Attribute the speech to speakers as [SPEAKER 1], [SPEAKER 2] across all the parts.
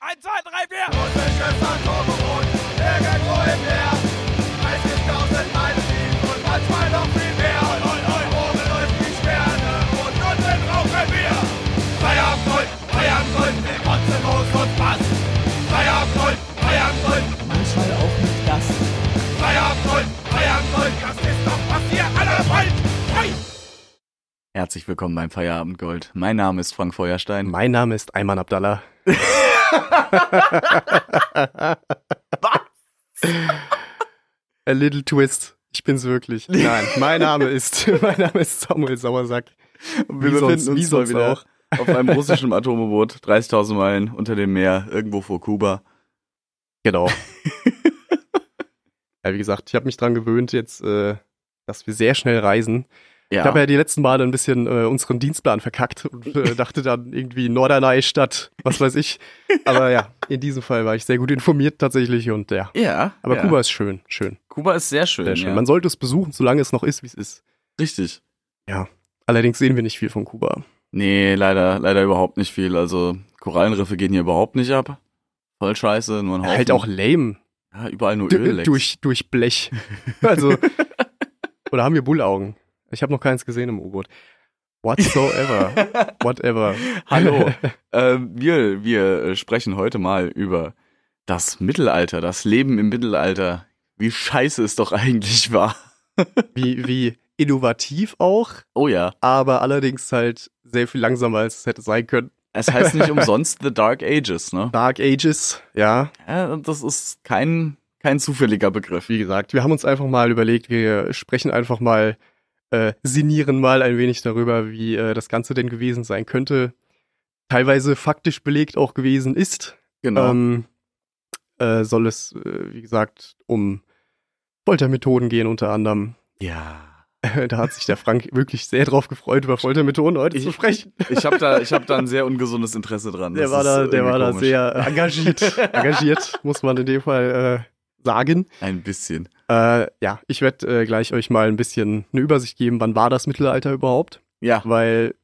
[SPEAKER 1] 1, 2, 3, 4.
[SPEAKER 2] Und mich öffnet Turbo-Rot, irgendwo im Meer. 30.000 meine Lieben und manchmal noch viel mehr. Und oben läuft die Sterne und unten rauchen wir. Feierabendgold, Feierabendgold, wir kotzen los und Spaß. Feierabendgold, Feierabendgold,
[SPEAKER 3] Manchmal auch nicht das.
[SPEAKER 2] Feierabendgold, Feierabendgold, das ist doch, was ihr alle wollt. Hey!
[SPEAKER 4] Herzlich willkommen beim Feierabendgold. Mein Name ist Frank Feuerstein.
[SPEAKER 5] Mein Name ist Ayman Abdallah. A little twist. Ich bin's wirklich. Nein, mein Name ist, mein Name ist Samuel Sauersack.
[SPEAKER 4] Wir befinden uns mal wieder auf einem russischen Atomboot, 30.000 Meilen unter dem Meer, irgendwo vor Kuba.
[SPEAKER 5] Genau. ja, wie gesagt, ich habe mich dran gewöhnt jetzt, äh, dass wir sehr schnell reisen. Ich habe ja die letzten Male ein bisschen äh, unseren Dienstplan verkackt und äh, dachte dann irgendwie Norderney statt, was weiß ich. Aber ja, in diesem Fall war ich sehr gut informiert tatsächlich und ja.
[SPEAKER 4] ja
[SPEAKER 5] Aber
[SPEAKER 4] ja.
[SPEAKER 5] Kuba ist schön, schön,
[SPEAKER 4] Kuba ist sehr schön.
[SPEAKER 5] sehr schön.
[SPEAKER 4] Ja.
[SPEAKER 5] Man sollte es besuchen, solange es noch ist, wie es ist.
[SPEAKER 4] Richtig.
[SPEAKER 5] Allerdings sehen wir nicht viel von Kuba.
[SPEAKER 4] Nee, leider, leider überhaupt nicht viel. Also Korallenriffe gehen hier überhaupt nicht ab. Voll scheiße, nur ein Haufen.
[SPEAKER 5] Halt auch lame.
[SPEAKER 4] ja, überall nur
[SPEAKER 5] D
[SPEAKER 4] Öl.
[SPEAKER 5] durch, durch Blech. Also, oder haben wir Bullaugen? Ich habe noch keins gesehen im U-Boot. Whatsoever. Whatever.
[SPEAKER 4] Hallo. Ähm, wir, wir äh, sprechen heute mal über das Mittelalter, das Leben im Mittelalter. Wie scheiße es doch eigentlich war.
[SPEAKER 5] Wie, wie innovativ auch,
[SPEAKER 4] Oh ja.
[SPEAKER 5] aber allerdings halt sehr viel langsamer, als es hätte sein können.
[SPEAKER 4] Es heißt nicht umsonst The Dark Ages, ne?
[SPEAKER 5] Dark Ages, ja.
[SPEAKER 4] Ja, das ist kein, kein zufälliger Begriff.
[SPEAKER 5] Wie gesagt, wir haben uns einfach mal überlegt, wir sprechen einfach mal, äh, sinnieren mal ein wenig darüber, wie äh, das Ganze denn gewesen sein könnte. Teilweise faktisch belegt auch gewesen ist.
[SPEAKER 4] Genau.
[SPEAKER 5] Ähm, äh, soll es, äh, wie gesagt, um Foltermethoden gehen unter anderem.
[SPEAKER 4] ja.
[SPEAKER 5] da hat sich der Frank wirklich sehr drauf gefreut, über Foltermethoden heute zu
[SPEAKER 4] Ich-
[SPEAKER 5] sprechen.
[SPEAKER 4] Ich habe da, ich hab da ein sehr ungesundes Interesse dran.
[SPEAKER 5] Der
[SPEAKER 4] Das
[SPEAKER 5] war
[SPEAKER 4] ist
[SPEAKER 5] da, der
[SPEAKER 4] irgendwie
[SPEAKER 5] war da
[SPEAKER 4] komisch.
[SPEAKER 5] sehr äh, engagiert. engagiert, muss man in dem Fall äh, sagen.
[SPEAKER 4] Ein bisschen.
[SPEAKER 5] Äh, ja, ich werde äh, gleich euch mal ein bisschen eine Übersicht geben, wann war das Mittelalter überhaupt,
[SPEAKER 4] Ja,
[SPEAKER 5] weil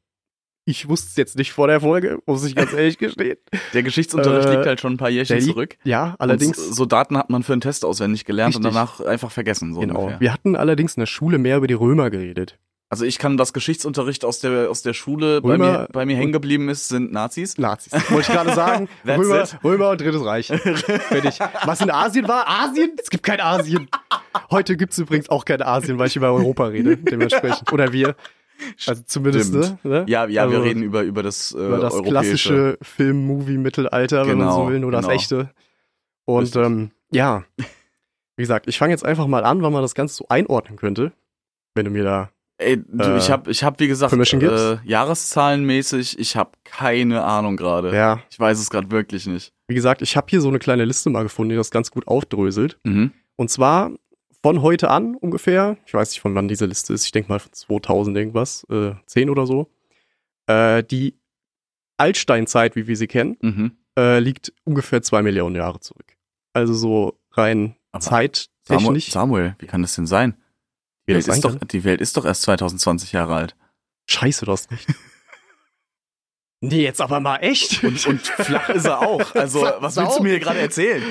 [SPEAKER 5] ich wusste es jetzt nicht vor der Folge, muss ich ganz ehrlich gestehen.
[SPEAKER 4] der Geschichtsunterricht
[SPEAKER 5] Äh,
[SPEAKER 4] liegt halt schon ein paar Jährchen
[SPEAKER 5] der liegt
[SPEAKER 4] zurück.
[SPEAKER 5] Ja, allerdings.
[SPEAKER 4] Und so Daten hat man für einen Test auswendig gelernt und
[SPEAKER 5] Richtig.
[SPEAKER 4] danach einfach vergessen. So
[SPEAKER 5] genau.
[SPEAKER 4] ungefähr.
[SPEAKER 5] Wir hatten allerdings in der Schule mehr über die Römer geredet.
[SPEAKER 4] Also ich kann das Geschichtsunterricht aus der, aus der Schule, bei
[SPEAKER 5] Römer-
[SPEAKER 4] mir, bei mir hängen geblieben ist, sind Nazis.
[SPEAKER 5] Nazis, wollte ich gerade sagen.
[SPEAKER 4] That's
[SPEAKER 5] Römer,
[SPEAKER 4] it.
[SPEAKER 5] Römer und Drittes Reich. Fertig. Was in Asien war? Asien? Es gibt kein Asien. Heute gibt es übrigens auch kein Asien, weil ich über Europa rede, dementsprechend. Oder wir. Also zumindest, ne?
[SPEAKER 4] Stimmt.
[SPEAKER 5] ne?
[SPEAKER 4] Ja, ja, wir
[SPEAKER 5] Also-
[SPEAKER 4] reden über, über das, äh,
[SPEAKER 5] über das
[SPEAKER 4] europäische.
[SPEAKER 5] klassische Film-Movie-Mittelalter, wenn man
[SPEAKER 4] Genau,
[SPEAKER 5] so will, nur das
[SPEAKER 4] genau.
[SPEAKER 5] echte. Und
[SPEAKER 4] Richtig.
[SPEAKER 5] ähm, ja, wie gesagt, ich fange jetzt einfach mal an, weil man das Ganze so einordnen könnte, wenn du mir da.
[SPEAKER 4] Ey, du,
[SPEAKER 5] äh,
[SPEAKER 4] ich habe, ich hab, wie gesagt,
[SPEAKER 5] Permission
[SPEAKER 4] äh,
[SPEAKER 5] gibt's?
[SPEAKER 4] jahreszahlenmäßig, ich habe keine Ahnung gerade.
[SPEAKER 5] Ja,
[SPEAKER 4] Ich weiß es gerade wirklich nicht.
[SPEAKER 5] wie gesagt, ich habe hier so eine kleine Liste mal gefunden, die das ganz gut aufdröselt.
[SPEAKER 4] Mhm.
[SPEAKER 5] Und zwar von heute an ungefähr, ich weiß nicht, von wann diese Liste ist, ich denke mal von 2000 irgendwas, äh, 10 oder so. Äh, die Altsteinzeit, wie wir sie kennen,
[SPEAKER 4] Mhm.
[SPEAKER 5] äh, liegt ungefähr zwei Millionen Jahre zurück. Also so rein
[SPEAKER 4] Aber Samuel,
[SPEAKER 5] zeittechnisch.
[SPEAKER 4] Samuel, wie kann das denn sein? Die
[SPEAKER 5] Wie
[SPEAKER 4] Welt,
[SPEAKER 5] das
[SPEAKER 4] ist
[SPEAKER 5] sein
[SPEAKER 4] doch, die Welt ist doch erst 2020 Jahre alt.
[SPEAKER 5] Scheiße, du hast recht. Nee, jetzt aber mal echt.
[SPEAKER 4] Und, und flach ist er auch. Also,
[SPEAKER 5] Flach
[SPEAKER 4] was
[SPEAKER 5] ist er
[SPEAKER 4] willst du
[SPEAKER 5] auch.
[SPEAKER 4] mir hier gerade erzählen?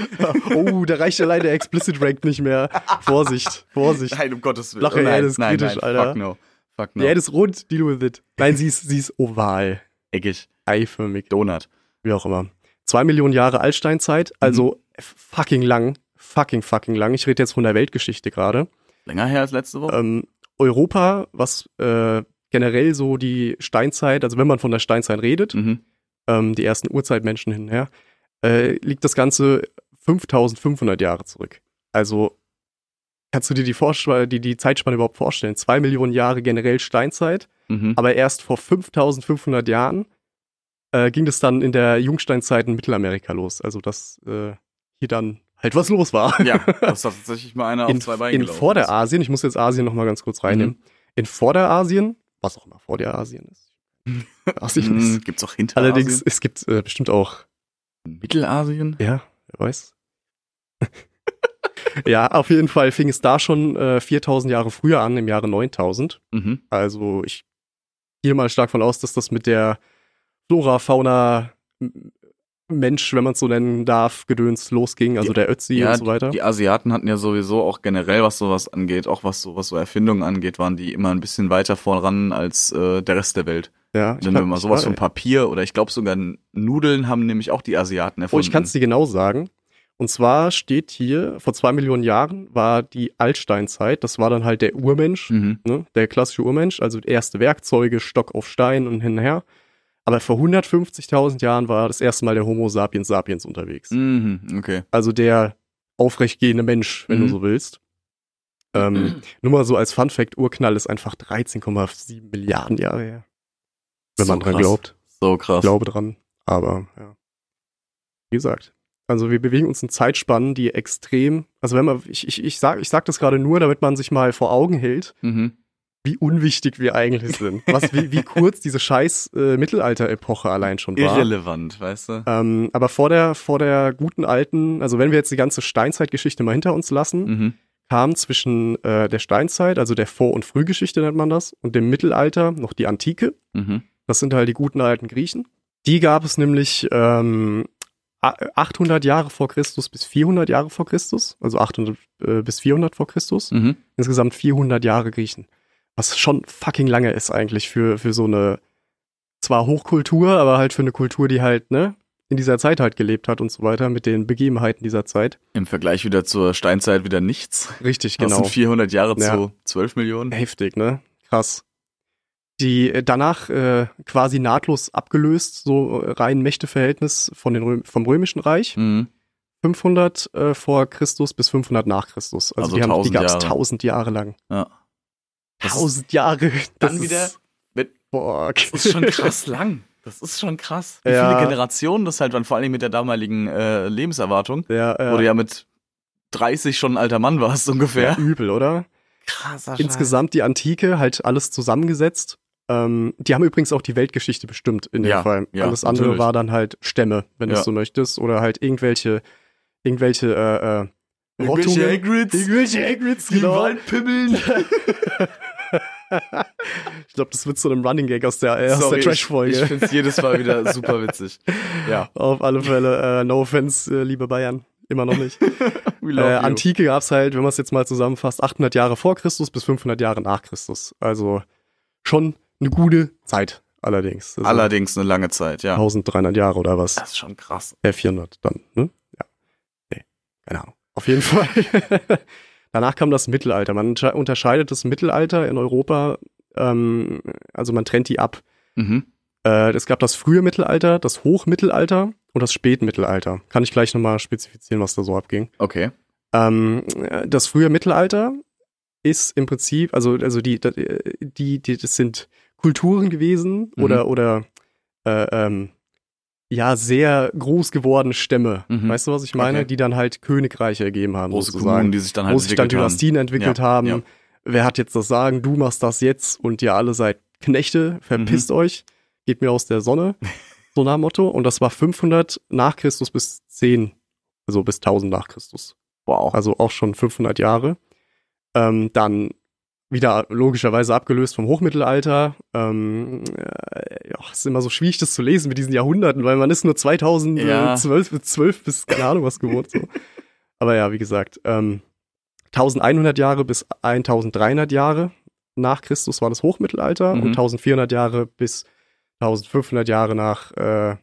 [SPEAKER 5] oh, da reicht allein der Explicit Rank nicht mehr. Vorsicht, Vorsicht.
[SPEAKER 4] Nein, um Gottes Willen.
[SPEAKER 5] Flache
[SPEAKER 4] nein,
[SPEAKER 5] Erde ist
[SPEAKER 4] nein,
[SPEAKER 5] kritisch,
[SPEAKER 4] nein,
[SPEAKER 5] Alter.
[SPEAKER 4] Fuck no. Fuck no.
[SPEAKER 5] Die Erde ist rund, deal with it. Nein, sie ist, sie ist oval,
[SPEAKER 4] Eckig.
[SPEAKER 5] eiförmig,
[SPEAKER 4] Donut.
[SPEAKER 5] wie auch immer. Zwei Millionen Jahre Altsteinzeit, also f- fucking lang, fucking, fucking lang. Ich rede jetzt von der Weltgeschichte gerade.
[SPEAKER 4] Länger her als letzte Woche.
[SPEAKER 5] Ähm, Europa, was äh, generell so die Steinzeit, also wenn man von der Steinzeit redet,
[SPEAKER 4] Mhm.
[SPEAKER 5] ähm, die ersten Urzeitmenschen hin und her, äh, liegt das Ganze 5500 Jahre zurück. Also kannst du dir die, Vorsch- die, die Zeitspanne überhaupt vorstellen? Zwei Millionen Jahre generell Steinzeit,
[SPEAKER 4] Mhm.
[SPEAKER 5] aber erst vor 5500 Jahren äh, ging das dann in der Jungsteinzeit in Mittelamerika los. Also dass äh, hier dann halt was los war.
[SPEAKER 4] Ja, das hat tatsächlich mal einer
[SPEAKER 5] in,
[SPEAKER 4] auf zwei Beinen
[SPEAKER 5] in
[SPEAKER 4] gelaufen Mhm.
[SPEAKER 5] Vorderasien, ich muss jetzt Asien nochmal ganz kurz reinnehmen, in Vorderasien, was auch immer Vorderasien ist.
[SPEAKER 4] ist.
[SPEAKER 5] Asien
[SPEAKER 4] Mhm.
[SPEAKER 5] ist.
[SPEAKER 4] Gibt's auch hinter
[SPEAKER 5] Allerdings, es gibt äh, bestimmt auch
[SPEAKER 4] Mittelasien?
[SPEAKER 5] Ja, wer weiß. ja, auf jeden Fall fing es da schon äh, 4000 Jahre früher an, im Jahre 9000.
[SPEAKER 4] Mhm.
[SPEAKER 5] Also ich gehe mal stark von aus, dass das mit der Flora, Fauna, m- Mensch, wenn man es so nennen darf, Gedöns losging, also der Ötzi
[SPEAKER 4] ja,
[SPEAKER 5] und so weiter.
[SPEAKER 4] Die Asiaten hatten ja sowieso auch generell, was sowas angeht, auch was sowas so Erfindungen angeht, waren die immer ein bisschen weiter voran als äh, der Rest der Welt.
[SPEAKER 5] ja,
[SPEAKER 4] Wenn wir mal sowas
[SPEAKER 5] von
[SPEAKER 4] von Papier oder ich glaube sogar Nudeln haben nämlich auch die Asiaten
[SPEAKER 5] Oh,
[SPEAKER 4] erfunden.
[SPEAKER 5] ich kann es dir genau sagen. Und zwar steht hier, vor zwei Millionen Jahren war die Altsteinzeit, das war dann halt der Urmensch,
[SPEAKER 4] Mhm.
[SPEAKER 5] ne? der klassische Urmensch, also erste Werkzeuge, Stock auf Stein und hin und her. Aber vor 150.000 Jahren war das erste Mal der Homo sapiens sapiens unterwegs.
[SPEAKER 4] Mhm, okay.
[SPEAKER 5] Also der aufrechtgehende Mensch, wenn du
[SPEAKER 4] Mhm.
[SPEAKER 5] so willst. Ähm, nur mal so als Fun Fact, Urknall ist einfach 13,7 Milliarden Jahre her. Wenn
[SPEAKER 4] So
[SPEAKER 5] man dran
[SPEAKER 4] krass.
[SPEAKER 5] glaubt.
[SPEAKER 4] So krass.
[SPEAKER 5] glaube dran. Aber ja. Wie gesagt. Also wir bewegen uns in Zeitspannen, die extrem, also wenn man, ich, ich, ich sag, ich sag das gerade nur, damit man sich mal vor Augen hält,
[SPEAKER 4] Mhm.
[SPEAKER 5] wie unwichtig wir eigentlich sind. Was, wie, wie kurz diese scheiß äh, Mittelalter-Epoche allein schon war.
[SPEAKER 4] Irrelevant, weißt du?
[SPEAKER 5] Ähm, aber vor der, vor der guten alten, also wenn wir jetzt die ganze Steinzeitgeschichte mal hinter uns lassen,
[SPEAKER 4] Mhm.
[SPEAKER 5] kam zwischen äh, der Steinzeit, also der Vor- und Frühgeschichte nennt man das, und dem Mittelalter noch die Antike.
[SPEAKER 4] Mhm.
[SPEAKER 5] Das sind halt die guten alten Griechen. Die gab es nämlich ähm, a- 800 Jahre vor Christus bis 400 Jahre vor Christus, also 800 äh, bis 400 vor Christus.
[SPEAKER 4] Mhm.
[SPEAKER 5] Insgesamt 400 Jahre Griechen. Was schon fucking lange ist eigentlich für, für so eine, zwar Hochkultur, aber halt für eine Kultur, die halt, ne, in dieser Zeit halt gelebt hat und so weiter, mit den Begebenheiten dieser Zeit.
[SPEAKER 4] Im Vergleich wieder zur Steinzeit wieder nichts.
[SPEAKER 5] Richtig,
[SPEAKER 4] Das sind 400 Jahre
[SPEAKER 5] Genau. Ja.
[SPEAKER 4] zu 12 Millionen.
[SPEAKER 5] Heftig, ne? Krass. Die äh, danach äh, quasi nahtlos abgelöst, so äh, rein Mächteverhältnis von den Röm vom Römischen Reich.
[SPEAKER 4] Mhm.
[SPEAKER 5] 500 äh, vor Christus bis 500 nach Christus. Also,
[SPEAKER 4] Also
[SPEAKER 5] die, haben- die
[SPEAKER 4] 1000
[SPEAKER 5] gab es
[SPEAKER 4] Jahre.
[SPEAKER 5] 1000 Jahre lang.
[SPEAKER 4] Ja. Das ist-
[SPEAKER 5] 1000 Jahre.
[SPEAKER 4] Dann wieder- wenn-
[SPEAKER 5] Boah.
[SPEAKER 4] Das ist schon krass lang. Das ist schon krass. Wie
[SPEAKER 5] Ja.
[SPEAKER 4] viele Generationen das halt waren, vor allem mit der damaligen äh, Lebenserwartung,
[SPEAKER 5] ja,
[SPEAKER 4] wo du
[SPEAKER 5] ja,
[SPEAKER 4] ja mit 30 schon ein alter Mann warst ungefähr.
[SPEAKER 5] Übel, oder?
[SPEAKER 4] Krasser
[SPEAKER 5] Insgesamt die Antike halt alles zusammengesetzt. Ähm, die haben übrigens auch die Weltgeschichte bestimmt in dem
[SPEAKER 4] Ja,
[SPEAKER 5] Fall.
[SPEAKER 4] ja,
[SPEAKER 5] alles andere
[SPEAKER 4] natürlich.
[SPEAKER 5] war dann halt Stämme, wenn du
[SPEAKER 4] Ja.
[SPEAKER 5] es so möchtest. Oder halt irgendwelche, irgendwelche, äh, äh,
[SPEAKER 4] Irgendwelche
[SPEAKER 5] Rottungen.
[SPEAKER 4] Hagrids.
[SPEAKER 5] Irgendwelche Hagrids,
[SPEAKER 4] Die
[SPEAKER 5] genau.
[SPEAKER 4] Waldpimmeln.
[SPEAKER 5] Ich glaube, das wird zu einem Running Gag aus der, äh, aus der
[SPEAKER 4] Sorry, Ich, ich
[SPEAKER 5] Trash-Folge.
[SPEAKER 4] finde es jedes Mal wieder super witzig. Ja.
[SPEAKER 5] Auf alle Fälle, äh, no offense, äh, liebe Bayern. Immer noch nicht.
[SPEAKER 4] We
[SPEAKER 5] äh,
[SPEAKER 4] love you.
[SPEAKER 5] Antike gab's halt, wenn man es jetzt mal zusammenfasst, 800 Jahre vor Christus bis 500 Jahre nach Christus. Also schon eine gute Zeit, allerdings. Also
[SPEAKER 4] Allerdings eine lange Zeit, ja.
[SPEAKER 5] 1300 Jahre oder was.
[SPEAKER 4] Das ist schon krass.
[SPEAKER 5] Äh, 400 dann, ne? Ja. Nee, keine Ahnung. Auf jeden Fall. Danach kam das Mittelalter. Man untersche- unterscheidet das Mittelalter in Europa, ähm, also man trennt die ab.
[SPEAKER 4] Mhm.
[SPEAKER 5] Äh, es gab das frühe Mittelalter, das Hochmittelalter und das Spätmittelalter. Kann ich gleich nochmal spezifizieren, was da so abging.
[SPEAKER 4] Okay.
[SPEAKER 5] Ähm, äh, das frühe Mittelalter ist im Prinzip, also, also die, die, die, das sind Kulturen gewesen
[SPEAKER 4] Mhm.
[SPEAKER 5] oder, oder äh, ähm, ja, sehr groß gewordene Stämme.
[SPEAKER 4] Mhm.
[SPEAKER 5] Weißt du, was ich meine?
[SPEAKER 4] Okay.
[SPEAKER 5] Die dann halt Königreiche ergeben haben,
[SPEAKER 4] Große Kommunen,
[SPEAKER 5] sozusagen.
[SPEAKER 4] die sich dann halt
[SPEAKER 5] Wo sich dann
[SPEAKER 4] entwickelt haben.
[SPEAKER 5] Dynastien entwickelt
[SPEAKER 4] Ja,
[SPEAKER 5] haben.
[SPEAKER 4] ja.
[SPEAKER 5] Wer hat jetzt das Sagen? Du machst das jetzt und ihr alle seid Knechte,
[SPEAKER 4] Mhm.
[SPEAKER 5] verpisst euch, geht mir aus der Sonne. So nach dem Motto. Und das war 500 nach Christus bis 10, also bis 1000 nach Christus
[SPEAKER 4] Wow.
[SPEAKER 5] also auch schon 500 Jahre. Ähm, dann wieder logischerweise abgelöst vom Hochmittelalter. Ähm, äh, ja, ist immer so schwierig, das zu lesen mit diesen Jahrhunderten, weil man ist nur 2012
[SPEAKER 4] Ja.
[SPEAKER 5] 12, 12 bis keine Ahnung was gewohnt. So. Aber ja, wie gesagt, ähm, 1100 Jahre bis 1300 Jahre nach Christus war das Hochmittelalter
[SPEAKER 4] Mhm.
[SPEAKER 5] und 1400 Jahre bis 1500 Jahre nach äh,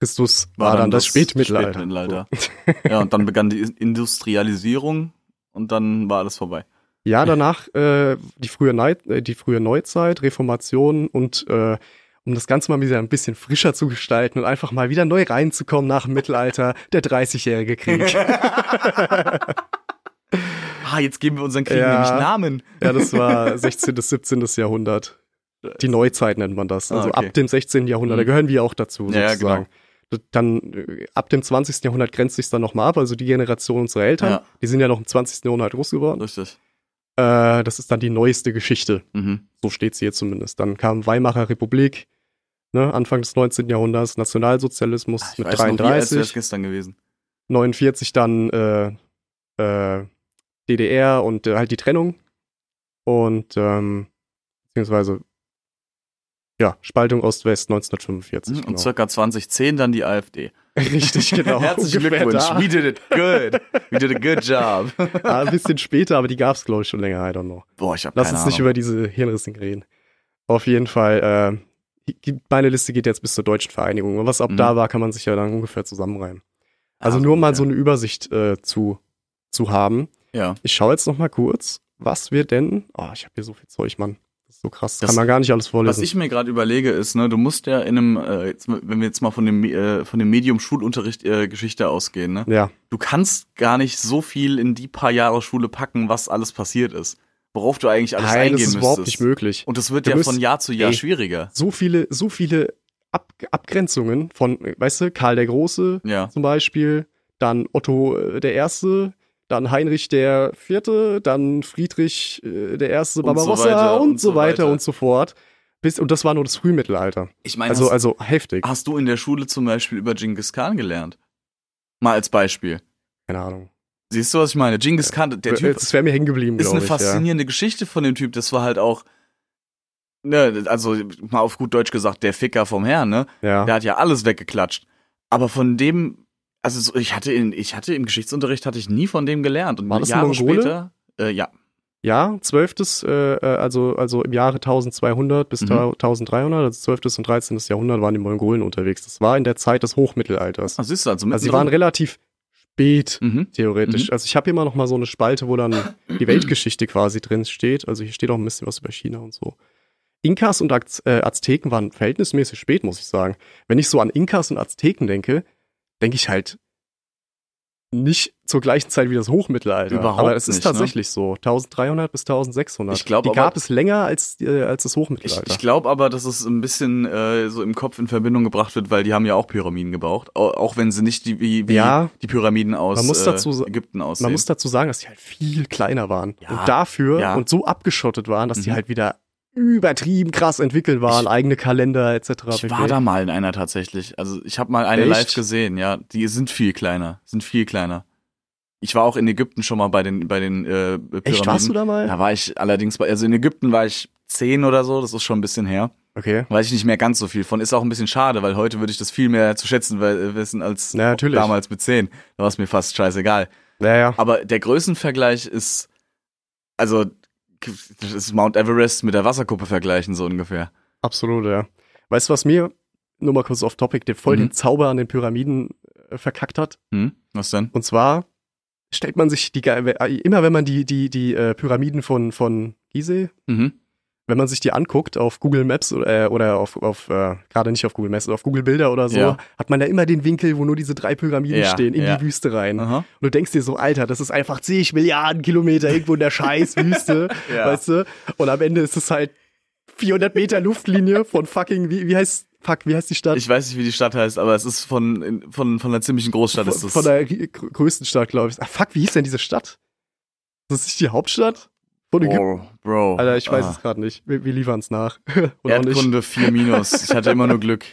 [SPEAKER 5] Christus war, dann das, Spätmittelalter.
[SPEAKER 4] Spätmittelalter.
[SPEAKER 5] So.
[SPEAKER 4] Ja, und dann begann die Industrialisierung und dann war alles vorbei.
[SPEAKER 5] Ja, danach äh, die, frühe Nei äh, die frühe Neuzeit, Reformation und äh, um das Ganze mal wieder ein bisschen frischer zu gestalten und einfach mal wieder neu reinzukommen nach dem Mittelalter, der 30-jährige Krieg.
[SPEAKER 4] Ah, jetzt geben wir unseren Kriegen
[SPEAKER 5] Ja.
[SPEAKER 4] nämlich Namen.
[SPEAKER 5] ja, das war 16. bis 17. Jahrhundert. Die Neuzeit nennt man das.
[SPEAKER 4] Ah,
[SPEAKER 5] Also
[SPEAKER 4] okay.
[SPEAKER 5] ab dem 16. Jahrhundert, da
[SPEAKER 4] Mhm.
[SPEAKER 5] gehören wir auch dazu
[SPEAKER 4] Ja, ja,
[SPEAKER 5] sozusagen. D- Dann äh, ab dem 20. Jahrhundert grenzt sich dann nochmal ab, also die Generation unserer Eltern,
[SPEAKER 4] Ja.
[SPEAKER 5] die sind ja noch im 20. Jahrhundert groß geworden.
[SPEAKER 4] Richtig.
[SPEAKER 5] Äh, das ist dann die neueste Geschichte.
[SPEAKER 4] Mhm.
[SPEAKER 5] So steht sie hier zumindest. Dann kam Weimarer Republik, ne, Anfang des 19. Jahrhunderts, Nationalsozialismus
[SPEAKER 4] Ah, ich
[SPEAKER 5] mit
[SPEAKER 4] weiß noch, wie, als wäre es
[SPEAKER 5] 33,
[SPEAKER 4] gestern gewesen.
[SPEAKER 5] 49 dann äh, äh, DDR und äh, halt die Trennung. Und ähm, beziehungsweise ja, Spaltung Ost-West 1945.
[SPEAKER 4] Mhm, Und
[SPEAKER 5] genau.
[SPEAKER 4] circa 2010 dann die AfD.
[SPEAKER 5] Richtig, genau.
[SPEAKER 4] Herzlichen
[SPEAKER 5] Ungefähr
[SPEAKER 4] Glückwunsch.
[SPEAKER 5] da.
[SPEAKER 4] We did it good. We did a good job.
[SPEAKER 5] Ah, ein bisschen später, aber die gab es, glaube ich, schon länger, I don't know.
[SPEAKER 4] Boah, ich hab
[SPEAKER 5] Lass
[SPEAKER 4] keine
[SPEAKER 5] uns
[SPEAKER 4] Ahnung.
[SPEAKER 5] nicht über diese Hirnrissen reden. Auf jeden Fall, äh, die- meine Liste geht jetzt bis zur deutschen Vereinigung. Und was ab
[SPEAKER 4] Mhm.
[SPEAKER 5] da war, kann man sich ja dann ungefähr zusammenreimen. Also
[SPEAKER 4] Ah,
[SPEAKER 5] nur
[SPEAKER 4] gut,
[SPEAKER 5] mal
[SPEAKER 4] ja.
[SPEAKER 5] so eine Übersicht äh, zu, zu haben.
[SPEAKER 4] Ja.
[SPEAKER 5] Ich schaue jetzt noch mal kurz, was wir denn. Oh, ich habe hier so viel Zeug, Mann. Das ist so krass.
[SPEAKER 4] Das-
[SPEAKER 5] kann man gar nicht alles
[SPEAKER 4] Was
[SPEAKER 5] vorlesen.
[SPEAKER 4] ich mir gerade überlege ist, ne, du musst ja in einem, äh, jetzt, mal- wenn wir jetzt mal von dem, äh, von dem Medium Schulunterricht äh, Geschichte ausgehen, ne,
[SPEAKER 5] ja,
[SPEAKER 4] du kannst gar nicht so viel in die paar Jahre Schule packen, was alles passiert ist, worauf du eigentlich alles
[SPEAKER 5] nein,
[SPEAKER 4] eingehen
[SPEAKER 5] das ist
[SPEAKER 4] müsstest.
[SPEAKER 5] überhaupt nicht möglich.
[SPEAKER 4] Und das wird
[SPEAKER 5] Du
[SPEAKER 4] ja
[SPEAKER 5] musst-
[SPEAKER 4] von Jahr zu Jahr
[SPEAKER 5] Ey.
[SPEAKER 4] schwieriger.
[SPEAKER 5] So viele, so viele Ab Abgrenzungen von, äh, weißt du, Karl der Große
[SPEAKER 4] Ja.
[SPEAKER 5] zum Beispiel, dann Otto äh, der Erste, dann Heinrich der Vierte, dann Friedrich äh, der Erste
[SPEAKER 4] Und so
[SPEAKER 5] Barbarossa
[SPEAKER 4] weiter,
[SPEAKER 5] und,
[SPEAKER 4] und
[SPEAKER 5] so
[SPEAKER 4] so
[SPEAKER 5] weiter
[SPEAKER 4] weiter.
[SPEAKER 5] und so fort. Bis, und das war nur das Frühmittelalter.
[SPEAKER 4] Ich meine,
[SPEAKER 5] Also,
[SPEAKER 4] hast,
[SPEAKER 5] also heftig.
[SPEAKER 4] hast du in der Schule zum Beispiel über Genghis Khan gelernt? Mal als Beispiel.
[SPEAKER 5] Keine Ahnung.
[SPEAKER 4] Siehst du, was ich meine? Genghis Khan,
[SPEAKER 5] Äh,
[SPEAKER 4] der Typ
[SPEAKER 5] das wäre mir hängen geblieben,
[SPEAKER 4] ist
[SPEAKER 5] glaube
[SPEAKER 4] eine
[SPEAKER 5] ich. ja.
[SPEAKER 4] faszinierende Geschichte von dem Typ. Das war halt auch, ne, also mal auf gut Deutsch gesagt, der Ficker vom Herrn, ne?
[SPEAKER 5] Ja.
[SPEAKER 4] Der hat ja alles weggeklatscht. Aber von dem, also so, ich hatte in, ich hatte im Geschichtsunterricht hatte ich nie von dem gelernt. Und
[SPEAKER 5] War das ein
[SPEAKER 4] Jahre
[SPEAKER 5] Mongole?
[SPEAKER 4] später, äh, ja,
[SPEAKER 5] Ja, zwölftes, äh, äh, also, also im Jahre 1200 bis
[SPEAKER 4] Mhm.
[SPEAKER 5] 1300, also zwölftes und 13. Jahrhundert waren die Mongolen unterwegs. Das war in der Zeit des Hochmittelalters.
[SPEAKER 4] also siehst du, also
[SPEAKER 5] Also sie
[SPEAKER 4] mittendrin.
[SPEAKER 5] waren relativ spät,
[SPEAKER 4] mhm.
[SPEAKER 5] theoretisch. Also ich habe hier mal noch mal so eine Spalte, wo dann die Weltgeschichte quasi drin steht. Also hier steht auch ein bisschen was über China und so. Inkas und Az äh, Azteken waren verhältnismäßig spät, muss ich sagen. Wenn ich so an Inkas und Azteken denke, denke ich halt nicht zur gleichen Zeit wie das Hochmittelalter.
[SPEAKER 4] Überhaupt
[SPEAKER 5] aber es ist
[SPEAKER 4] nicht, ne?
[SPEAKER 5] tatsächlich so. 1300 bis 1600.
[SPEAKER 4] Ich glaub,
[SPEAKER 5] die
[SPEAKER 4] aber-
[SPEAKER 5] gab es länger als, äh, als das
[SPEAKER 4] Ich,
[SPEAKER 5] Hochmittelalter.
[SPEAKER 4] ich glaube aber, dass es ein bisschen äh, so im Kopf in Verbindung gebracht wird, weil die haben ja auch Pyramiden gebaut, au- auch wenn sie nicht die, wie, wie
[SPEAKER 5] Ja.
[SPEAKER 4] die Pyramiden aus
[SPEAKER 5] Man muss dazu sa-
[SPEAKER 4] äh, Ägypten aussehen.
[SPEAKER 5] Man muss dazu sagen, dass die halt viel kleiner waren.
[SPEAKER 4] Ja.
[SPEAKER 5] Und dafür
[SPEAKER 4] Ja.
[SPEAKER 5] und so abgeschottet waren, dass die
[SPEAKER 4] Mhm.
[SPEAKER 5] halt wieder übertrieben krass entwickelt waren,
[SPEAKER 4] Ich-
[SPEAKER 5] eigene Kalender etc.
[SPEAKER 4] ich
[SPEAKER 5] pp.
[SPEAKER 4] war da mal in einer tatsächlich. Also ich habe mal eine
[SPEAKER 5] Echt?
[SPEAKER 4] live gesehen, ja. Die sind viel kleiner, sind viel kleiner. Ich war auch in Ägypten schon mal bei den bei den äh, Pyramiden.
[SPEAKER 5] Echt, warst du da mal?
[SPEAKER 4] Da war ich allerdings bei, also in Ägypten war ich zehn oder so, das ist schon ein bisschen her.
[SPEAKER 5] Okay.
[SPEAKER 4] Weiß ich nicht mehr ganz so viel von. Ist auch ein bisschen schade, weil heute würde ich das viel mehr zu schätzen we- wissen als
[SPEAKER 5] Na, natürlich.
[SPEAKER 4] damals mit zehn. Da war es mir fast scheißegal.
[SPEAKER 5] Naja.
[SPEAKER 4] Aber der Größenvergleich ist, also, das ist Mount Everest mit der Wasserkuppe vergleichen, so ungefähr.
[SPEAKER 5] Absolut, ja. Weißt du, was mir, nur mal kurz off topic, der voll
[SPEAKER 4] Mhm.
[SPEAKER 5] den Zauber an den Pyramiden äh, verkackt hat?
[SPEAKER 4] Hm? Was denn?
[SPEAKER 5] Und zwar stellt man sich die, ge- äh, immer wenn man die, die, die äh, Pyramiden von, von Gizeh,
[SPEAKER 4] Mhm.
[SPEAKER 5] wenn man sich die anguckt auf Google Maps äh, oder auf, auf äh, gerade nicht auf Google Maps, auf Google Bilder oder so,
[SPEAKER 4] Ja.
[SPEAKER 5] hat man da immer den Winkel, wo nur diese drei Pyramiden
[SPEAKER 4] Ja,
[SPEAKER 5] stehen, in
[SPEAKER 4] ja.
[SPEAKER 5] die Wüste rein.
[SPEAKER 4] Aha.
[SPEAKER 5] Und du denkst dir so, Alter, das ist einfach zig Milliarden Kilometer irgendwo in der scheiß Wüste,
[SPEAKER 4] Ja.
[SPEAKER 5] weißt du? Und am Ende ist es halt 400 Meter Luftlinie von fucking, wie, wie heißt, fuck, wie heißt die Stadt?
[SPEAKER 4] Ich weiß nicht, wie die Stadt heißt, aber es ist von, in- von, von einer ziemlichen Großstadt.
[SPEAKER 5] von,
[SPEAKER 4] ist es.
[SPEAKER 5] von der ri- gr- größten Stadt, glaube ich. Ah, fuck, wie hieß denn diese Stadt? Das ist nicht die Hauptstadt von Ägypten?
[SPEAKER 4] Bro, Bro.
[SPEAKER 5] Alter, ich weiß
[SPEAKER 4] Ah.
[SPEAKER 5] es gerade nicht. Wir, wir liefern es nach. Oder auch nicht.
[SPEAKER 4] Erdkunde 4 minus. Ich hatte immer nur Glück.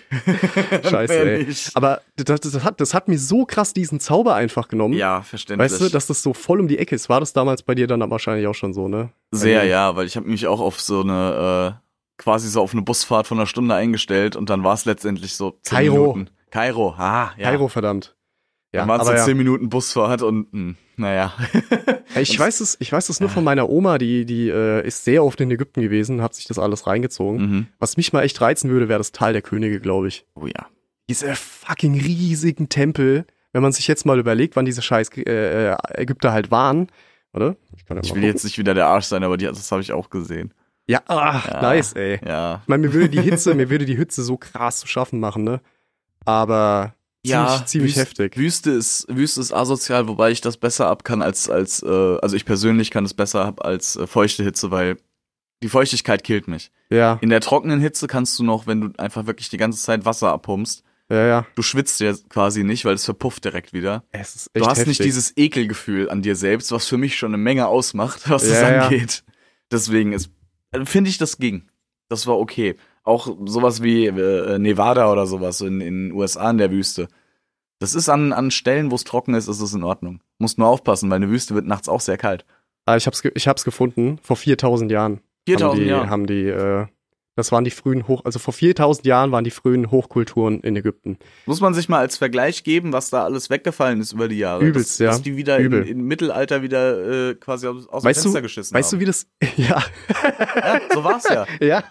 [SPEAKER 5] Scheiße,
[SPEAKER 4] Mehr
[SPEAKER 5] ey.
[SPEAKER 4] nicht.
[SPEAKER 5] Aber das, das, hat, das hat mir so krass diesen Zauber einfach genommen.
[SPEAKER 4] Ja, verständlich.
[SPEAKER 5] Weißt du, dass das so voll um die Ecke ist. War das damals bei dir dann wahrscheinlich auch schon so, ne?
[SPEAKER 4] Sehr,
[SPEAKER 5] Also,
[SPEAKER 4] ja, weil ich habe mich auch auf so eine, äh, quasi so auf eine Busfahrt von einer Stunde eingestellt und dann war es letztendlich so 10
[SPEAKER 5] Kairo.
[SPEAKER 4] Minuten. Kairo, ah, ja.
[SPEAKER 5] Kairo, verdammt. Ja,
[SPEAKER 4] dann waren es so
[SPEAKER 5] aber
[SPEAKER 4] 10 Minuten Busfahrt und, mh, naja.
[SPEAKER 5] ja, ich weiß es, ich weiß es nur von meiner Oma, die, die äh, ist sehr oft in Ägypten gewesen, hat sich das alles reingezogen.
[SPEAKER 4] mhm.
[SPEAKER 5] Was mich mal echt reizen würde, wäre das Tal der Könige, glaube ich.
[SPEAKER 4] Oh ja.
[SPEAKER 5] Diese fucking riesigen Tempel. Wenn man sich jetzt mal überlegt, wann diese scheiß äh, äh, Ägypter halt waren, oder? kann ja
[SPEAKER 4] Ich
[SPEAKER 5] mal
[SPEAKER 4] will
[SPEAKER 5] gucken.
[SPEAKER 4] jetzt nicht wieder der Arsch sein, aber die, das habe ich auch gesehen.
[SPEAKER 5] Ja, ach,
[SPEAKER 4] Ja.
[SPEAKER 5] nice, ey.
[SPEAKER 4] Ja.
[SPEAKER 5] Ich meine, mir würde die Hitze, mir würde die Hitze so krass zu schaffen machen, ne? Aber ziemlich, ziemlich
[SPEAKER 4] Wüst-
[SPEAKER 5] heftig.
[SPEAKER 4] Wüste ist, Wüste ist asozial, wobei ich das besser ab kann als, als äh, also ich persönlich kann es besser ab als äh, feuchte Hitze, weil die Feuchtigkeit killt mich.
[SPEAKER 5] Ja,
[SPEAKER 4] In der trockenen Hitze kannst du noch, wenn du einfach wirklich die ganze Zeit Wasser abpumpst,
[SPEAKER 5] ja, ja.
[SPEAKER 4] du schwitzt ja quasi nicht, weil es verpufft direkt wieder.
[SPEAKER 5] Es ist
[SPEAKER 4] Du
[SPEAKER 5] echt
[SPEAKER 4] hast
[SPEAKER 5] heftig.
[SPEAKER 4] nicht dieses Ekelgefühl an dir selbst, was für mich schon eine Menge ausmacht, was das
[SPEAKER 5] Ja, ja.
[SPEAKER 4] angeht. Deswegen ist, also finde ich, das ging. Das war okay. Auch sowas wie äh, Nevada oder sowas in in den USA in der Wüste. Das ist an, an Stellen, wo es trocken ist, ist es in Ordnung. Musst nur aufpassen, weil eine Wüste wird nachts auch sehr kalt.
[SPEAKER 5] Ah, ich hab's, ge- ich hab's gefunden, vor 4000 Jahren.
[SPEAKER 4] 4000
[SPEAKER 5] haben die,
[SPEAKER 4] Jahre.
[SPEAKER 5] Haben die äh, Das waren die frühen Hoch, also vor 4000 Jahren waren die frühen Hochkulturen in Ägypten.
[SPEAKER 4] Muss man sich mal als Vergleich geben, was da alles weggefallen ist über die Jahre.
[SPEAKER 5] Übelst,
[SPEAKER 4] dass,
[SPEAKER 5] ja.
[SPEAKER 4] Dass die wieder im,
[SPEAKER 5] Übel.
[SPEAKER 4] im Mittelalter wieder äh, quasi aus aus dem
[SPEAKER 5] Weißt
[SPEAKER 4] Fenster
[SPEAKER 5] du,
[SPEAKER 4] geschissen
[SPEAKER 5] weißt du,
[SPEAKER 4] haben.
[SPEAKER 5] wie das, ja,
[SPEAKER 4] ja, so war's ja.
[SPEAKER 5] ja,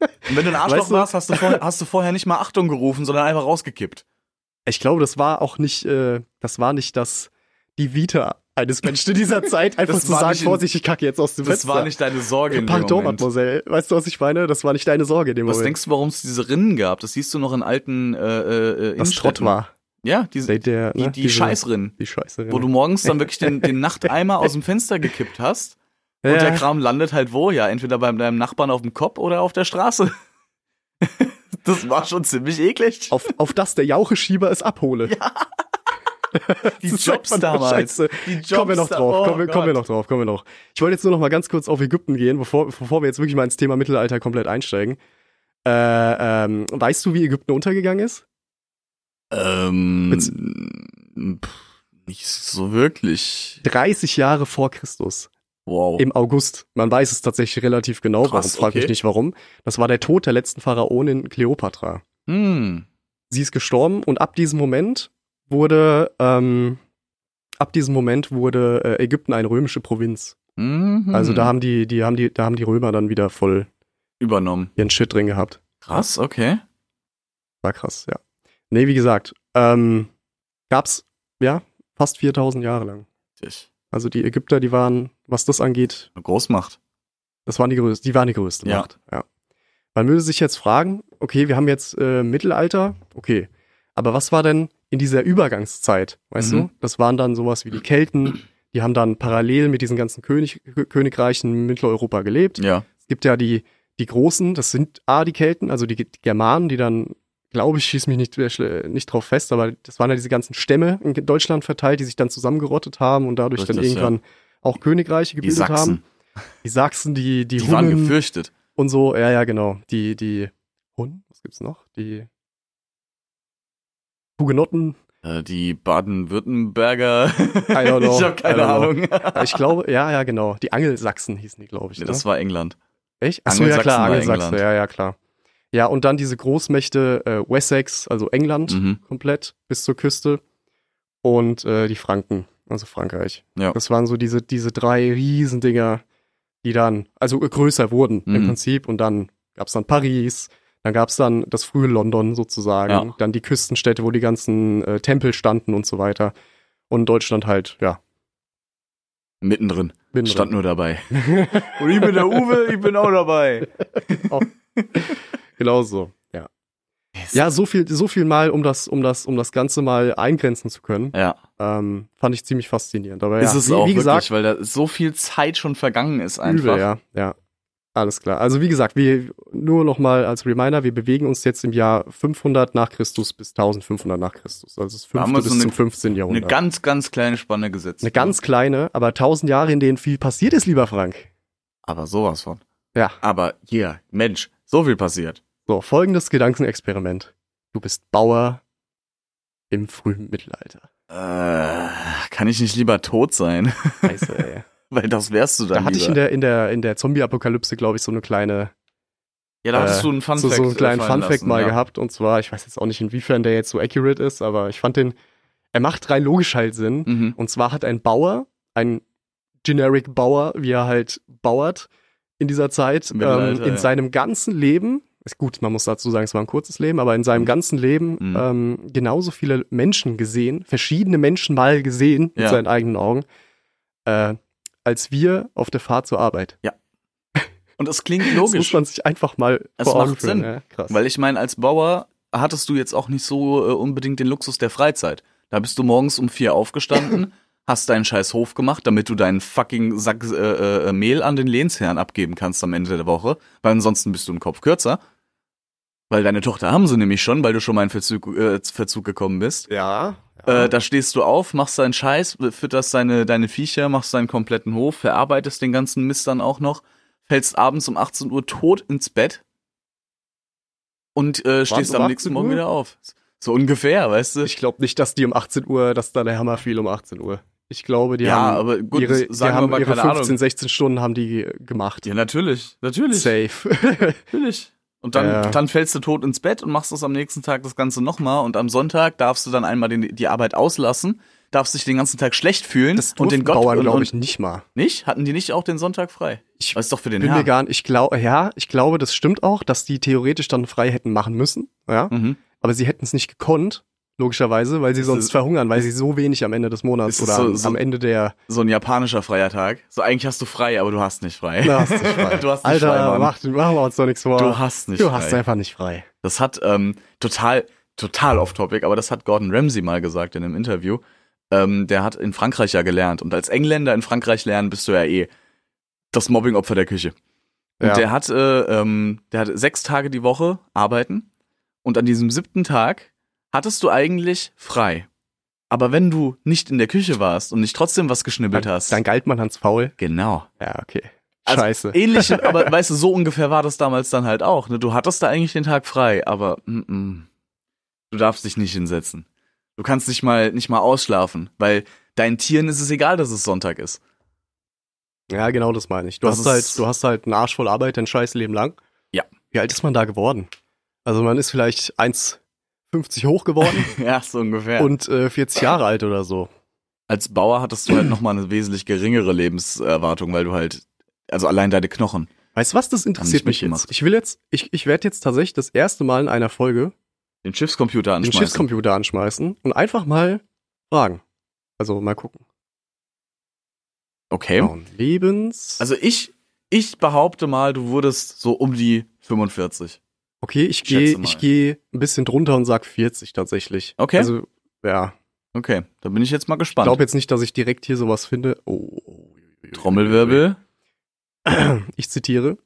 [SPEAKER 4] Und wenn du ein Arschloch
[SPEAKER 5] Weißt du-
[SPEAKER 4] warst, hast du, vorher, hast du vorher nicht mal Achtung gerufen, sondern einfach rausgekippt.
[SPEAKER 5] Ich glaube, das war auch nicht, äh, das war nicht das, die Vita eines Menschen in dieser Zeit, einfach
[SPEAKER 4] Das
[SPEAKER 5] zu
[SPEAKER 4] war
[SPEAKER 5] sagen,
[SPEAKER 4] nicht in-
[SPEAKER 5] Vorsicht, ich kacke jetzt aus dem
[SPEAKER 4] Das
[SPEAKER 5] Fenster.
[SPEAKER 4] war nicht deine Sorge in dem
[SPEAKER 5] Pardon,
[SPEAKER 4] Moment.
[SPEAKER 5] Mademoiselle. Weißt du, was ich meine? Das war nicht deine Sorge in dem
[SPEAKER 4] Was
[SPEAKER 5] Moment.
[SPEAKER 4] denkst du, warum es diese Rinnen gab? Das siehst du noch in alten äh, äh, äh,
[SPEAKER 5] was Schrott
[SPEAKER 4] Innenstädten.
[SPEAKER 5] war.
[SPEAKER 4] Ja, diese,
[SPEAKER 5] Der, der,
[SPEAKER 4] die,
[SPEAKER 5] ne,
[SPEAKER 4] die
[SPEAKER 5] diese-
[SPEAKER 4] Scheißrinnen.
[SPEAKER 5] Die Scheiße.
[SPEAKER 4] Wo du morgens dann wirklich den, den Nachteimer aus dem Fenster gekippt hast.
[SPEAKER 5] ja,
[SPEAKER 4] Und der Kram landet halt wo? Ja, entweder bei deinem Nachbarn auf dem Kopf oder auf der Straße. Das war schon ziemlich eklig.
[SPEAKER 5] auf, auf das der Jaucheschieber es abhole.
[SPEAKER 4] die
[SPEAKER 5] Das sagt man doch, Scheiße.
[SPEAKER 4] Die Jobs
[SPEAKER 5] kommen wir noch
[SPEAKER 4] da-
[SPEAKER 5] drauf,
[SPEAKER 4] oh
[SPEAKER 5] kommen, wir, kommen wir noch drauf, kommen wir noch. Ich wollte jetzt nur noch mal ganz kurz auf Ägypten gehen, bevor, bevor wir jetzt wirklich mal ins Thema Mittelalter komplett einsteigen. Äh, ähm, weißt du, wie Ägypten untergegangen ist?
[SPEAKER 4] Ähm, pff, nicht so wirklich.
[SPEAKER 5] 30 Jahre vor Christus,
[SPEAKER 4] Wow.
[SPEAKER 5] im August. Man weiß es tatsächlich relativ genau,
[SPEAKER 4] Oh. Krass,
[SPEAKER 5] warum, frag
[SPEAKER 4] okay.
[SPEAKER 5] mich nicht warum. Das war der Tod der letzten Pharaonin Kleopatra.
[SPEAKER 4] Hm.
[SPEAKER 5] Sie ist gestorben und ab diesem Moment wurde, ähm, ab diesem Moment wurde äh, Ägypten eine römische Provinz.
[SPEAKER 4] Mhm.
[SPEAKER 5] Also da haben die, die haben die, da haben die Römer dann wieder voll
[SPEAKER 4] übernommen.
[SPEAKER 5] ihren Shit drin gehabt.
[SPEAKER 4] Krass, okay.
[SPEAKER 5] War krass, ja. Nee, wie gesagt, ähm, gab's, ja, fast 4000 Jahre lang.
[SPEAKER 4] Dich.
[SPEAKER 5] Also die Ägypter, die waren, was das angeht,
[SPEAKER 4] Eine Großmacht.
[SPEAKER 5] Das waren die größte, die waren die größte
[SPEAKER 4] Ja.
[SPEAKER 5] Macht. Ja. Man würde sich jetzt fragen, okay, wir haben jetzt äh, Mittelalter, okay, aber was war denn in dieser Übergangszeit, weißt
[SPEAKER 4] Mhm.
[SPEAKER 5] du? Das waren dann sowas wie die Kelten, die haben dann parallel mit diesen ganzen König Kö- Königreichen in Mitteleuropa gelebt.
[SPEAKER 4] Ja.
[SPEAKER 5] Es gibt ja die, die Großen, das sind A, die Kelten, also die, Ge- die Germanen, die dann, glaube ich, schieß mich nicht, äh, nicht drauf fest, aber das waren ja diese ganzen Stämme in Deutschland verteilt, die sich dann zusammengerottet haben und dadurch dann
[SPEAKER 4] Richtig, ja.
[SPEAKER 5] irgendwann auch Königreiche
[SPEAKER 4] Die
[SPEAKER 5] gebildet haben.
[SPEAKER 4] Sachsen.
[SPEAKER 5] Die Sachsen, die, die,
[SPEAKER 4] Die, waren
[SPEAKER 5] Hunnen
[SPEAKER 4] gefürchtet.
[SPEAKER 5] und so, ja, ja, genau. Die, die Hunnen, was gibt's noch? Die Hugenotten.
[SPEAKER 4] Äh, die Baden-Württemberger.
[SPEAKER 5] don't know.
[SPEAKER 4] Ich habe
[SPEAKER 5] I
[SPEAKER 4] keine
[SPEAKER 5] don't know.
[SPEAKER 4] Ahnung.
[SPEAKER 5] Ich glaube, ja, ja, genau. Die Angelsachsen hießen die, glaube ich.
[SPEAKER 4] Nee,
[SPEAKER 5] Ne?
[SPEAKER 4] das war England.
[SPEAKER 5] Echt? Achso, ja,
[SPEAKER 4] Angelsachsen
[SPEAKER 5] klar,
[SPEAKER 4] war
[SPEAKER 5] Angelsachsen,
[SPEAKER 4] England.
[SPEAKER 5] ja, ja, klar. Ja, und dann diese Großmächte äh, Wessex, also England
[SPEAKER 4] Mhm.
[SPEAKER 5] komplett bis zur Küste und äh, die Franken, also Frankreich.
[SPEAKER 4] Ja.
[SPEAKER 5] Das waren so diese, diese drei Riesendinger, die dann, also größer wurden im
[SPEAKER 4] Mhm.
[SPEAKER 5] Prinzip. Und dann gab es dann Paris, dann gab es dann das frühe London sozusagen,
[SPEAKER 4] Ja.
[SPEAKER 5] dann die Küstenstädte, wo die ganzen äh, Tempel standen und so weiter. Und Deutschland halt, ja,
[SPEAKER 4] Mittendrin.
[SPEAKER 5] bin
[SPEAKER 4] Stand nur dabei. Und ich bin der Uwe, ich bin auch dabei.
[SPEAKER 5] Genau so. Ja. ja, so viel, so viel mal, um das, um das, um das Ganze mal eingrenzen zu können.
[SPEAKER 4] Ja.
[SPEAKER 5] Ähm, fand ich ziemlich faszinierend. Aber
[SPEAKER 4] Ist
[SPEAKER 5] ja,
[SPEAKER 4] es
[SPEAKER 5] wie,
[SPEAKER 4] auch
[SPEAKER 5] wie gesagt,
[SPEAKER 4] wirklich, weil da so viel Zeit schon vergangen ist einfach.
[SPEAKER 5] Übel, ja, ja. Alles klar. Also wie gesagt, wir nur noch mal als Reminder, wir bewegen uns jetzt im Jahr 500 nach Christus bis 1500 nach Christus, also das
[SPEAKER 4] Da haben
[SPEAKER 5] 5.
[SPEAKER 4] wir
[SPEAKER 5] bis
[SPEAKER 4] so eine-
[SPEAKER 5] zum 15.
[SPEAKER 4] Eine
[SPEAKER 5] Jahrhundert.
[SPEAKER 4] ganz, ganz kleine Spanne gesetzt.
[SPEAKER 5] Eine ganz kleine, aber 1000 Jahre, in denen viel passiert ist, lieber Frank.
[SPEAKER 4] Aber sowas von.
[SPEAKER 5] Ja.
[SPEAKER 4] Aber hier, Mensch, so viel passiert.
[SPEAKER 5] So, folgendes Gedankenexperiment. Du bist Bauer im frühen Mittelalter.
[SPEAKER 4] Äh, kann ich nicht lieber tot sein?
[SPEAKER 5] Scheiße, ey.
[SPEAKER 4] Weil das wärst du dann
[SPEAKER 5] Da hatte
[SPEAKER 4] lieber.
[SPEAKER 5] ich in der in der in der Zombie Apokalypse, glaube ich, so eine kleine
[SPEAKER 4] ja, da hattest
[SPEAKER 5] äh,
[SPEAKER 4] du einen Funfact.
[SPEAKER 5] so, so einen kleinen
[SPEAKER 4] äh, fallen
[SPEAKER 5] Funfact
[SPEAKER 4] lassen,
[SPEAKER 5] mal
[SPEAKER 4] ja.
[SPEAKER 5] gehabt. Und zwar, ich weiß jetzt auch nicht, inwiefern der jetzt so accurate ist, aber ich fand den, er macht rein logisch halt Sinn.
[SPEAKER 4] Mhm.
[SPEAKER 5] Und zwar hat ein Bauer, ein generic Bauer, wie er halt bauert in dieser Zeit,
[SPEAKER 4] Im
[SPEAKER 5] ähm,
[SPEAKER 4] Mittelalter,
[SPEAKER 5] in
[SPEAKER 4] ja.
[SPEAKER 5] seinem ganzen Leben, ist gut, man muss dazu sagen, es war ein kurzes Leben, aber in seinem ganzen Leben
[SPEAKER 4] Mhm.
[SPEAKER 5] ähm, genauso viele Menschen gesehen, verschiedene Menschen mal gesehen mit
[SPEAKER 4] Ja.
[SPEAKER 5] seinen eigenen Augen, äh, als wir auf der Fahrt zur Arbeit.
[SPEAKER 4] Und es klingt
[SPEAKER 5] Das muss
[SPEAKER 4] logisch.
[SPEAKER 5] man sich einfach mal
[SPEAKER 4] Es
[SPEAKER 5] vor Augen
[SPEAKER 4] macht
[SPEAKER 5] führen.
[SPEAKER 4] Sinn.
[SPEAKER 5] Ja, krass.
[SPEAKER 4] Weil ich meine, als Bauer hattest du jetzt auch nicht so äh, unbedingt den Luxus der Freizeit. Da bist du morgens um vier aufgestanden, hast deinen scheiß Hof gemacht, damit du deinen fucking Sack äh, äh, Mehl an den Lehnsherrn abgeben kannst am Ende der Woche, weil ansonsten bist du im Kopf kürzer. Weil deine Tochter haben sie nämlich schon, weil du schon mal in Verzug, äh, Verzug gekommen bist.
[SPEAKER 5] ja.
[SPEAKER 4] Äh, da stehst du auf, machst deinen Scheiß, fütterst deine, deine Viecher, machst deinen kompletten Hof, verarbeitest den ganzen Mist dann auch noch, fällst abends um 18 Uhr tot ins Bett und äh, stehst
[SPEAKER 5] um
[SPEAKER 4] am nächsten
[SPEAKER 5] 18
[SPEAKER 4] Morgen
[SPEAKER 5] Uhr?
[SPEAKER 4] wieder auf. So ungefähr, weißt du?
[SPEAKER 5] Ich glaube nicht, dass die um 18 Uhr, dass da der Hammer fiel um 18 Uhr. Ich glaube, die
[SPEAKER 4] Ja,
[SPEAKER 5] haben
[SPEAKER 4] aber gut,
[SPEAKER 5] ihre,
[SPEAKER 4] sagen
[SPEAKER 5] die
[SPEAKER 4] wir
[SPEAKER 5] haben
[SPEAKER 4] mal,
[SPEAKER 5] ihre
[SPEAKER 4] keine Ahnung.
[SPEAKER 5] 15, 16 Stunden haben die gemacht.
[SPEAKER 4] Ja, natürlich, natürlich,
[SPEAKER 5] Safe.
[SPEAKER 4] natürlich. Und dann,
[SPEAKER 5] Ja.
[SPEAKER 4] dann fällst du tot ins Bett und machst das am nächsten Tag das Ganze nochmal. Und am Sonntag darfst du dann einmal den, die Arbeit auslassen, darfst dich den ganzen Tag schlecht fühlen und den Gott
[SPEAKER 5] Bauern,
[SPEAKER 4] und-
[SPEAKER 5] glaube
[SPEAKER 4] und-
[SPEAKER 5] ich, nicht mal.
[SPEAKER 4] Nicht? Hatten die nicht auch den Sonntag frei?
[SPEAKER 5] Ich
[SPEAKER 4] Weiß doch für den
[SPEAKER 5] bin mir
[SPEAKER 4] Herrn.
[SPEAKER 5] gar nicht, ich glaube, ja, ich glaube, das stimmt auch, dass die theoretisch dann frei hätten machen müssen, ja.
[SPEAKER 4] Mhm.
[SPEAKER 5] Aber sie hätten es nicht gekonnt, logischerweise, weil sie sonst
[SPEAKER 4] ist-
[SPEAKER 5] verhungern, weil sie so wenig am Ende des Monats
[SPEAKER 4] Es ist
[SPEAKER 5] oder
[SPEAKER 4] so-
[SPEAKER 5] am-
[SPEAKER 4] so-
[SPEAKER 5] am Ende der
[SPEAKER 4] So ein japanischer freier Tag. So eigentlich hast du frei, aber du hast nicht frei.
[SPEAKER 5] Na, hast nicht frei.
[SPEAKER 4] Du hast nicht frei,
[SPEAKER 5] Alter,
[SPEAKER 4] Mann.
[SPEAKER 5] mach, machen wir uns doch nichts vor.
[SPEAKER 4] Du hast nicht
[SPEAKER 5] Du hast
[SPEAKER 4] frei.
[SPEAKER 5] einfach nicht frei.
[SPEAKER 4] Das hat ähm, total, total off-topic, aber das hat Gordon Ramsay mal gesagt in einem Interview. Ähm, der hat in Frankreich ja gelernt. Und als Engländer in Frankreich lernen, bist du ja eh das Mobbing-Opfer der Küche. Und
[SPEAKER 5] Ja.
[SPEAKER 4] der hat, äh, ähm, der hat sechs Tage die Woche arbeiten. Und an diesem siebten Tag hattest du eigentlich frei. Aber wenn du nicht in der Küche warst und nicht trotzdem was geschnibbelt
[SPEAKER 5] dann,
[SPEAKER 4] hast,
[SPEAKER 5] dann galt man Hans faul.
[SPEAKER 4] genau.
[SPEAKER 5] Ja, okay.
[SPEAKER 4] Also
[SPEAKER 5] Scheiße.
[SPEAKER 4] Ähnlich, aber weißt du, so ungefähr war das damals dann halt auch. Ne? Du hattest da eigentlich den Tag frei, aber mm, mm, du darfst dich nicht hinsetzen. Du kannst nicht mal, nicht mal ausschlafen, weil deinen Tieren ist es egal, dass es Sonntag ist.
[SPEAKER 5] ja, genau das meine ich. Du
[SPEAKER 4] Das
[SPEAKER 5] hast
[SPEAKER 4] ist-
[SPEAKER 5] halt, du hast halt einen Arsch voll Arbeit dein scheiß Leben lang.
[SPEAKER 4] Ja.
[SPEAKER 5] Wie alt ist man da geworden? Also man ist vielleicht 1,50 hoch geworden
[SPEAKER 4] Ja, so ungefähr. Und
[SPEAKER 5] und äh, 40 Jahre alt oder so.
[SPEAKER 4] als Bauer hattest du halt nochmal eine wesentlich geringere Lebenserwartung, weil du halt, also allein deine Knochen.
[SPEAKER 5] Weißt du was, das interessiert mich
[SPEAKER 4] mitgemacht.
[SPEAKER 5] jetzt. Ich will jetzt, ich, ich werde jetzt tatsächlich das erste Mal in einer Folge
[SPEAKER 4] Den Schiffscomputer
[SPEAKER 5] den
[SPEAKER 4] anschmeißen.
[SPEAKER 5] Schiffscomputer anschmeißen und einfach mal fragen. Also mal gucken.
[SPEAKER 4] okay.
[SPEAKER 5] Genau. Lebens.
[SPEAKER 4] Also ich, ich behaupte mal, du wurdest so um die 45.
[SPEAKER 5] Okay, ich gehe
[SPEAKER 4] Schätze mal.
[SPEAKER 5] ich gehe ein bisschen drunter und sag 40 tatsächlich.
[SPEAKER 4] Okay.
[SPEAKER 5] Also ja,
[SPEAKER 4] Okay, da bin ich jetzt mal
[SPEAKER 5] ich
[SPEAKER 4] gespannt.
[SPEAKER 5] glaube jetzt nicht, dass ich direkt hier sowas finde. Oh.
[SPEAKER 4] Trommelwirbel.
[SPEAKER 5] Ich zitiere: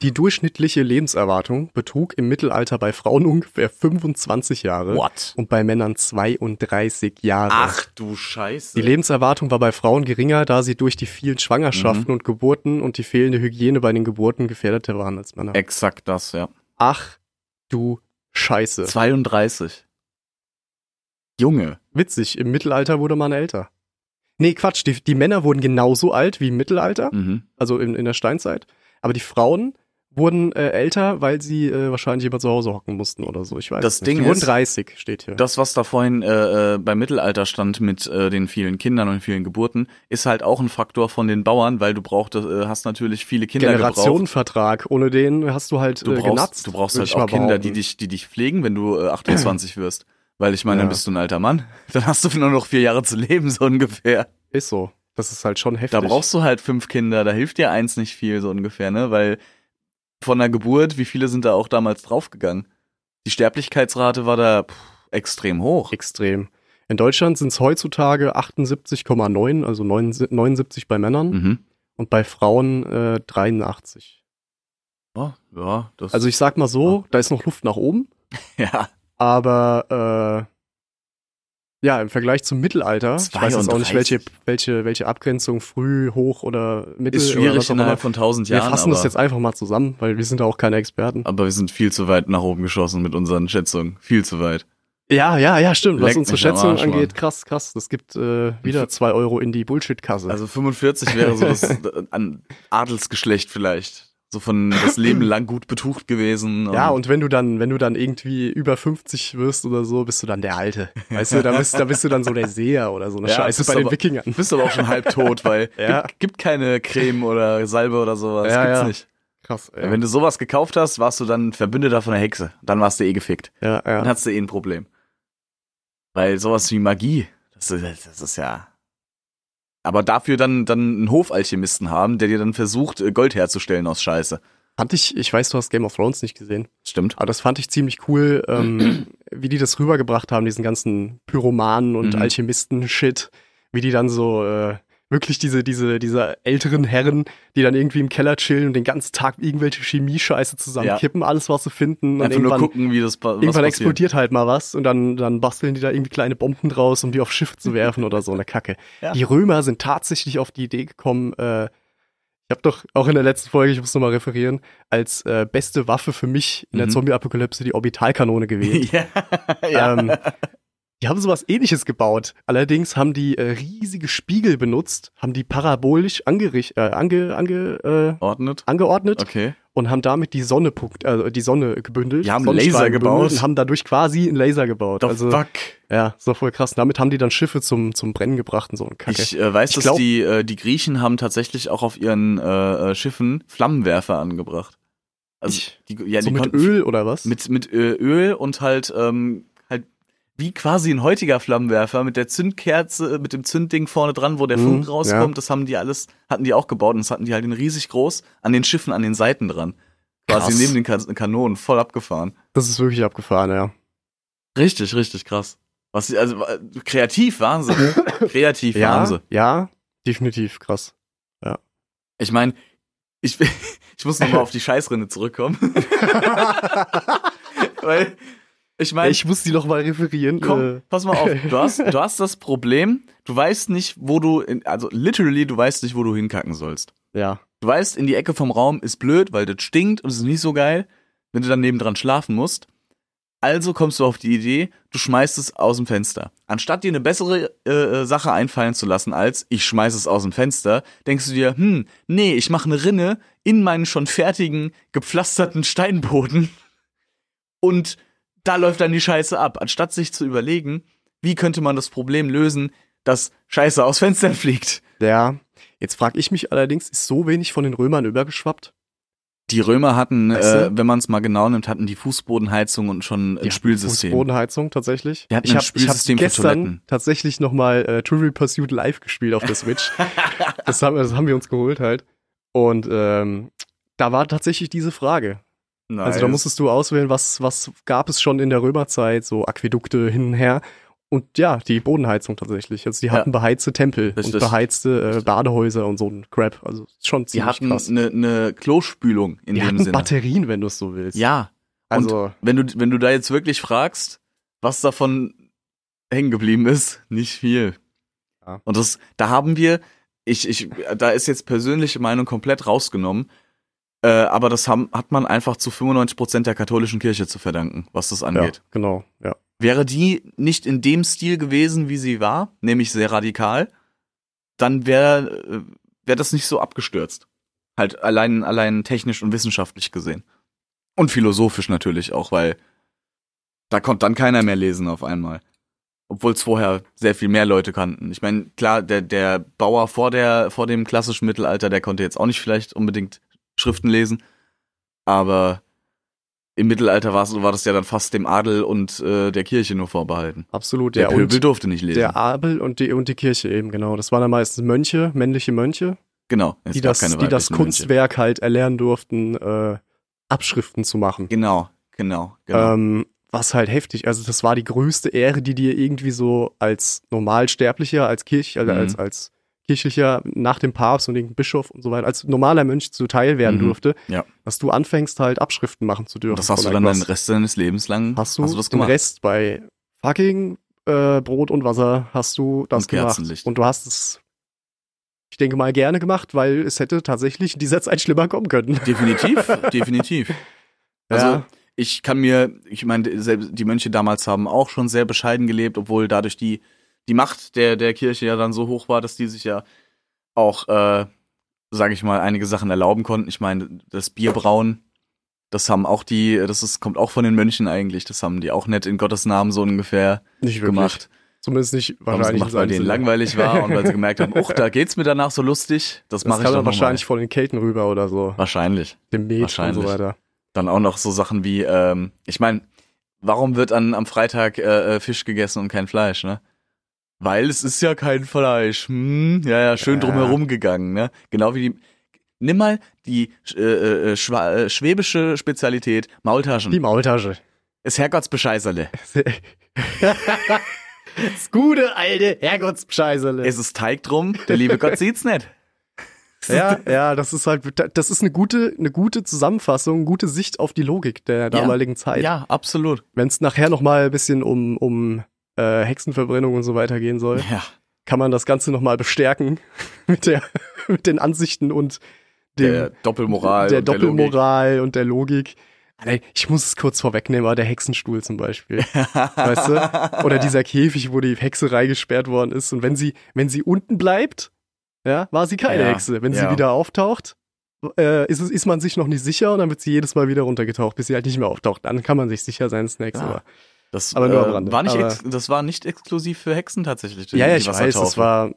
[SPEAKER 5] Die durchschnittliche Lebenserwartung betrug im Mittelalter bei Frauen ungefähr 25 Jahre
[SPEAKER 4] What?
[SPEAKER 5] und bei Männern 32 Jahre.
[SPEAKER 4] Ach du Scheiße.
[SPEAKER 5] Die Lebenserwartung war bei Frauen geringer, da sie durch die vielen
[SPEAKER 4] Mhm.
[SPEAKER 5] Schwangerschaften und Geburten und die fehlende Hygiene bei den Geburten gefährdeter waren als Männer.
[SPEAKER 4] Exakt das, ja.
[SPEAKER 5] Ach du Scheiße.
[SPEAKER 4] 32. Junge.
[SPEAKER 5] Witzig, im Mittelalter wurde man älter. Nee, Quatsch, die, die Männer wurden genauso alt wie im Mittelalter,
[SPEAKER 4] Mhm.
[SPEAKER 5] also in, in der Steinzeit. Aber die Frauen wurden äh, älter, weil sie äh, wahrscheinlich immer zu Hause hocken mussten oder so. Ich weiß
[SPEAKER 4] Das
[SPEAKER 5] nicht.
[SPEAKER 4] Ding
[SPEAKER 5] die wurden
[SPEAKER 4] ist-
[SPEAKER 5] 30, steht hier.
[SPEAKER 4] Das, was da vorhin äh, äh, beim Mittelalter stand mit äh, den vielen Kindern und vielen Geburten, ist halt auch ein Faktor von den Bauern, weil du brauchst, äh, hast natürlich viele Kinder gebraucht.
[SPEAKER 5] Generationenvertrag, ohne den hast du halt
[SPEAKER 4] Du
[SPEAKER 5] äh,
[SPEAKER 4] brauchst,
[SPEAKER 5] genatzt.
[SPEAKER 4] du brauchst
[SPEAKER 5] würd
[SPEAKER 4] halt
[SPEAKER 5] ich mal
[SPEAKER 4] auch Kinder, die
[SPEAKER 5] behaupten.
[SPEAKER 4] dich, die dich pflegen, wenn du äh, 28 wirst. Weil ich meine,
[SPEAKER 5] Ja.
[SPEAKER 4] dann bist du ein alter Mann. Dann hast du nur noch vier Jahre zu leben, so ungefähr.
[SPEAKER 5] Ist so. Das ist halt schon heftig.
[SPEAKER 4] Da brauchst du halt fünf Kinder, da hilft dir eins nicht viel, so ungefähr, ne? Weil von der Geburt, wie viele sind da auch damals draufgegangen? Die Sterblichkeitsrate war da pff, extrem hoch.
[SPEAKER 5] extrem. In Deutschland sind es heutzutage 78,9, also 79 bei Männern
[SPEAKER 4] Mhm.
[SPEAKER 5] und bei Frauen äh, 83.
[SPEAKER 4] Oh, ja, das.
[SPEAKER 5] Also ich sag mal so, da ist noch Luft nach oben,
[SPEAKER 4] ja,
[SPEAKER 5] aber äh, ja, im Vergleich zum Mittelalter, ich weiß jetzt auch nicht,
[SPEAKER 4] 32.
[SPEAKER 5] welche, welche, welche Abgrenzung früh, hoch oder mittel
[SPEAKER 4] ist
[SPEAKER 5] oder
[SPEAKER 4] schwierig
[SPEAKER 5] was auch immer.
[SPEAKER 4] innerhalb von tausend
[SPEAKER 5] Wir
[SPEAKER 4] Jahren.
[SPEAKER 5] fassen
[SPEAKER 4] aber,
[SPEAKER 5] das jetzt einfach mal zusammen, weil wir sind da auch keine Experten.
[SPEAKER 4] aber wir sind viel zu weit nach oben geschossen mit unseren Schätzungen. Viel zu weit.
[SPEAKER 5] Ja, ja, ja, stimmt. Was
[SPEAKER 4] Leckt
[SPEAKER 5] unsere
[SPEAKER 4] mich am
[SPEAKER 5] Schätzung
[SPEAKER 4] Arsch, Mann.
[SPEAKER 5] angeht, krass, krass. Das gibt äh, wieder zwei Euro in die Bullshit-Kasse.
[SPEAKER 4] Also 45 wäre so das äh, an Adelsgeschlecht vielleicht. So von das Leben lang gut betucht gewesen.
[SPEAKER 5] Ja, und wenn du dann, wenn du dann irgendwie über 50 wirst oder so, bist du dann der Alte. Weißt du, da bist, da bist du dann so der Seher oder so eine
[SPEAKER 4] Ja,
[SPEAKER 5] Scheiße
[SPEAKER 4] bist
[SPEAKER 5] bei den
[SPEAKER 4] aber-
[SPEAKER 5] Wikingern.
[SPEAKER 4] bist aber auch schon halb tot, weil
[SPEAKER 5] Ja.
[SPEAKER 4] gibt, gibt keine Creme oder Salbe oder sowas.
[SPEAKER 5] Ja,
[SPEAKER 4] gibt's
[SPEAKER 5] ja.
[SPEAKER 4] nicht.
[SPEAKER 5] Krass,
[SPEAKER 4] Ja.
[SPEAKER 5] ey.
[SPEAKER 4] Wenn du sowas gekauft hast, warst du dann Verbündeter von der Hexe. Dann warst du eh gefickt.
[SPEAKER 5] Ja,
[SPEAKER 4] Dann
[SPEAKER 5] ja.
[SPEAKER 4] hattest du eh ein Problem. Weil sowas wie Magie, das ist, das ist ja. Aber dafür dann, dann einen Hofalchemisten haben, der dir dann versucht, äh, Gold herzustellen aus Scheiße.
[SPEAKER 5] Fand ich, ich weiß, du hast Game of Thrones nicht gesehen,
[SPEAKER 4] Stimmt.
[SPEAKER 5] aber das fand ich ziemlich cool, ähm, wie die das rübergebracht haben, diesen ganzen Pyromanen und
[SPEAKER 4] Mhm.
[SPEAKER 5] Alchemisten-Shit, wie die dann so, äh, wirklich diese, diese, diese älteren Herren, die dann irgendwie im Keller chillen und den ganzen Tag irgendwelche Chemie-Scheiße zusammenkippen, alles, was sie finden.
[SPEAKER 4] Einfach
[SPEAKER 5] und
[SPEAKER 4] nur
[SPEAKER 5] irgendwann,
[SPEAKER 4] gucken, wie das pa- was
[SPEAKER 5] Irgendwann
[SPEAKER 4] passiert.
[SPEAKER 5] explodiert halt mal was und dann, dann basteln die da irgendwie kleine Bomben draus, um die aufs Schiff zu werfen oder so eine Kacke.
[SPEAKER 4] Ja.
[SPEAKER 5] Die Römer sind tatsächlich auf die Idee gekommen, äh, ich habe doch auch in der letzten Folge, ich muss nochmal referieren, als äh, beste Waffe für mich in der
[SPEAKER 4] Mhm.
[SPEAKER 5] Zombie-Apokalypse die Orbitalkanone gewählt.
[SPEAKER 4] ja. ja.
[SPEAKER 5] ähm, die haben sowas ähnliches gebaut. Allerdings haben die äh, riesige Spiegel benutzt, haben die parabolisch angerich- äh, ange, ange, äh,
[SPEAKER 4] Ordnet.
[SPEAKER 5] angeordnet
[SPEAKER 4] Okay.
[SPEAKER 5] und haben damit die Sonne punkt, äh, die Sonne gebündelt.
[SPEAKER 4] Die haben
[SPEAKER 5] Sonnenstrahlen
[SPEAKER 4] Laser
[SPEAKER 5] gebündelt
[SPEAKER 4] gebaut.
[SPEAKER 5] Und haben dadurch quasi einen Laser gebaut.
[SPEAKER 4] The
[SPEAKER 5] also
[SPEAKER 4] fuck?
[SPEAKER 5] ja, so voll krass. Damit haben die dann Schiffe zum zum Brennen gebracht und so ein Kacke.
[SPEAKER 4] Ich äh, weiß,
[SPEAKER 5] Ich
[SPEAKER 4] dass
[SPEAKER 5] glaub-
[SPEAKER 4] die, äh, die Griechen haben tatsächlich auch auf ihren äh, äh, Schiffen Flammenwerfer angebracht. Also
[SPEAKER 5] Ich-
[SPEAKER 4] die, ja,
[SPEAKER 5] so
[SPEAKER 4] die
[SPEAKER 5] mit
[SPEAKER 4] konnten-
[SPEAKER 5] Öl oder was?
[SPEAKER 4] Mit, mit äh, Öl und halt, ähm, halt wie quasi ein heutiger Flammenwerfer mit der Zündkerze, äh, mit dem Zündding vorne dran, wo der
[SPEAKER 5] Mhm,
[SPEAKER 4] Funk rauskommt. Das haben die alles, hatten die auch gebaut und das hatten die halt in riesig groß an den Schiffen an den Seiten dran. Quasi
[SPEAKER 5] Krass.
[SPEAKER 4] neben den kan Kanonen, voll abgefahren.
[SPEAKER 5] das ist wirklich abgefahren, ja.
[SPEAKER 4] Richtig, richtig krass. Was, die- also äh, kreativ Wahnsinn. kreativ Wahnsinn.
[SPEAKER 5] Mhm. Ja, ja, definitiv krass.
[SPEAKER 4] Ich meine, ich, ich muss nochmal auf die Scheißrinde zurückkommen. Weil, ich meine,
[SPEAKER 5] ich muss die noch mal referieren.
[SPEAKER 4] komm,
[SPEAKER 5] äh,
[SPEAKER 4] pass mal auf, du hast, du hast das Problem, du weißt nicht, wo du, in, also literally, du weißt nicht, wo du hinkacken sollst.
[SPEAKER 5] ja,
[SPEAKER 4] Du weißt, in die Ecke vom Raum ist blöd, weil das stinkt und es ist nicht so geil, wenn du dann nebendran schlafen musst. Also kommst du auf die Idee, du schmeißt es aus dem Fenster. Anstatt dir eine bessere äh, äh, Sache einfallen zu lassen als ich schmeiß es aus dem Fenster, denkst du dir, hm, nee, ich mache eine Rinne in meinen schon fertigen, gepflasterten Steinboden und da läuft dann die Scheiße ab. Anstatt sich zu überlegen, wie könnte man das Problem lösen, dass Scheiße aus Fenstern fliegt.
[SPEAKER 5] ja. Jetzt frage ich mich allerdings, ist so wenig von den Römern übergeschwappt?
[SPEAKER 4] Die Römer hatten,
[SPEAKER 5] Weißt
[SPEAKER 4] äh,
[SPEAKER 5] du?
[SPEAKER 4] wenn man es mal genau nimmt, hatten die Fußbodenheizung und schon ein
[SPEAKER 5] Ja,
[SPEAKER 4] Spülsystem.
[SPEAKER 5] Fußbodenheizung tatsächlich.
[SPEAKER 4] Die hatten ein
[SPEAKER 5] ich habe
[SPEAKER 4] Spülsystem
[SPEAKER 5] hab
[SPEAKER 4] für
[SPEAKER 5] gestern
[SPEAKER 4] Toiletten.
[SPEAKER 5] tatsächlich nochmal äh, Trivial Pursuit live gespielt auf der Switch. das, haben, das haben wir uns geholt halt. Und ähm, da war tatsächlich diese Frage. Also da musstest du auswählen, was, was gab es schon in der Römerzeit, so Aquädukte hin und her. Und ja, die Bodenheizung tatsächlich. Also die hatten beheizte Tempel
[SPEAKER 4] Richtig.
[SPEAKER 5] und beheizte äh, Badehäuser und so ein Crap. Also ist schon
[SPEAKER 4] die
[SPEAKER 5] ziemlich
[SPEAKER 4] hatten
[SPEAKER 5] krass.
[SPEAKER 4] eine ne Klospülung in
[SPEAKER 5] Die
[SPEAKER 4] dem
[SPEAKER 5] hatten
[SPEAKER 4] Sinne.
[SPEAKER 5] Batterien, wenn du es so willst.
[SPEAKER 4] Ja,
[SPEAKER 5] Also
[SPEAKER 4] wenn du wenn du da jetzt wirklich fragst, was davon hängen geblieben ist, nicht viel.
[SPEAKER 5] Ja.
[SPEAKER 4] Und das da haben wir ich ich da ist jetzt persönliche Meinung komplett rausgenommen. Äh, aber das haben, hat man einfach zu 95% der katholischen Kirche zu verdanken, was das
[SPEAKER 5] ja,
[SPEAKER 4] angeht.
[SPEAKER 5] genau. Ja.
[SPEAKER 4] Wäre die nicht in dem Stil gewesen, wie sie war, nämlich sehr radikal, dann wäre äh, wär das nicht so abgestürzt. Halt allein, allein technisch und wissenschaftlich gesehen. Und philosophisch natürlich auch, weil da konnte dann keiner mehr lesen auf einmal. Obwohl es vorher sehr viel mehr Leute kannten. Ich meine, klar, der, der Bauer vor, der, vor dem klassischen Mittelalter, der konnte jetzt auch nicht vielleicht unbedingt Schriften lesen, aber im Mittelalter war, war das ja dann fast dem Adel und äh, der Kirche nur vorbehalten.
[SPEAKER 5] Absolut.
[SPEAKER 4] Der
[SPEAKER 5] ja, und
[SPEAKER 4] Pöbel durfte nicht lesen.
[SPEAKER 5] Der Abel und die, und die Kirche eben, genau. Das waren dann meistens Mönche, männliche Mönche,
[SPEAKER 4] genau. es
[SPEAKER 5] die
[SPEAKER 4] gab
[SPEAKER 5] das,
[SPEAKER 4] keine
[SPEAKER 5] die das
[SPEAKER 4] weiblichen Mönche.
[SPEAKER 5] Kunstwerk halt erlernen durften, äh, Abschriften zu machen.
[SPEAKER 4] Genau, genau, genau.
[SPEAKER 5] Ähm, was halt heftig, also das war die größte Ehre, die dir irgendwie so als Normalsterblicher, als Kirch, also
[SPEAKER 4] Mhm.
[SPEAKER 5] als, als kirchlicher nach dem Papst und irgendeinem Bischof und so weiter, als normaler Mönch zuteil werden
[SPEAKER 4] Mhm,
[SPEAKER 5] durfte,
[SPEAKER 4] ja.
[SPEAKER 5] dass du anfängst halt Abschriften machen zu dürfen.
[SPEAKER 4] Und das hast du
[SPEAKER 5] von
[SPEAKER 4] dann den
[SPEAKER 5] irgendwas.
[SPEAKER 4] Rest deines Lebens lang
[SPEAKER 5] Hast du,
[SPEAKER 4] das
[SPEAKER 5] den
[SPEAKER 4] gemacht.
[SPEAKER 5] Rest bei fucking äh, Brot und Wasser hast du das
[SPEAKER 4] Und
[SPEAKER 5] gemacht.
[SPEAKER 4] Kerzenlicht.
[SPEAKER 5] Und du hast es, ich denke mal, gerne gemacht, weil es hätte tatsächlich in dieser Zeit schlimmer kommen können.
[SPEAKER 4] Definitiv, definitiv. Also
[SPEAKER 5] Ja.
[SPEAKER 4] ich kann mir, ich meine, selbst die Mönche damals haben auch schon sehr bescheiden gelebt, obwohl dadurch die, die Macht der, der Kirche ja dann so hoch war, dass die sich ja auch, äh, sage ich mal, einige Sachen erlauben konnten. Ich meine, das Bierbrauen, das haben auch die, das ist, kommt auch von den Mönchen eigentlich, das haben die auch nicht in Gottes Namen so ungefähr
[SPEAKER 5] Nicht wirklich.
[SPEAKER 4] gemacht.
[SPEAKER 5] Zumindest nicht
[SPEAKER 4] Haben sie gemacht,
[SPEAKER 5] wahrscheinlich.
[SPEAKER 4] weil
[SPEAKER 5] in seinem
[SPEAKER 4] denen
[SPEAKER 5] Sinne.
[SPEAKER 4] langweilig war und weil sie gemerkt haben, uch, da geht's mir danach so lustig, das,
[SPEAKER 5] Das
[SPEAKER 4] mache ich
[SPEAKER 5] kam
[SPEAKER 4] doch
[SPEAKER 5] dann
[SPEAKER 4] noch
[SPEAKER 5] wahrscheinlich von den Kelten rüber oder so.
[SPEAKER 4] Mal. Wahrscheinlich.
[SPEAKER 5] Dem Met und so
[SPEAKER 4] wahrscheinlich.
[SPEAKER 5] weiter.
[SPEAKER 4] Dann auch noch so Sachen wie, ähm, ich meine, warum wird an, am Freitag äh, äh, Fisch gegessen und kein Fleisch, ne? Weil es ist ja kein Fleisch. Hm, ja, ja, schön
[SPEAKER 5] Ja.
[SPEAKER 4] drumherum gegangen, ne? Genau wie die. Nimm mal die äh, äh, äh, schwa, äh, schwäbische Spezialität Maultaschen.
[SPEAKER 5] Die Äh. Maultasche.
[SPEAKER 4] ist Herrgottsbescheißerle.
[SPEAKER 5] Das gute alte Herrgottsscheißerle.
[SPEAKER 4] Es ist Teig drum, der liebe Gott sieht's nicht.
[SPEAKER 5] Ja, ja, das ist halt, das ist eine gute, eine gute Zusammenfassung, gute Sicht auf die Logik der damaligen Zeit.
[SPEAKER 4] Ja, absolut.
[SPEAKER 5] Wenn es nachher nochmal ein bisschen um, um äh, Hexenverbrennung und so weiter gehen soll,
[SPEAKER 4] Ja.
[SPEAKER 5] kann man das Ganze nochmal bestärken mit, der, mit den Ansichten und dem,
[SPEAKER 4] Der Doppelmoral.
[SPEAKER 5] der
[SPEAKER 4] und Logik.
[SPEAKER 5] Doppelmoral und der Logik. Alter, Ich muss es kurz vorwegnehmen, aber der Hexenstuhl zum Beispiel. weißt du? Oder dieser Käfig, wo die Hexe reingesperrt worden ist. Und wenn sie, wenn sie unten bleibt, ja, war sie keine
[SPEAKER 4] Ja,
[SPEAKER 5] Hexe. Wenn sie
[SPEAKER 4] ja.
[SPEAKER 5] wieder auftaucht, äh, ist, es- ist man sich noch nicht sicher und dann wird sie jedes Mal wieder runtergetaucht, bis sie halt nicht mehr auftaucht. Dann kann man sich sicher sein, Snacks.
[SPEAKER 4] Ja.
[SPEAKER 5] Aber.
[SPEAKER 4] Das,
[SPEAKER 5] Aber nur
[SPEAKER 4] äh,
[SPEAKER 5] am Rande.
[SPEAKER 4] War nicht
[SPEAKER 5] Aber-
[SPEAKER 4] ex- das war nicht exklusiv für Hexen tatsächlich. die-
[SPEAKER 5] Ja, ja,
[SPEAKER 4] die
[SPEAKER 5] ich weiß, das
[SPEAKER 4] Wassertaufe.
[SPEAKER 5] war,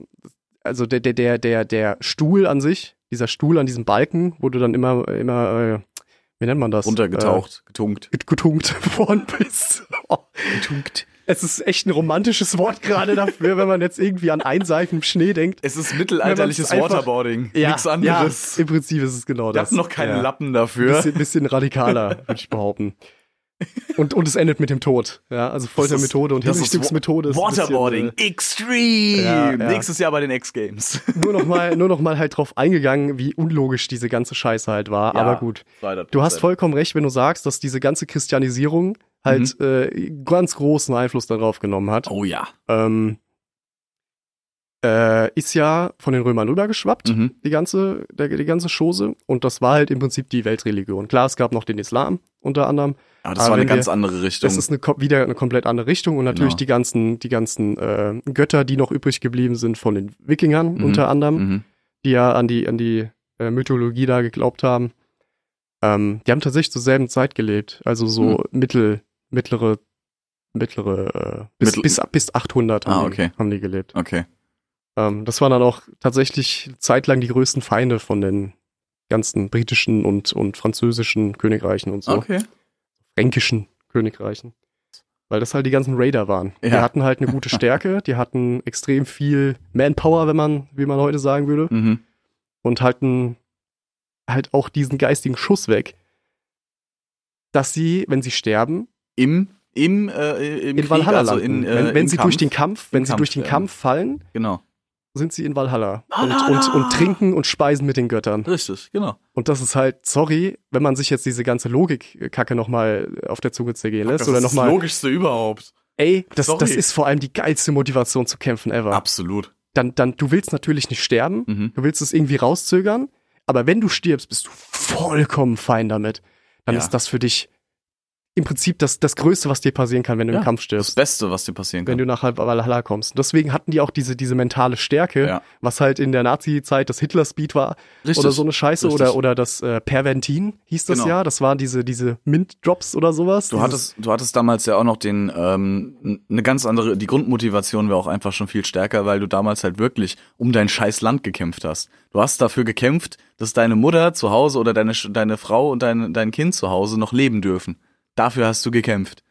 [SPEAKER 5] also der, der, der, der, der Stuhl an sich, dieser Stuhl an diesem Balken, wo du dann immer, immer, äh, wie nennt man das?
[SPEAKER 4] runtergetaucht, getunkt.
[SPEAKER 5] Äh, get- getunkt worden bist. Oh,
[SPEAKER 4] Getunkt.
[SPEAKER 5] es ist echt ein romantisches Wort gerade dafür, wenn man jetzt irgendwie an Einseifen im Schnee denkt.
[SPEAKER 4] Es ist mittelalterliches
[SPEAKER 5] Wenn man's einfach-
[SPEAKER 4] Waterboarding. Nichts
[SPEAKER 5] Ja,
[SPEAKER 4] anderes.
[SPEAKER 5] im Prinzip ist es genau
[SPEAKER 4] Wir
[SPEAKER 5] das.
[SPEAKER 4] hatten noch keine
[SPEAKER 5] ja.
[SPEAKER 4] Lappen dafür.
[SPEAKER 5] Bisschen, bisschen radikaler, würde ich behaupten. Und, und es endet mit dem Tod. Ja, also Foltermethode und
[SPEAKER 4] Das ist-
[SPEAKER 5] Hinrichtungsmethode.
[SPEAKER 4] das
[SPEAKER 5] ist
[SPEAKER 4] ist
[SPEAKER 5] ein
[SPEAKER 4] Wa-
[SPEAKER 5] bisschen,
[SPEAKER 4] Waterboarding.
[SPEAKER 5] äh,
[SPEAKER 4] Extreme.
[SPEAKER 5] Ja, ja.
[SPEAKER 4] Nächstes Jahr bei den X-Games.
[SPEAKER 5] nur noch mal, nur noch mal halt drauf eingegangen, wie unlogisch diese ganze Scheiße halt war.
[SPEAKER 4] Ja. Äh,
[SPEAKER 5] Aber gut, du hast vollkommen recht, wenn du sagst, dass diese ganze Christianisierung halt
[SPEAKER 4] Mhm.
[SPEAKER 5] äh, ganz großen Einfluss darauf genommen hat.
[SPEAKER 4] Oh ja.
[SPEAKER 5] Ähm, äh, ist ja von den Römern rübergeschwappt,
[SPEAKER 4] Mhm.
[SPEAKER 5] die ganze der, die ganze Chose. Und das war halt im Prinzip die Weltreligion. Klar, es gab noch den Islam unter anderem.
[SPEAKER 4] Aber Ah, das
[SPEAKER 5] Aber
[SPEAKER 4] war eine
[SPEAKER 5] Ah, wenn wir-
[SPEAKER 4] ganz andere Richtung.
[SPEAKER 5] Das ist eine, kom- wieder eine komplett andere Richtung und natürlich
[SPEAKER 4] Genau.
[SPEAKER 5] die ganzen, die ganzen äh, Götter, die noch übrig geblieben sind von den Wikingern
[SPEAKER 4] Mhm.
[SPEAKER 5] unter anderem,
[SPEAKER 4] mhm.
[SPEAKER 5] die ja an die, an die äh, Mythologie da geglaubt haben. Ähm, die haben tatsächlich zur selben Zeit gelebt, also so
[SPEAKER 4] Hm.
[SPEAKER 5] mittel, mittlere, mittlere, äh, bis,
[SPEAKER 4] Mittel-
[SPEAKER 5] bis, bis 800 haben,
[SPEAKER 4] Ah,
[SPEAKER 5] die,
[SPEAKER 4] okay.
[SPEAKER 5] haben die gelebt.
[SPEAKER 4] Okay.
[SPEAKER 5] Ähm, das waren dann auch tatsächlich zeitlang die größten Feinde von den ganzen britischen und, und französischen Königreichen und so
[SPEAKER 4] Okay.
[SPEAKER 5] fränkischen Königreichen. Weil das halt die ganzen Raider waren. Die
[SPEAKER 4] Ja.
[SPEAKER 5] hatten halt eine gute Stärke, die hatten extrem viel Manpower, wenn man, wie man heute sagen würde,
[SPEAKER 4] Mhm.
[SPEAKER 5] und hatten halt auch diesen geistigen Schuss weg, dass sie, wenn sie sterben,
[SPEAKER 4] Im im äh, im
[SPEAKER 5] in
[SPEAKER 4] Krieg,
[SPEAKER 5] Valhalla
[SPEAKER 4] also in,
[SPEAKER 5] landen.
[SPEAKER 4] äh,
[SPEAKER 5] wenn wenn
[SPEAKER 4] im
[SPEAKER 5] sie
[SPEAKER 4] Kampf.
[SPEAKER 5] durch den Kampf, wenn
[SPEAKER 4] Im
[SPEAKER 5] sie durch
[SPEAKER 4] Kampf,
[SPEAKER 5] den
[SPEAKER 4] ja.
[SPEAKER 5] Kampf fallen,
[SPEAKER 4] genau
[SPEAKER 5] sind sie in Valhalla. Und,
[SPEAKER 4] Valhalla!
[SPEAKER 5] und, und trinken und speisen mit den Göttern.
[SPEAKER 4] richtig genau
[SPEAKER 5] Und das ist halt, sorry, wenn man sich jetzt diese ganze äh, Logik-Kacke nochmal auf der Zunge zergehen lässt oder
[SPEAKER 4] das
[SPEAKER 5] nochmal
[SPEAKER 4] logischste überhaupt
[SPEAKER 5] Ey, das,
[SPEAKER 4] Sorry.
[SPEAKER 5] das ist vor allem die geilste Motivation zu kämpfen ever.
[SPEAKER 4] absolut
[SPEAKER 5] Dann, dann, du willst natürlich nicht sterben,
[SPEAKER 4] Mhm.
[SPEAKER 5] du willst es irgendwie rauszögern, aber wenn du stirbst, bist du vollkommen fein damit. Dann
[SPEAKER 4] Ja.
[SPEAKER 5] ist das für dich im Prinzip das, das Größte, was dir passieren kann, wenn du
[SPEAKER 4] Ja.
[SPEAKER 5] im Kampf
[SPEAKER 4] das
[SPEAKER 5] stirbst,
[SPEAKER 4] Beste was dir passieren
[SPEAKER 5] wenn
[SPEAKER 4] kann
[SPEAKER 5] du nach Hal- Valhalla kommst. Und deswegen hatten die auch diese, diese mentale Stärke,
[SPEAKER 4] Ja.
[SPEAKER 5] was halt in der Nazi-Zeit das Hitler-Speed war
[SPEAKER 4] Richtig.
[SPEAKER 5] oder so eine Scheiße
[SPEAKER 4] Richtig.
[SPEAKER 5] oder, oder das äh, Perventin hieß das
[SPEAKER 4] Genau.
[SPEAKER 5] ja. Das waren diese, diese Mint-Drops oder sowas.
[SPEAKER 4] Du
[SPEAKER 5] Dieses-
[SPEAKER 4] hattest, du hattest damals ja auch noch den ähm, eine ganz andere, die Grundmotivation war auch einfach schon viel stärker, weil du damals halt wirklich um dein scheiß Land gekämpft hast. Du hast dafür gekämpft, dass deine Mutter zu Hause oder deine Sch- deine Frau und dein dein Kind zu Hause noch leben dürfen. Dafür hast du gekämpft.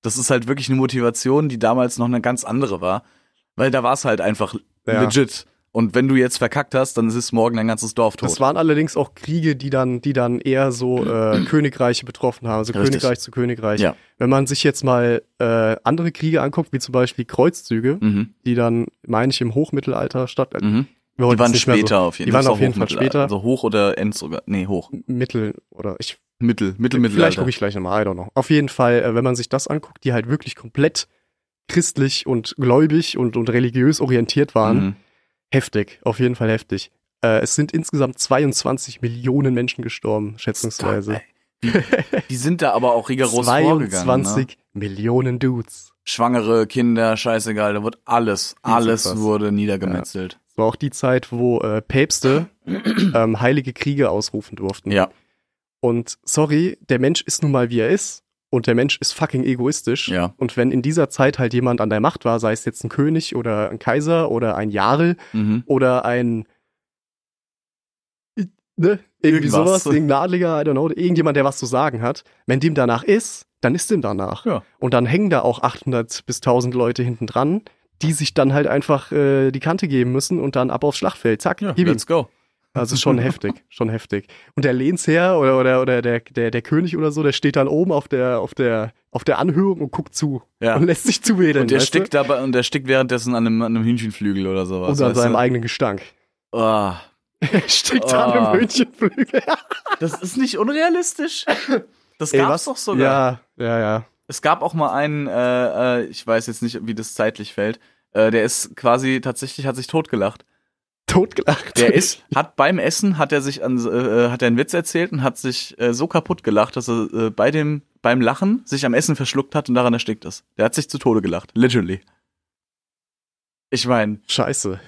[SPEAKER 4] Das ist halt wirklich eine Motivation, die damals noch eine ganz andere war, weil da war es halt einfach
[SPEAKER 5] Ja.
[SPEAKER 4] legit. Und wenn du jetzt verkackt hast, dann ist morgen dein ganzes Dorf tot.
[SPEAKER 5] Das waren allerdings auch Kriege, die dann, die dann eher so äh, Königreiche betroffen haben, also
[SPEAKER 4] Richtig.
[SPEAKER 5] Königreich zu Königreich.
[SPEAKER 4] Ja.
[SPEAKER 5] Wenn man sich jetzt mal äh, andere Kriege anguckt, wie zum Beispiel Kreuzzüge,
[SPEAKER 4] mhm.
[SPEAKER 5] die dann, meine ich, im Hochmittelalter statt. äh,
[SPEAKER 4] Mhm.
[SPEAKER 5] wir
[SPEAKER 4] Die
[SPEAKER 5] wollten
[SPEAKER 4] waren
[SPEAKER 5] es nicht mehr
[SPEAKER 4] später auf jeden
[SPEAKER 5] Die
[SPEAKER 4] Fall.
[SPEAKER 5] waren auf jeden Fall später.
[SPEAKER 4] Also hoch oder end sogar. Nee, hoch.
[SPEAKER 5] So Mittel oder ich.
[SPEAKER 4] Mittel, Mittel, Mittelalter.
[SPEAKER 5] Vielleicht gucke ich gleich nochmal, I don't know. Auf jeden Fall, äh, wenn man sich das anguckt, die halt wirklich komplett christlich und gläubig und, und religiös orientiert waren,
[SPEAKER 4] Mhm.
[SPEAKER 5] heftig, auf jeden Fall heftig. Äh, es sind insgesamt 22 Millionen Menschen gestorben, schätzungsweise.
[SPEAKER 4] Ey, Die, die sind da aber auch rigoros vorgegangen. Ne?
[SPEAKER 5] 22 Millionen Dudes.
[SPEAKER 4] Schwangere, Kinder, scheißegal, da wird alles, alles
[SPEAKER 5] krass.
[SPEAKER 4] wurde niedergemetzelt.
[SPEAKER 5] Das war auch die Zeit, wo äh, Päpste ähm, heilige Kriege ausrufen durften.
[SPEAKER 4] Ja,
[SPEAKER 5] Und sorry, der Mensch ist nun mal wie er ist. Und der Mensch ist fucking egoistisch.
[SPEAKER 4] Ja.
[SPEAKER 5] Und wenn in dieser Zeit halt jemand an der Macht war, sei es jetzt ein König oder ein Kaiser oder ein Jarl
[SPEAKER 4] Mhm.
[SPEAKER 5] oder ein ne, irgendwie
[SPEAKER 4] Irgendwas.
[SPEAKER 5] sowas, irgendein Adliger, I don't know, irgendjemand, der was zu sagen hat, wenn dem danach ist, dann ist dem danach.
[SPEAKER 4] Ja.
[SPEAKER 5] Und dann hängen da auch 800 bis 1000 Leute hinten dran, die sich dann halt einfach äh, die Kante geben müssen und dann ab aufs Schlachtfeld, zack,
[SPEAKER 4] ja
[SPEAKER 5] gib ihm.
[SPEAKER 4] let's go.
[SPEAKER 5] Also schon heftig, schon heftig. Und der Lehnsherr oder, oder, oder der, der, der König oder so, der steht dann oben auf der, auf der, auf der Anhörung und guckt zu
[SPEAKER 4] Ja.
[SPEAKER 5] und lässt sich zuwedeln.
[SPEAKER 4] Und der
[SPEAKER 5] weißt du?
[SPEAKER 4] stickt dabei und der stickt währenddessen an einem, an einem Hühnchenflügel oder sowas.
[SPEAKER 5] und an
[SPEAKER 4] weißt du?
[SPEAKER 5] seinem eigenen Gestank.
[SPEAKER 4] Ah,
[SPEAKER 5] stickt an
[SPEAKER 4] Ah.
[SPEAKER 5] einem Hühnchenflügel.
[SPEAKER 4] das ist nicht unrealistisch. Das
[SPEAKER 5] Ey,
[SPEAKER 4] gab's
[SPEAKER 5] was?
[SPEAKER 4] doch sogar.
[SPEAKER 5] Ja, ja, ja.
[SPEAKER 4] Es gab auch mal einen, äh, äh, ich weiß jetzt nicht, wie das zeitlich fällt, äh, der ist quasi tatsächlich, hat sich totgelacht.
[SPEAKER 5] Totgelacht.
[SPEAKER 4] Der ist, hat beim Essen, hat er sich an, äh, hat er einen Witz erzählt und hat sich äh, so kaputt gelacht, dass er äh, bei dem, beim Lachen sich am Essen verschluckt hat und daran erstickt ist. Der hat sich zu Tode gelacht. Literally. Ich meine,
[SPEAKER 5] Scheiße.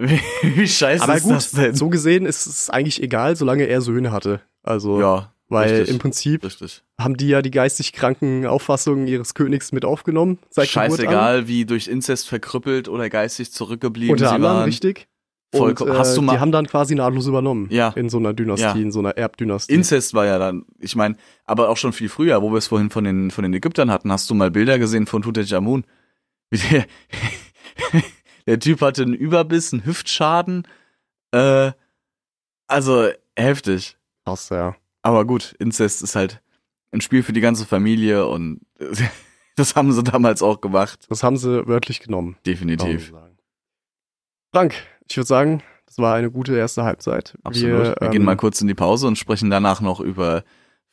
[SPEAKER 4] Wie, wie scheiße
[SPEAKER 5] Aber
[SPEAKER 4] ist
[SPEAKER 5] gut,
[SPEAKER 4] das denn?
[SPEAKER 5] so gesehen ist es eigentlich egal, solange er Söhne hatte. Also,
[SPEAKER 4] ja,
[SPEAKER 5] weil
[SPEAKER 4] richtig,
[SPEAKER 5] im Prinzip
[SPEAKER 4] richtig.
[SPEAKER 5] haben die ja die geistig kranken Auffassungen ihres Königs mit aufgenommen. Seit Geburt an.
[SPEAKER 4] Scheißegal, wie durch Inzest verkrüppelt oder geistig zurückgeblieben
[SPEAKER 5] Unter
[SPEAKER 4] sie
[SPEAKER 5] anderem,
[SPEAKER 4] waren.
[SPEAKER 5] richtig. Und,
[SPEAKER 4] Vollkommen.
[SPEAKER 5] äh,
[SPEAKER 4] Hast du
[SPEAKER 5] die
[SPEAKER 4] mal
[SPEAKER 5] haben dann quasi nahtlos übernommen.
[SPEAKER 4] Ja.
[SPEAKER 5] In so einer Dynastie,
[SPEAKER 4] Ja.
[SPEAKER 5] in so einer Erbdynastie.
[SPEAKER 4] Inzest war ja dann, ich meine, aber auch schon viel früher, wo wir es vorhin von den, von den Ägyptern hatten, hast du mal Bilder gesehen von Tutanchamun? Wie der, der Typ hatte einen Überbiss, einen Hüftschaden. Äh, also heftig.
[SPEAKER 5] Krass, ja.
[SPEAKER 4] Aber gut, Inzest ist halt ein Spiel für die ganze Familie und das haben sie damals auch gemacht.
[SPEAKER 5] Das haben sie wörtlich genommen.
[SPEAKER 4] Definitiv.
[SPEAKER 5] kann man sagen. Frank, ich würde sagen, das war eine gute erste Halbzeit.
[SPEAKER 4] Absolut. Wir,
[SPEAKER 5] ähm,
[SPEAKER 4] gehen mal kurz in die Pause und sprechen danach noch über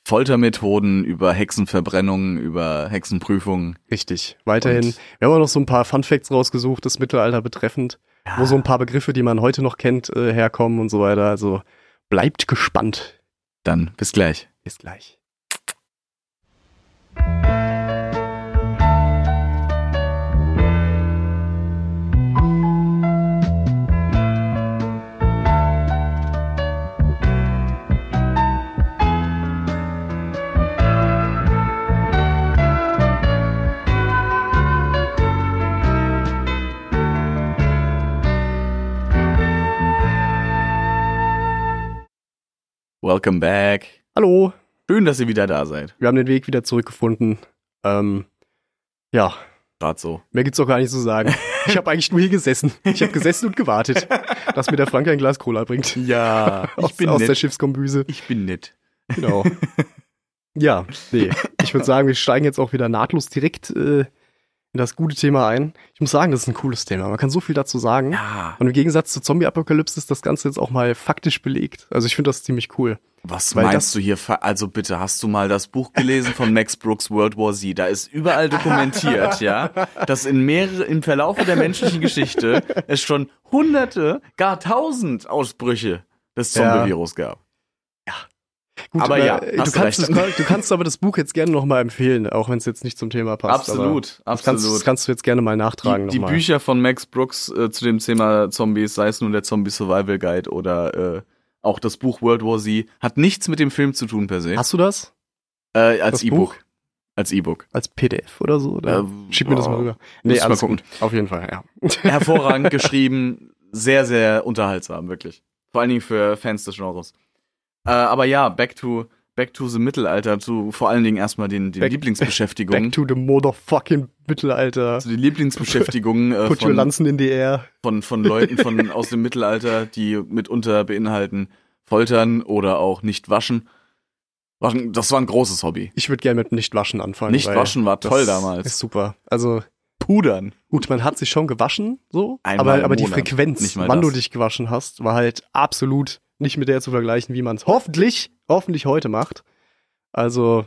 [SPEAKER 4] Foltermethoden, über Hexenverbrennungen, über Hexenprüfungen.
[SPEAKER 5] Richtig. Weiterhin.
[SPEAKER 4] Und-
[SPEAKER 5] wir haben auch noch so ein paar Fun Facts rausgesucht, das Mittelalter betreffend,
[SPEAKER 4] Ah,
[SPEAKER 5] wo so ein paar Begriffe, die man heute noch kennt, äh, herkommen und so weiter. Also bleibt gespannt.
[SPEAKER 4] Dann bis gleich.
[SPEAKER 5] Bis gleich.
[SPEAKER 4] Welcome back.
[SPEAKER 5] Hallo,
[SPEAKER 4] Schön, dass ihr wieder da seid.
[SPEAKER 5] wir haben den Weg wieder zurückgefunden. Ähm, ja,
[SPEAKER 4] Gerade so.
[SPEAKER 5] mehr gibt's auch gar nicht zu sagen. Ich habe eigentlich nur hier gesessen. Ich habe gesessen und gewartet, dass mir der Frank ein Glas Cola bringt.
[SPEAKER 4] Ja,
[SPEAKER 5] aus, aus der Schiffskombüse.
[SPEAKER 4] Ich bin nett.
[SPEAKER 5] Genau. ja, nee. Ich würde sagen, wir steigen jetzt auch wieder nahtlos direkt äh, in das gute Thema ein. Ich muss sagen, das ist ein cooles Thema. Man kann so viel dazu sagen.
[SPEAKER 4] Ja.
[SPEAKER 5] Und im Gegensatz zu Zombie-Apokalypse ist das Ganze jetzt auch mal faktisch belegt. Also ich finde das ziemlich cool.
[SPEAKER 4] Was
[SPEAKER 5] Weil das-
[SPEAKER 4] meinst du hier? fa- Also bitte, hast du mal das Buch gelesen von Max Brooks World War Z? Da ist überall dokumentiert, ja, dass in mehrere, im Verlauf der menschlichen Geschichte es schon hunderte, gar tausend Ausbrüche des
[SPEAKER 5] Ja.
[SPEAKER 4] Zombie-Virus gab.
[SPEAKER 5] Gut,
[SPEAKER 4] Aber ja,
[SPEAKER 5] äh, du
[SPEAKER 4] hast
[SPEAKER 5] kannst,
[SPEAKER 4] recht.
[SPEAKER 5] das, du kannst aber das Buch jetzt gerne nochmal empfehlen, auch wenn es jetzt nicht zum Thema passt.
[SPEAKER 4] absolut,
[SPEAKER 5] Aber das, kannst, das
[SPEAKER 4] absolut.
[SPEAKER 5] kannst du jetzt gerne mal nachtragen.
[SPEAKER 4] die, die
[SPEAKER 5] nochmal.
[SPEAKER 4] Bücher von Max Brooks äh, zu dem Thema Zombies, sei es nun der Zombie Survival Guide oder äh, auch das Buch World War Z, hat nichts mit dem Film zu tun per se.
[SPEAKER 5] Hast du das?
[SPEAKER 4] Äh,
[SPEAKER 5] das
[SPEAKER 4] als
[SPEAKER 5] Buch?
[SPEAKER 4] E-Book. Als E-Book.
[SPEAKER 5] Als PDF oder so? Oder?
[SPEAKER 4] Ähm,
[SPEAKER 5] Schick mir das mal
[SPEAKER 4] wow.
[SPEAKER 5] rüber.
[SPEAKER 4] Muss ich mal gucken.
[SPEAKER 5] gut. Auf jeden Fall, ja.
[SPEAKER 4] Hervorragend geschrieben, sehr, sehr unterhaltsam, wirklich. Vor allen Dingen für Fans des Genres. Äh, aber ja, back to, back to the Mittelalter, zu vor allen Dingen erstmal den, den
[SPEAKER 5] Back-
[SPEAKER 4] Lieblingsbeschäftigungen.
[SPEAKER 5] Back to the motherfucking Mittelalter.
[SPEAKER 4] zu den Lieblingsbeschäftigungen äh,
[SPEAKER 5] Put your
[SPEAKER 4] von,
[SPEAKER 5] Lanzen in die Air.
[SPEAKER 4] von, von Leuten von, aus dem Mittelalter, die mitunter beinhalten Foltern oder auch nicht waschen. waschen das war ein großes Hobby.
[SPEAKER 5] Ich würde gerne mit dem Nicht-Waschen anfangen.
[SPEAKER 4] Nicht
[SPEAKER 5] weil
[SPEAKER 4] waschen war
[SPEAKER 5] das
[SPEAKER 4] toll damals.
[SPEAKER 5] Ist super. Also
[SPEAKER 4] Pudern.
[SPEAKER 5] gut, man hat sich schon gewaschen, so.
[SPEAKER 4] Einmal
[SPEAKER 5] aber
[SPEAKER 4] im
[SPEAKER 5] aber die
[SPEAKER 4] Monat.
[SPEAKER 5] Frequenz,
[SPEAKER 4] Nicht mal
[SPEAKER 5] wann
[SPEAKER 4] das.
[SPEAKER 5] du dich gewaschen hast, war halt absolut nicht mit der zu vergleichen, wie man es hoffentlich, hoffentlich heute macht. Also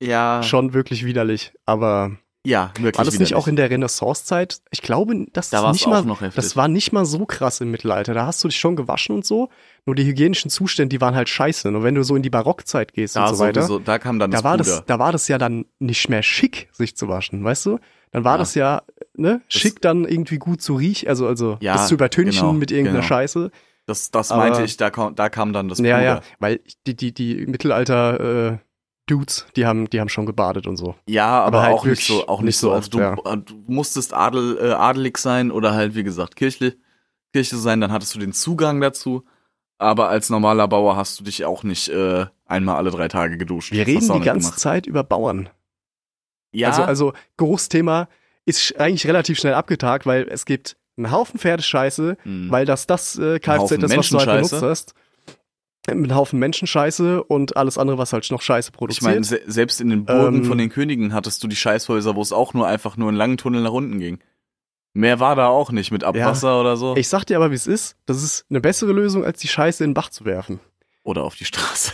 [SPEAKER 4] Ja. Schon.
[SPEAKER 5] schon wirklich widerlich. Aber
[SPEAKER 4] Ja, Ah. wirklich.
[SPEAKER 5] war das nicht
[SPEAKER 4] widerlich.
[SPEAKER 5] auch in der Renaissance-Zeit? Ich glaube, das
[SPEAKER 4] da
[SPEAKER 5] ist
[SPEAKER 4] war es
[SPEAKER 5] nicht
[SPEAKER 4] auch
[SPEAKER 5] mal
[SPEAKER 4] noch heftig.
[SPEAKER 5] Das war nicht mal so krass im Mittelalter. Da hast du dich schon gewaschen und so. Nur die hygienischen Zustände, die waren halt scheiße. Und wenn du so in die Barockzeit gehst
[SPEAKER 4] da,
[SPEAKER 5] und so weiter,
[SPEAKER 4] sowieso, da kam dann
[SPEAKER 5] da war,
[SPEAKER 4] Puder.
[SPEAKER 5] das, da war das ja dann nicht mehr schick, sich zu waschen, weißt du? Dann war
[SPEAKER 4] Ja.
[SPEAKER 5] das ja ne, schick dann irgendwie gut zu riechen, also, also
[SPEAKER 4] Ja,
[SPEAKER 5] das zu übertünchen
[SPEAKER 4] genau,
[SPEAKER 5] mit irgendeiner
[SPEAKER 4] genau.
[SPEAKER 5] Scheiße.
[SPEAKER 4] Das, das
[SPEAKER 5] Aber-
[SPEAKER 4] meinte ich, da kam, da kam dann das Puder.
[SPEAKER 5] Ja, ja, weil die, die, die Mittelalter äh, Dudes, die haben, die haben schon gebadet und so.
[SPEAKER 4] Ja, aber,
[SPEAKER 5] Aber halt
[SPEAKER 4] auch nicht
[SPEAKER 5] wirklich
[SPEAKER 4] so, auch nicht
[SPEAKER 5] nicht
[SPEAKER 4] so
[SPEAKER 5] so
[SPEAKER 4] oft. Du,
[SPEAKER 5] oft,
[SPEAKER 4] äh, du musstest adel, äh, adelig sein oder halt, wie gesagt, kirchlich, Kirche sein, dann hattest du den Zugang dazu. Aber als normaler Bauer hast du dich auch nicht äh, einmal alle drei Tage geduscht.
[SPEAKER 5] Wir
[SPEAKER 4] Das hast
[SPEAKER 5] reden
[SPEAKER 4] du auch
[SPEAKER 5] die
[SPEAKER 4] nicht
[SPEAKER 5] ganze
[SPEAKER 4] gemacht.
[SPEAKER 5] Zeit über Bauern.
[SPEAKER 4] Ja,
[SPEAKER 5] Also, also Großthema ist sch- eigentlich relativ schnell abgetagt, weil es gibt einen Haufen Pferdescheiße,
[SPEAKER 4] mh.
[SPEAKER 5] weil das das äh,
[SPEAKER 4] Ein
[SPEAKER 5] Kfz
[SPEAKER 4] Hm. Haufen
[SPEAKER 5] ist, was du halt
[SPEAKER 4] Menschenscheiße.
[SPEAKER 5] benutzt hast. Mit einem Haufen Menschenscheiße und alles andere, was halt noch Scheiße
[SPEAKER 4] ich
[SPEAKER 5] produziert.
[SPEAKER 4] meine, se selbst in den Burgen
[SPEAKER 5] Ähm,
[SPEAKER 4] von den Königen hattest du die Scheißhäuser, wo es auch nur einfach nur einen langen Tunnel nach unten ging. Mehr war da auch nicht mit Abwasser oder so.
[SPEAKER 5] ich sag dir aber, wie es ist, das ist eine bessere Lösung, als die Scheiße in den Bach zu werfen.
[SPEAKER 4] Oder auf die Straße.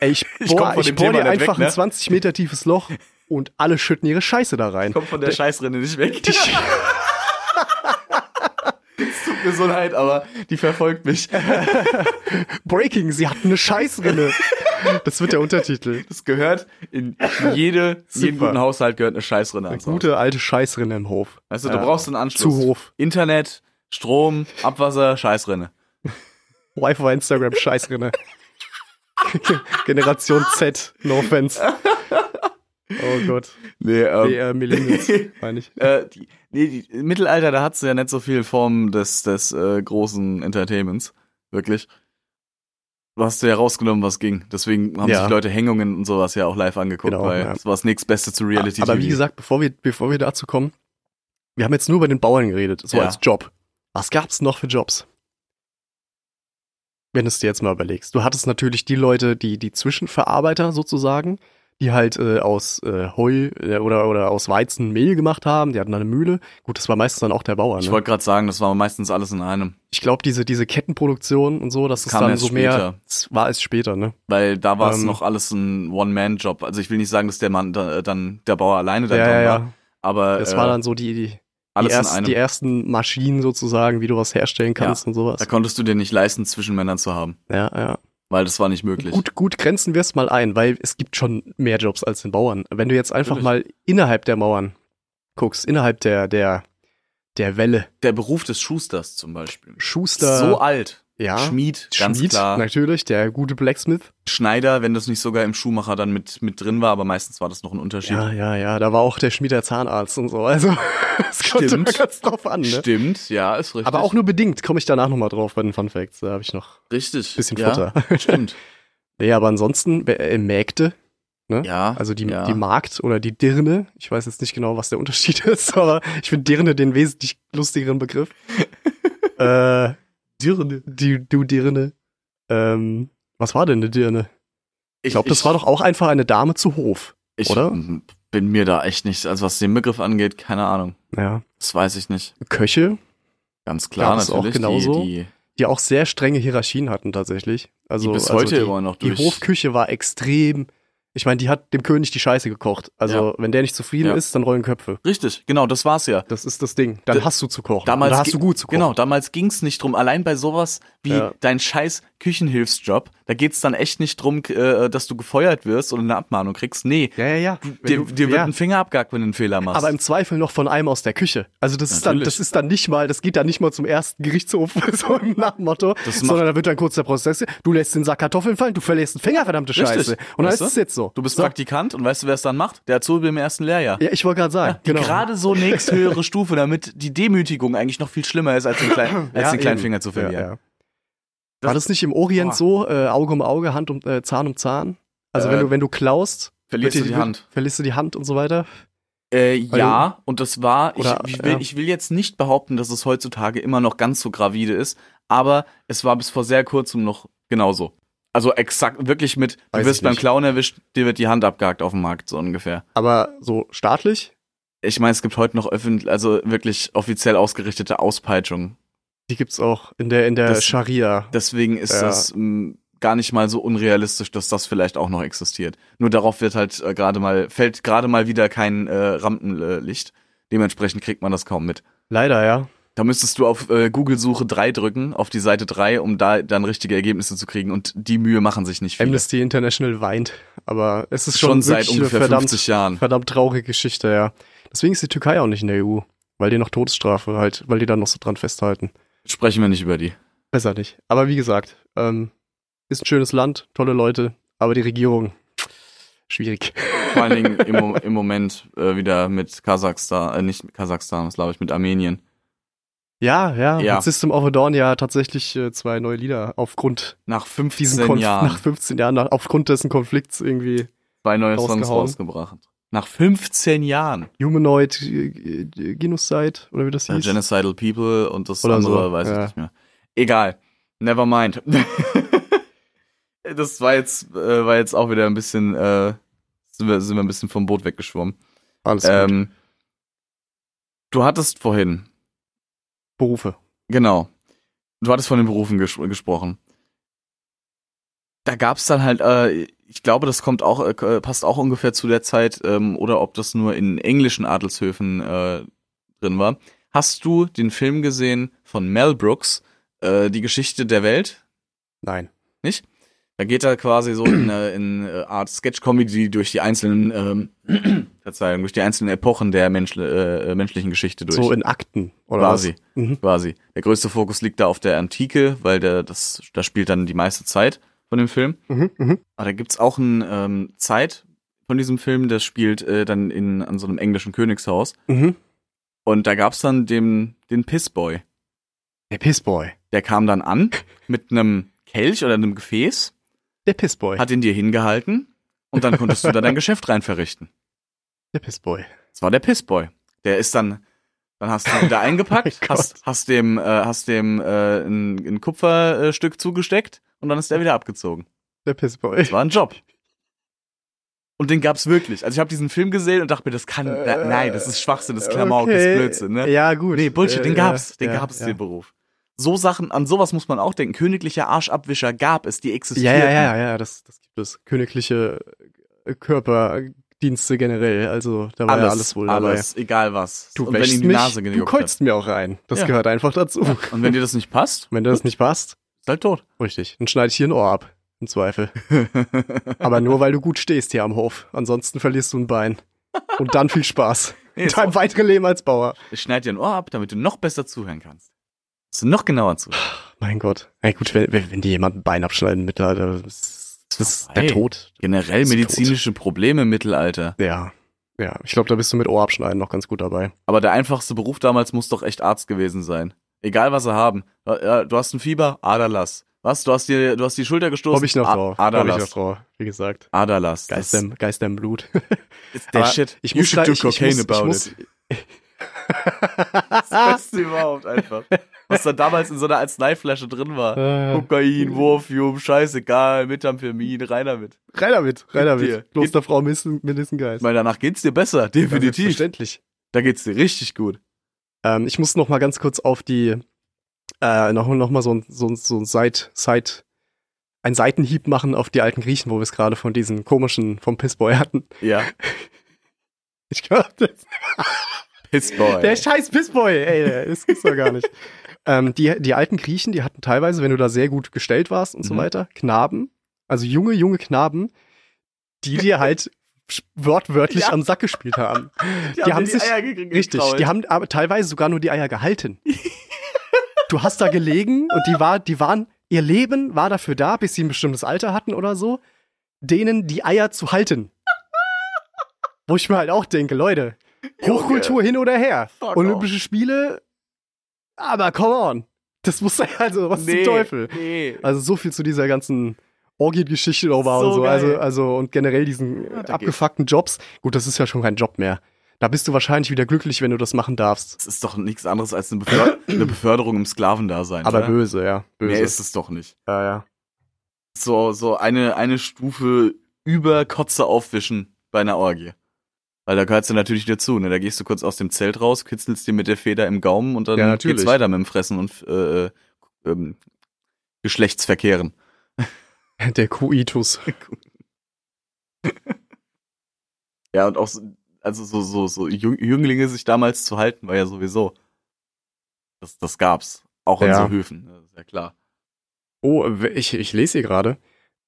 [SPEAKER 5] Ey, ich
[SPEAKER 4] Ich komm
[SPEAKER 5] bohr,
[SPEAKER 4] von
[SPEAKER 5] ich
[SPEAKER 4] dem
[SPEAKER 5] bohr
[SPEAKER 4] Thema
[SPEAKER 5] dir
[SPEAKER 4] nicht weg,
[SPEAKER 5] einfach
[SPEAKER 4] ne?
[SPEAKER 5] ein 20 Meter tiefes Loch und alle schütten ihre Scheiße da rein.
[SPEAKER 4] Kommt von der Scheißrinne nicht weg. Es tut mir so leid, aber die verfolgt mich.
[SPEAKER 5] Breaking, sie hatten eine Scheißrinne. das wird der Untertitel.
[SPEAKER 4] Das gehört in jede, jeden
[SPEAKER 5] Super.
[SPEAKER 4] guten Haushalt gehört eine Scheißrinne
[SPEAKER 5] Eine
[SPEAKER 4] ans Haus.
[SPEAKER 5] gute alte Scheißrinne im Hof.
[SPEAKER 4] Weißt Also, du,
[SPEAKER 5] Ja.
[SPEAKER 4] du brauchst einen
[SPEAKER 5] zu
[SPEAKER 4] Anschluss.
[SPEAKER 5] Hof.
[SPEAKER 4] Internet, Strom, Abwasser, Scheißrinne.
[SPEAKER 5] Wi-Fi, Instagram, Scheißrinne. Generation Z, no offense. Oh Gott.
[SPEAKER 4] Nee, ähm,
[SPEAKER 5] Die äh, Millennials, meine ich.
[SPEAKER 4] Äh, die, nee, die, Im Mittelalter, da hat's ja nicht so viel Form des, des äh, großen Entertainments. Wirklich. Du hast ja rausgenommen, was ging. Deswegen haben
[SPEAKER 5] Ja.
[SPEAKER 4] sich Leute Hängungen und sowas ja auch live angeguckt,
[SPEAKER 5] Genau,
[SPEAKER 4] weil
[SPEAKER 5] ja.
[SPEAKER 4] das war das nächste Beste zu Reality
[SPEAKER 5] Aber
[SPEAKER 4] TV.
[SPEAKER 5] wie gesagt, bevor wir, bevor wir dazu kommen, wir haben jetzt nur über den Bauern geredet, so
[SPEAKER 4] Ja.
[SPEAKER 5] als Job. Was gab's noch für Jobs? Wenn du es dir jetzt mal überlegst. Du hattest natürlich die Leute, die, die Zwischenverarbeiter sozusagen, die halt äh, aus äh, Heu äh, oder, oder aus Weizen Mehl gemacht haben, die hatten eine Mühle. Gut, das war meistens dann auch der Bauer.
[SPEAKER 4] ich
[SPEAKER 5] ne?
[SPEAKER 4] wollte gerade sagen, das war meistens alles in einem.
[SPEAKER 5] ich glaube, diese, diese Kettenproduktion und so, das ist
[SPEAKER 4] Kam
[SPEAKER 5] dann
[SPEAKER 4] erst
[SPEAKER 5] so mehr.
[SPEAKER 4] später.
[SPEAKER 5] Das war es später, ne?
[SPEAKER 4] Weil da war es
[SPEAKER 5] Ähm.
[SPEAKER 4] noch alles ein One-Man-Job. Also ich will nicht sagen, dass der Mann da, dann der Bauer alleine da
[SPEAKER 5] Ja,
[SPEAKER 4] dran
[SPEAKER 5] ja,
[SPEAKER 4] war.
[SPEAKER 5] ja.
[SPEAKER 4] Aber
[SPEAKER 5] Das
[SPEAKER 4] äh,
[SPEAKER 5] war dann so die, die, die,
[SPEAKER 4] alles in
[SPEAKER 5] erst,
[SPEAKER 4] einem.
[SPEAKER 5] die ersten Maschinen sozusagen, wie du was herstellen kannst und sowas.
[SPEAKER 4] da konntest du dir nicht leisten, Zwischenmännern zu haben,
[SPEAKER 5] Ja, ja.
[SPEAKER 4] weil das war nicht möglich.
[SPEAKER 5] Gut, gut, grenzen wir es mal ein, weil es gibt schon mehr Jobs als den Bauern. Wenn du jetzt einfach mal
[SPEAKER 4] Natürlich.
[SPEAKER 5] innerhalb der Mauern guckst, innerhalb der, der, der Welle,
[SPEAKER 4] Der Beruf des Schusters zum Beispiel.
[SPEAKER 5] Schuster,
[SPEAKER 4] so alt.
[SPEAKER 5] ja,
[SPEAKER 4] Schmied, ganz
[SPEAKER 5] Schmied,
[SPEAKER 4] klar.
[SPEAKER 5] natürlich, der gute Blacksmith.
[SPEAKER 4] Schneider, wenn das nicht sogar im Schuhmacher dann mit, mit drin war, aber meistens war das noch ein Unterschied.
[SPEAKER 5] Ja, ja, ja, da war auch der Schmied der Zahnarzt und so, also es kommt
[SPEAKER 4] Stimmt.
[SPEAKER 5] immer ganz drauf an, ne?
[SPEAKER 4] Stimmt, ja, ist richtig.
[SPEAKER 5] Aber auch nur bedingt, komme ich danach nochmal drauf bei den Fun Facts, da habe ich noch
[SPEAKER 4] richtig.
[SPEAKER 5] ein bisschen
[SPEAKER 4] ja,
[SPEAKER 5] Futter.
[SPEAKER 4] Stimmt.
[SPEAKER 5] Nee, aber ansonsten, äh, Mägde,
[SPEAKER 4] Ja.
[SPEAKER 5] Also die,
[SPEAKER 4] ja.
[SPEAKER 5] die Markt oder die Dirne, ich weiß jetzt nicht genau, was der Unterschied ist, aber ich finde Dirne den wesentlich lustigeren Begriff. äh, Dirne. Die, du Dirne. Ähm, was war denn eine Dirne? Ich glaube, das war doch auch einfach eine Dame zu Hof,
[SPEAKER 4] ich
[SPEAKER 5] oder?
[SPEAKER 4] bin mir da echt nicht, also was den Begriff angeht, keine Ahnung.
[SPEAKER 5] ja.
[SPEAKER 4] Das weiß ich nicht.
[SPEAKER 5] Köche,
[SPEAKER 4] Ganz klar,
[SPEAKER 5] Gab es auch
[SPEAKER 4] natürlich.
[SPEAKER 5] genauso?
[SPEAKER 4] Die, die,
[SPEAKER 5] die auch sehr strenge Hierarchien hatten tatsächlich. Also,
[SPEAKER 4] die bis
[SPEAKER 5] also
[SPEAKER 4] heute
[SPEAKER 5] die,
[SPEAKER 4] immer noch
[SPEAKER 5] die
[SPEAKER 4] durch.
[SPEAKER 5] Hofküche war extrem. Ich meine, die hat dem König die Scheiße gekocht. Also, wenn der nicht zufrieden
[SPEAKER 4] Ja.
[SPEAKER 5] ist, dann rollen Köpfe.
[SPEAKER 4] richtig, genau, das war's ja.
[SPEAKER 5] Das ist das Ding. Dann
[SPEAKER 4] Da-
[SPEAKER 5] hast du zu kochen.
[SPEAKER 4] Damals
[SPEAKER 5] Oder Oh, hast
[SPEAKER 4] ge-
[SPEAKER 5] du gut zu kochen.
[SPEAKER 4] Genau, damals ging's nicht drum. Allein bei sowas wie
[SPEAKER 5] Ja.
[SPEAKER 4] dein scheiß Küchenhilfsjob, da geht's dann echt nicht drum, k- äh, dass du gefeuert wirst und eine Abmahnung kriegst. Nee,
[SPEAKER 5] Ja, ja, ja.
[SPEAKER 4] dir,
[SPEAKER 5] Wenn du-
[SPEAKER 4] dir wird
[SPEAKER 5] ja.
[SPEAKER 4] ein Finger abgehackt, wenn du einen Fehler machst.
[SPEAKER 5] Aber im Zweifel noch von einem aus der Küche. Also das ist dann,
[SPEAKER 4] Natürlich.
[SPEAKER 5] das ist dann nicht mal, das geht dann nicht mal zum ersten Gerichtshof so im Nachmotto,
[SPEAKER 4] Das macht-
[SPEAKER 5] sondern da wird dann kurz der Prozess. Du lässt den Sack Kartoffeln fallen, du verlierst den Finger, verdammte
[SPEAKER 4] Richtig.
[SPEAKER 5] Scheiße. Und dann
[SPEAKER 4] Weißt
[SPEAKER 5] ist
[SPEAKER 4] du?
[SPEAKER 5] es jetzt so.
[SPEAKER 4] du bist
[SPEAKER 5] so.
[SPEAKER 4] Praktikant und weißt du, wer es dann macht? Der Azubi im ersten Lehrjahr.
[SPEAKER 5] Ja, ich wollte gerade sagen.
[SPEAKER 4] Die
[SPEAKER 5] genau.
[SPEAKER 4] gerade so nächsthöhere Stufe, damit die Demütigung eigentlich noch viel schlimmer ist, als den, kleinen, als
[SPEAKER 5] Ja,
[SPEAKER 4] den kleinen
[SPEAKER 5] eben.
[SPEAKER 4] Finger zu verlieren.
[SPEAKER 5] Ja, ja. War das nicht im Orient
[SPEAKER 4] Boah.
[SPEAKER 5] so, äh, Auge um Auge, Hand um äh, Zahn um Zahn? Also wenn
[SPEAKER 4] Äh,
[SPEAKER 5] du wenn du klaust,
[SPEAKER 4] Verlierst
[SPEAKER 5] wird
[SPEAKER 4] du
[SPEAKER 5] dir
[SPEAKER 4] die Hand.
[SPEAKER 5] verlierst du die Hand und so weiter.
[SPEAKER 4] Äh,
[SPEAKER 5] Weil-
[SPEAKER 4] ja, und das war,
[SPEAKER 5] Oder,
[SPEAKER 4] ich, ich, will,
[SPEAKER 5] ja.
[SPEAKER 4] ich will jetzt nicht behaupten, dass es heutzutage immer noch ganz so gravide ist, aber es war bis vor sehr kurzem noch genauso. Also exakt, wirklich mit,
[SPEAKER 5] Weiß
[SPEAKER 4] du wirst
[SPEAKER 5] ich
[SPEAKER 4] beim
[SPEAKER 5] nicht.
[SPEAKER 4] Clown erwischt, dir wird die Hand abgehakt auf dem Markt, so ungefähr.
[SPEAKER 5] Aber so staatlich,
[SPEAKER 4] Ich meine, es gibt heute noch öffentlich, also wirklich offiziell ausgerichtete Auspeitschungen.
[SPEAKER 5] die gibt's auch in der in der
[SPEAKER 4] Das-
[SPEAKER 5] Scharia.
[SPEAKER 4] Deswegen ist
[SPEAKER 5] Ja.
[SPEAKER 4] das mh, gar nicht mal so unrealistisch, dass das vielleicht auch noch existiert. Nur darauf wird halt äh, gerade mal, fällt gerade mal wieder kein äh, Rampenlicht. Dementsprechend kriegt man das kaum mit.
[SPEAKER 5] Leider, ja.
[SPEAKER 4] Da müsstest du auf äh, Google-Suche 3 drücken, auf die Seite 3, um da dann richtige Ergebnisse zu kriegen. Und die Mühe machen sich nicht viele.
[SPEAKER 5] Amnesty International weint, aber es ist schon,
[SPEAKER 4] Schon seit
[SPEAKER 5] wirklich eine
[SPEAKER 4] ungefähr
[SPEAKER 5] verdammt,
[SPEAKER 4] 50 Jahren.
[SPEAKER 5] verdammt traurige Geschichte, ja. Deswegen ist die Türkei auch nicht in der EU, weil die noch Todesstrafe halt, weil die da noch so dran festhalten.
[SPEAKER 4] Sprechen wir nicht über die.
[SPEAKER 5] Besser nicht. Aber wie gesagt, ähm, ist ein schönes Land, tolle Leute, aber die Regierung schwierig.
[SPEAKER 4] Vor allen Dingen im, Mo- im Moment äh, wieder mit Kasachstan, äh, nicht mit Kasachstan, das glaube ich, mit Armenien.
[SPEAKER 5] Ja, ja,
[SPEAKER 4] Ja.
[SPEAKER 5] Mit System of a Dawn ja tatsächlich äh, zwei neue Lieder aufgrund
[SPEAKER 4] Nach
[SPEAKER 5] diesen
[SPEAKER 4] 15
[SPEAKER 5] Konf
[SPEAKER 4] Jahren
[SPEAKER 5] nach 15 Jahren nach, aufgrund dessen Konflikts irgendwie
[SPEAKER 4] zwei neue Songs
[SPEAKER 5] rausgehauen.
[SPEAKER 4] rausgebracht. Nach 15 Jahren.
[SPEAKER 5] Humanoid äh, äh, Genocide oder wie das
[SPEAKER 4] Äh,
[SPEAKER 5] hieß.
[SPEAKER 4] Genocidal People und das
[SPEAKER 5] Oder
[SPEAKER 4] andere
[SPEAKER 5] so,
[SPEAKER 4] weiß
[SPEAKER 5] ja.
[SPEAKER 4] ich nicht mehr. Egal. Never mind. das war jetzt, äh, war jetzt auch wieder ein bisschen, äh, sind wir, sind wir ein bisschen vom Boot weggeschwommen.
[SPEAKER 5] Alles gut.
[SPEAKER 4] Ähm, du hattest vorhin,
[SPEAKER 5] Berufe.
[SPEAKER 4] genau, du hattest von den Berufen ges gesprochen. Da gab's dann halt, äh, ich glaube, das kommt auch, äh, passt auch ungefähr zu der Zeit, ähm, oder ob das nur in englischen Adelshöfen äh, drin war. Hast du den Film gesehen von Mel Brooks, äh, Die Geschichte der Welt?
[SPEAKER 5] Nein.
[SPEAKER 4] Da geht er quasi so in, äh, in äh, Art Sketch-Comedy durch die einzelnen, ähm, Verzeihung, durch die einzelnen Epochen der Mensch, äh, menschlichen Geschichte durch.
[SPEAKER 5] So in Akten, oder?
[SPEAKER 4] quasi,
[SPEAKER 5] was? Mhm.
[SPEAKER 4] quasi. Der größte Fokus liegt da auf der Antike, weil der, das, da spielt dann die meiste Zeit von dem Film.
[SPEAKER 5] Mhm, mhm.
[SPEAKER 4] Aber da gibt's auch ein ähm, Zeit von diesem Film, das spielt äh, dann in, an so einem englischen Königshaus.
[SPEAKER 5] Mhm.
[SPEAKER 4] Und da gab's dann den, den Pissboy.
[SPEAKER 5] Der Pissboy.
[SPEAKER 4] Der kam dann an mit einem Kelch oder einem Gefäß,
[SPEAKER 5] Der Pissboy.
[SPEAKER 4] hat ihn dir hingehalten und dann konntest du da dein Geschäft rein verrichten.
[SPEAKER 5] der Pissboy.
[SPEAKER 4] Das war der Pissboy. Der ist dann, dann hast du ihn wieder eingepackt,
[SPEAKER 5] Oh Mein Gott.
[SPEAKER 4] hast, hast dem, äh, hast dem äh, ein, ein Kupferstück zugesteckt und dann ist der wieder abgezogen.
[SPEAKER 5] Der Pissboy.
[SPEAKER 4] Das war ein Job. Und den gab's wirklich. Also ich habe diesen Film gesehen und dachte mir, das kann,
[SPEAKER 5] Äh,
[SPEAKER 4] da, nein, das ist Schwachsinn, das ist Klamauk, das ist Blödsinn, ne?
[SPEAKER 5] Ja, gut.
[SPEAKER 4] Nee, Bullshit,
[SPEAKER 5] Äh,
[SPEAKER 4] den
[SPEAKER 5] ja,
[SPEAKER 4] gab's, den
[SPEAKER 5] ja,
[SPEAKER 4] gab's
[SPEAKER 5] ja.
[SPEAKER 4] den Beruf. So Sachen, an sowas muss man auch denken. Königlicher Arschabwischer gab es, die
[SPEAKER 5] Ja,
[SPEAKER 4] existierten.
[SPEAKER 5] ja, ja, ja, das, das gibt es. Königliche äh, Körperdienste generell. Also, da war
[SPEAKER 4] Alles,
[SPEAKER 5] ja alles wohl dabei.
[SPEAKER 4] alles, egal was.
[SPEAKER 5] Du
[SPEAKER 4] und wenn
[SPEAKER 5] wäschst
[SPEAKER 4] ihm die
[SPEAKER 5] mich,
[SPEAKER 4] Nase
[SPEAKER 5] du
[SPEAKER 4] gejuckt hat.
[SPEAKER 5] keulst mir auch rein. Das
[SPEAKER 4] Ja.
[SPEAKER 5] gehört einfach dazu.
[SPEAKER 4] Und wenn dir das nicht passt,
[SPEAKER 5] Wenn das nicht passt,
[SPEAKER 4] ist halt tot.
[SPEAKER 5] richtig, dann schneide ich hier ein Ohr ab. Im Zweifel. Aber nur, weil du gut stehst hier am Hof. Ansonsten verlierst du ein Bein. Und dann viel Spaß.
[SPEAKER 4] Nee, ist
[SPEAKER 5] Dein weitere Leben als Bauer.
[SPEAKER 4] Ich schneide dir ein Ohr ab, damit du noch besser zuhören kannst. Dass du noch genauer zuhören.
[SPEAKER 5] Mein Gott. Na gut, wenn, wenn wenn dir jemand ein Bein abschneiden mit, Alter, das ist, das ist der
[SPEAKER 4] Hey.
[SPEAKER 5] Tod.
[SPEAKER 4] Generell
[SPEAKER 5] Ist tot.
[SPEAKER 4] medizinische Probleme im Mittelalter.
[SPEAKER 5] Ja. Ja, ich glaube, da bist du mit Ohr abschneiden noch ganz gut dabei.
[SPEAKER 4] Aber der einfachste Beruf damals muss doch echt Arzt gewesen sein. Egal was sie haben. Äh, ja, Du hast ein Fieber, Aderlass. Was? Du hast dir, du hast die Schulter gestoßen.
[SPEAKER 5] Hab ich noch
[SPEAKER 4] A-
[SPEAKER 5] drauf. Hab ich noch
[SPEAKER 4] Aderlass.
[SPEAKER 5] drauf, wie gesagt.
[SPEAKER 4] Aderlass. Das
[SPEAKER 5] Geister, im- Geister im Blut.
[SPEAKER 4] ist der
[SPEAKER 5] Aber
[SPEAKER 4] Shit.
[SPEAKER 5] Ich muss da- ich, ich muss, ich muss,
[SPEAKER 4] Das Beste überhaupt einfach. Was da damals in so einer Arzneiflasche drin war.
[SPEAKER 5] Äh,
[SPEAKER 4] Kokain, Morphium, scheißegal, Methamphetamin, rein damit.
[SPEAKER 5] rein damit, rein
[SPEAKER 4] dir.
[SPEAKER 5] damit. Klosterfrau Missen- Melissengeist.
[SPEAKER 4] Ich meine, danach geht's dir besser,
[SPEAKER 5] Ja,
[SPEAKER 4] definitiv.
[SPEAKER 5] Selbstverständlich.
[SPEAKER 4] Da geht's dir richtig gut.
[SPEAKER 5] Ähm, ich muss noch mal ganz kurz auf die äh, noch, noch mal so ein so, ein- so ein Side, Side ein Seitenhieb machen auf die alten Griechen, wo wir es gerade von diesen komischen vom Pissboy hatten.
[SPEAKER 4] Ja.
[SPEAKER 5] Ich glaube,
[SPEAKER 4] Pissboy.
[SPEAKER 5] der scheiß Pissboy, ey, das gibt's doch gar nicht. Ähm, die, die alten Griechen, die hatten teilweise, wenn du da sehr gut gestellt warst und so
[SPEAKER 4] Mhm.
[SPEAKER 5] weiter, Knaben, also junge, junge Knaben, die dir halt sch- wortwörtlich
[SPEAKER 4] Ja.
[SPEAKER 5] am Sack gespielt haben. die haben sich- Richtig, die haben aber teilweise sogar nur die Eier gehalten. du hast da gelegen und die war, die waren, ihr Leben war dafür da, bis sie ein bestimmtes Alter hatten oder so, denen die Eier zu halten. Wo ich mir halt auch denke, Leute, Hochkultur hin oder her.
[SPEAKER 4] Fuck
[SPEAKER 5] Olympische Spiele, aber come on. Das muss sein, also was
[SPEAKER 4] nee,
[SPEAKER 5] zum Teufel.
[SPEAKER 4] Nee.
[SPEAKER 5] Also so viel zu dieser ganzen Orgien-Geschichte darüber
[SPEAKER 4] So
[SPEAKER 5] und so.
[SPEAKER 4] geil.
[SPEAKER 5] Also, also und generell diesen äh,
[SPEAKER 4] Ja, da
[SPEAKER 5] abgefuckten Jobs. Gut, das ist ja schon kein Job mehr. Da bist du wahrscheinlich wieder glücklich, wenn du das machen darfst.
[SPEAKER 4] Das ist doch nichts anderes als eine, Beför eine Beförderung im Sklavendasein.
[SPEAKER 5] Aber
[SPEAKER 4] oder?
[SPEAKER 5] böse, ja. Böse.
[SPEAKER 4] Mehr ist es doch nicht.
[SPEAKER 5] ja, ja.
[SPEAKER 4] So, so eine, eine Stufe über Kotze aufwischen bei einer Orgie. Weil da gehörst du natürlich dazu, ne? Da gehst du kurz aus dem Zelt raus, kitzelst dir mit der Feder im Gaumen und dann
[SPEAKER 5] Ja, natürlich.
[SPEAKER 4] geht's weiter mit dem Fressen und äh, äh, ähm, Geschlechtsverkehren.
[SPEAKER 5] Der Kuitus.
[SPEAKER 4] Ja, und auch so, also so, so, so Jüng- Jünglinge sich damals zu halten, war ja sowieso. Das, das gab's. Auch in
[SPEAKER 5] Ja.
[SPEAKER 4] so Höfen, das ist ja klar.
[SPEAKER 5] Oh, w- ich, ich lese hier gerade.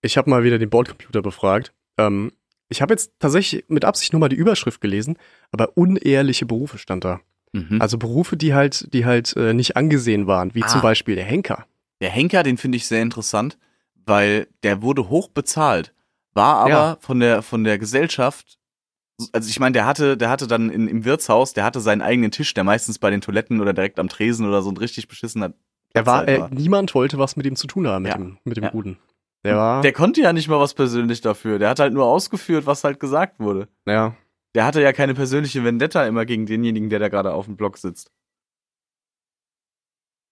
[SPEAKER 5] Ich habe mal wieder den Bordcomputer befragt. Ähm, ich habe jetzt tatsächlich mit Absicht nur mal die Überschrift gelesen, aber unehrliche Berufe stand da.
[SPEAKER 4] Mhm.
[SPEAKER 5] Also Berufe, die halt, die halt äh, nicht angesehen waren, wie
[SPEAKER 4] Ah.
[SPEAKER 5] zum Beispiel der Henker.
[SPEAKER 4] Der Henker, den finde ich sehr interessant, weil der wurde hoch bezahlt, war aber
[SPEAKER 5] Ja.
[SPEAKER 4] von der von der Gesellschaft also ich meine, der hatte, der hatte dann in, im Wirtshaus, der hatte seinen eigenen Tisch, der meistens bei den Toiletten oder direkt am Tresen oder so ein richtig beschissener
[SPEAKER 5] Er war,
[SPEAKER 4] Platz
[SPEAKER 5] äh,
[SPEAKER 4] halt
[SPEAKER 5] niemand wollte was mit ihm zu tun haben, mit
[SPEAKER 4] Ja.
[SPEAKER 5] dem, mit dem
[SPEAKER 4] Ja. Hm.
[SPEAKER 5] Guten. Der war,
[SPEAKER 4] Der konnte ja nicht mal was persönlich dafür. Der hat halt nur ausgeführt, was halt gesagt wurde.
[SPEAKER 5] ja,
[SPEAKER 4] Der hatte ja keine persönliche Vendetta immer gegen denjenigen, der da gerade auf dem Block sitzt.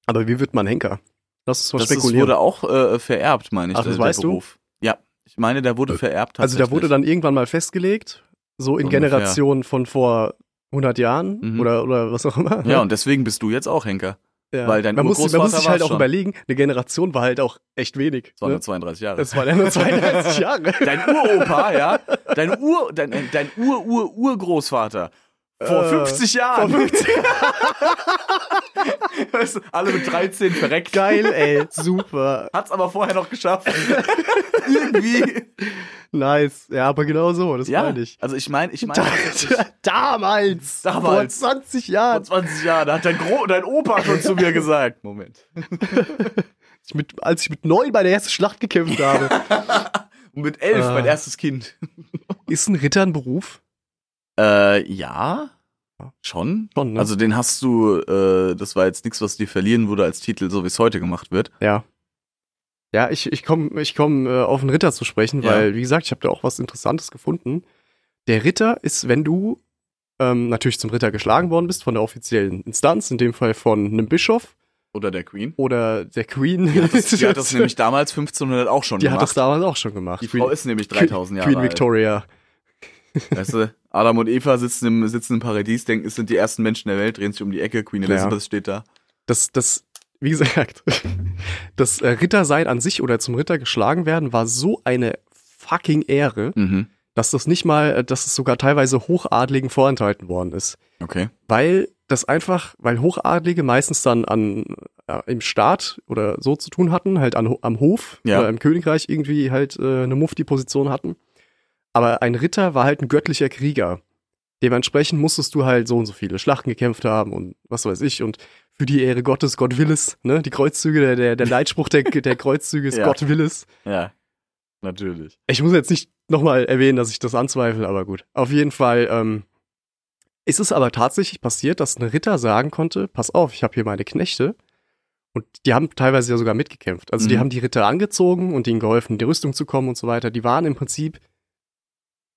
[SPEAKER 5] aber wie wird man Henker? Lass uns mal
[SPEAKER 4] Das ist,
[SPEAKER 5] spekulieren.
[SPEAKER 4] wurde auch äh, vererbt, meine ich.
[SPEAKER 5] Ach, das
[SPEAKER 4] äh,
[SPEAKER 5] weißt du?
[SPEAKER 4] Du? Ja, ich meine, der wurde
[SPEAKER 5] Äh,
[SPEAKER 4] vererbt.
[SPEAKER 5] also da wurde
[SPEAKER 4] tatsächlich.
[SPEAKER 5] dann irgendwann mal festgelegt, so in
[SPEAKER 4] So ungefähr.
[SPEAKER 5] Generationen von vor 100 Jahren
[SPEAKER 4] Mhm.
[SPEAKER 5] oder, oder was auch immer.
[SPEAKER 4] Ja, und deswegen bist du jetzt auch Henker.
[SPEAKER 5] Ja.
[SPEAKER 4] weil dein
[SPEAKER 5] man, muss, man muss
[SPEAKER 4] Urgroßvater
[SPEAKER 5] sich halt
[SPEAKER 4] war's
[SPEAKER 5] auch
[SPEAKER 4] schon.
[SPEAKER 5] überlegen, eine Generation war halt auch echt wenig.
[SPEAKER 4] Das waren
[SPEAKER 5] ne?
[SPEAKER 4] nur 32 Jahre.
[SPEAKER 5] Das waren ja nur 32 Jahre.
[SPEAKER 4] äh, Dein Uropa, ja? Dein Ur, dein, dein Ur, Ur, Urgroßvater. Vor
[SPEAKER 5] Äh,
[SPEAKER 4] 50 Jahren. Weißt du, alle mit 13 verreckt.
[SPEAKER 5] Geil, ey. Super.
[SPEAKER 4] Hat's aber vorher noch geschafft. Irgendwie.
[SPEAKER 5] Nice. Ja, aber genau so, das
[SPEAKER 4] Ja,
[SPEAKER 5] meine ich.
[SPEAKER 4] also ich meine, ich meine,
[SPEAKER 5] Damals,
[SPEAKER 4] Damals.
[SPEAKER 5] Vor 20
[SPEAKER 4] vor
[SPEAKER 5] Jahren.
[SPEAKER 4] 20 Jahren hat dein, Gro dein Opa schon zu mir gesagt. Moment.
[SPEAKER 5] Ich mit, als ich mit neun bei der ersten Schlacht gekämpft habe.
[SPEAKER 4] Und mit elf
[SPEAKER 5] Ah.
[SPEAKER 4] mein erstes Kind.
[SPEAKER 5] Ist ein Ritter ein Beruf?
[SPEAKER 4] Äh, ja. Schon?
[SPEAKER 5] Schon, ne?
[SPEAKER 4] Also den hast du, äh, das war jetzt nichts, was dir verlieren würde als Titel, so wie es heute gemacht wird.
[SPEAKER 5] Ja. Ja, ich, ich komme ich komm, äh, auf den Ritter zu sprechen,
[SPEAKER 4] Ja.
[SPEAKER 5] weil, wie gesagt, ich habe da auch was Interessantes gefunden. Der Ritter ist, wenn du ähm, natürlich zum Ritter geschlagen worden bist von der offiziellen Instanz, in dem Fall von einem Bischof
[SPEAKER 4] Oder der Queen.
[SPEAKER 5] oder der Queen.
[SPEAKER 4] Die hat das, die hat das nämlich damals 1500 auch schon
[SPEAKER 5] Die hat
[SPEAKER 4] gemacht.
[SPEAKER 5] das damals auch schon gemacht.
[SPEAKER 4] die Frau ist nämlich
[SPEAKER 5] Queen-
[SPEAKER 4] 3000 Jahre
[SPEAKER 5] Queen Victoria.
[SPEAKER 4] alt. Weißt du, Adam und Eva sitzen im, sitzen im Paradies, denken, es sind die ersten Menschen der Welt, drehen sich um die Ecke, Queen
[SPEAKER 5] Klar.
[SPEAKER 4] Elizabeth steht da.
[SPEAKER 5] Das, das, wie gesagt, das äh, Rittersein an sich oder zum Ritter geschlagen werden war so eine fucking Ehre,
[SPEAKER 4] Mhm.
[SPEAKER 5] dass das nicht mal, äh, dass es sogar teilweise Hochadligen vorenthalten worden ist.
[SPEAKER 4] Okay.
[SPEAKER 5] weil das einfach, weil Hochadlige meistens dann an äh, im Staat oder so zu tun hatten, halt an, am Hof
[SPEAKER 4] Ja.
[SPEAKER 5] oder im Königreich irgendwie halt äh, eine Mufti-Position hatten. Aber ein Ritter war halt ein göttlicher Krieger. Dementsprechend musstest du halt so und so viele Schlachten gekämpft haben und was weiß ich und für die Ehre Gottes, Gott will es, ne? Die Kreuzzüge, der, der, der Leitspruch der, der Kreuzzüge ist
[SPEAKER 4] Ja.
[SPEAKER 5] Gott will es.
[SPEAKER 4] Ja. Natürlich.
[SPEAKER 5] Ich muss jetzt nicht nochmal erwähnen, dass ich das anzweifle, aber gut. Auf jeden Fall ähm, ist es aber tatsächlich passiert, dass ein Ritter sagen konnte, pass auf, ich habe hier meine Knechte. Und die haben teilweise ja sogar mitgekämpft. Also die
[SPEAKER 4] Mhm.
[SPEAKER 5] haben die Ritter angezogen und ihnen geholfen, in die Rüstung zu kommen und so weiter. Die waren im Prinzip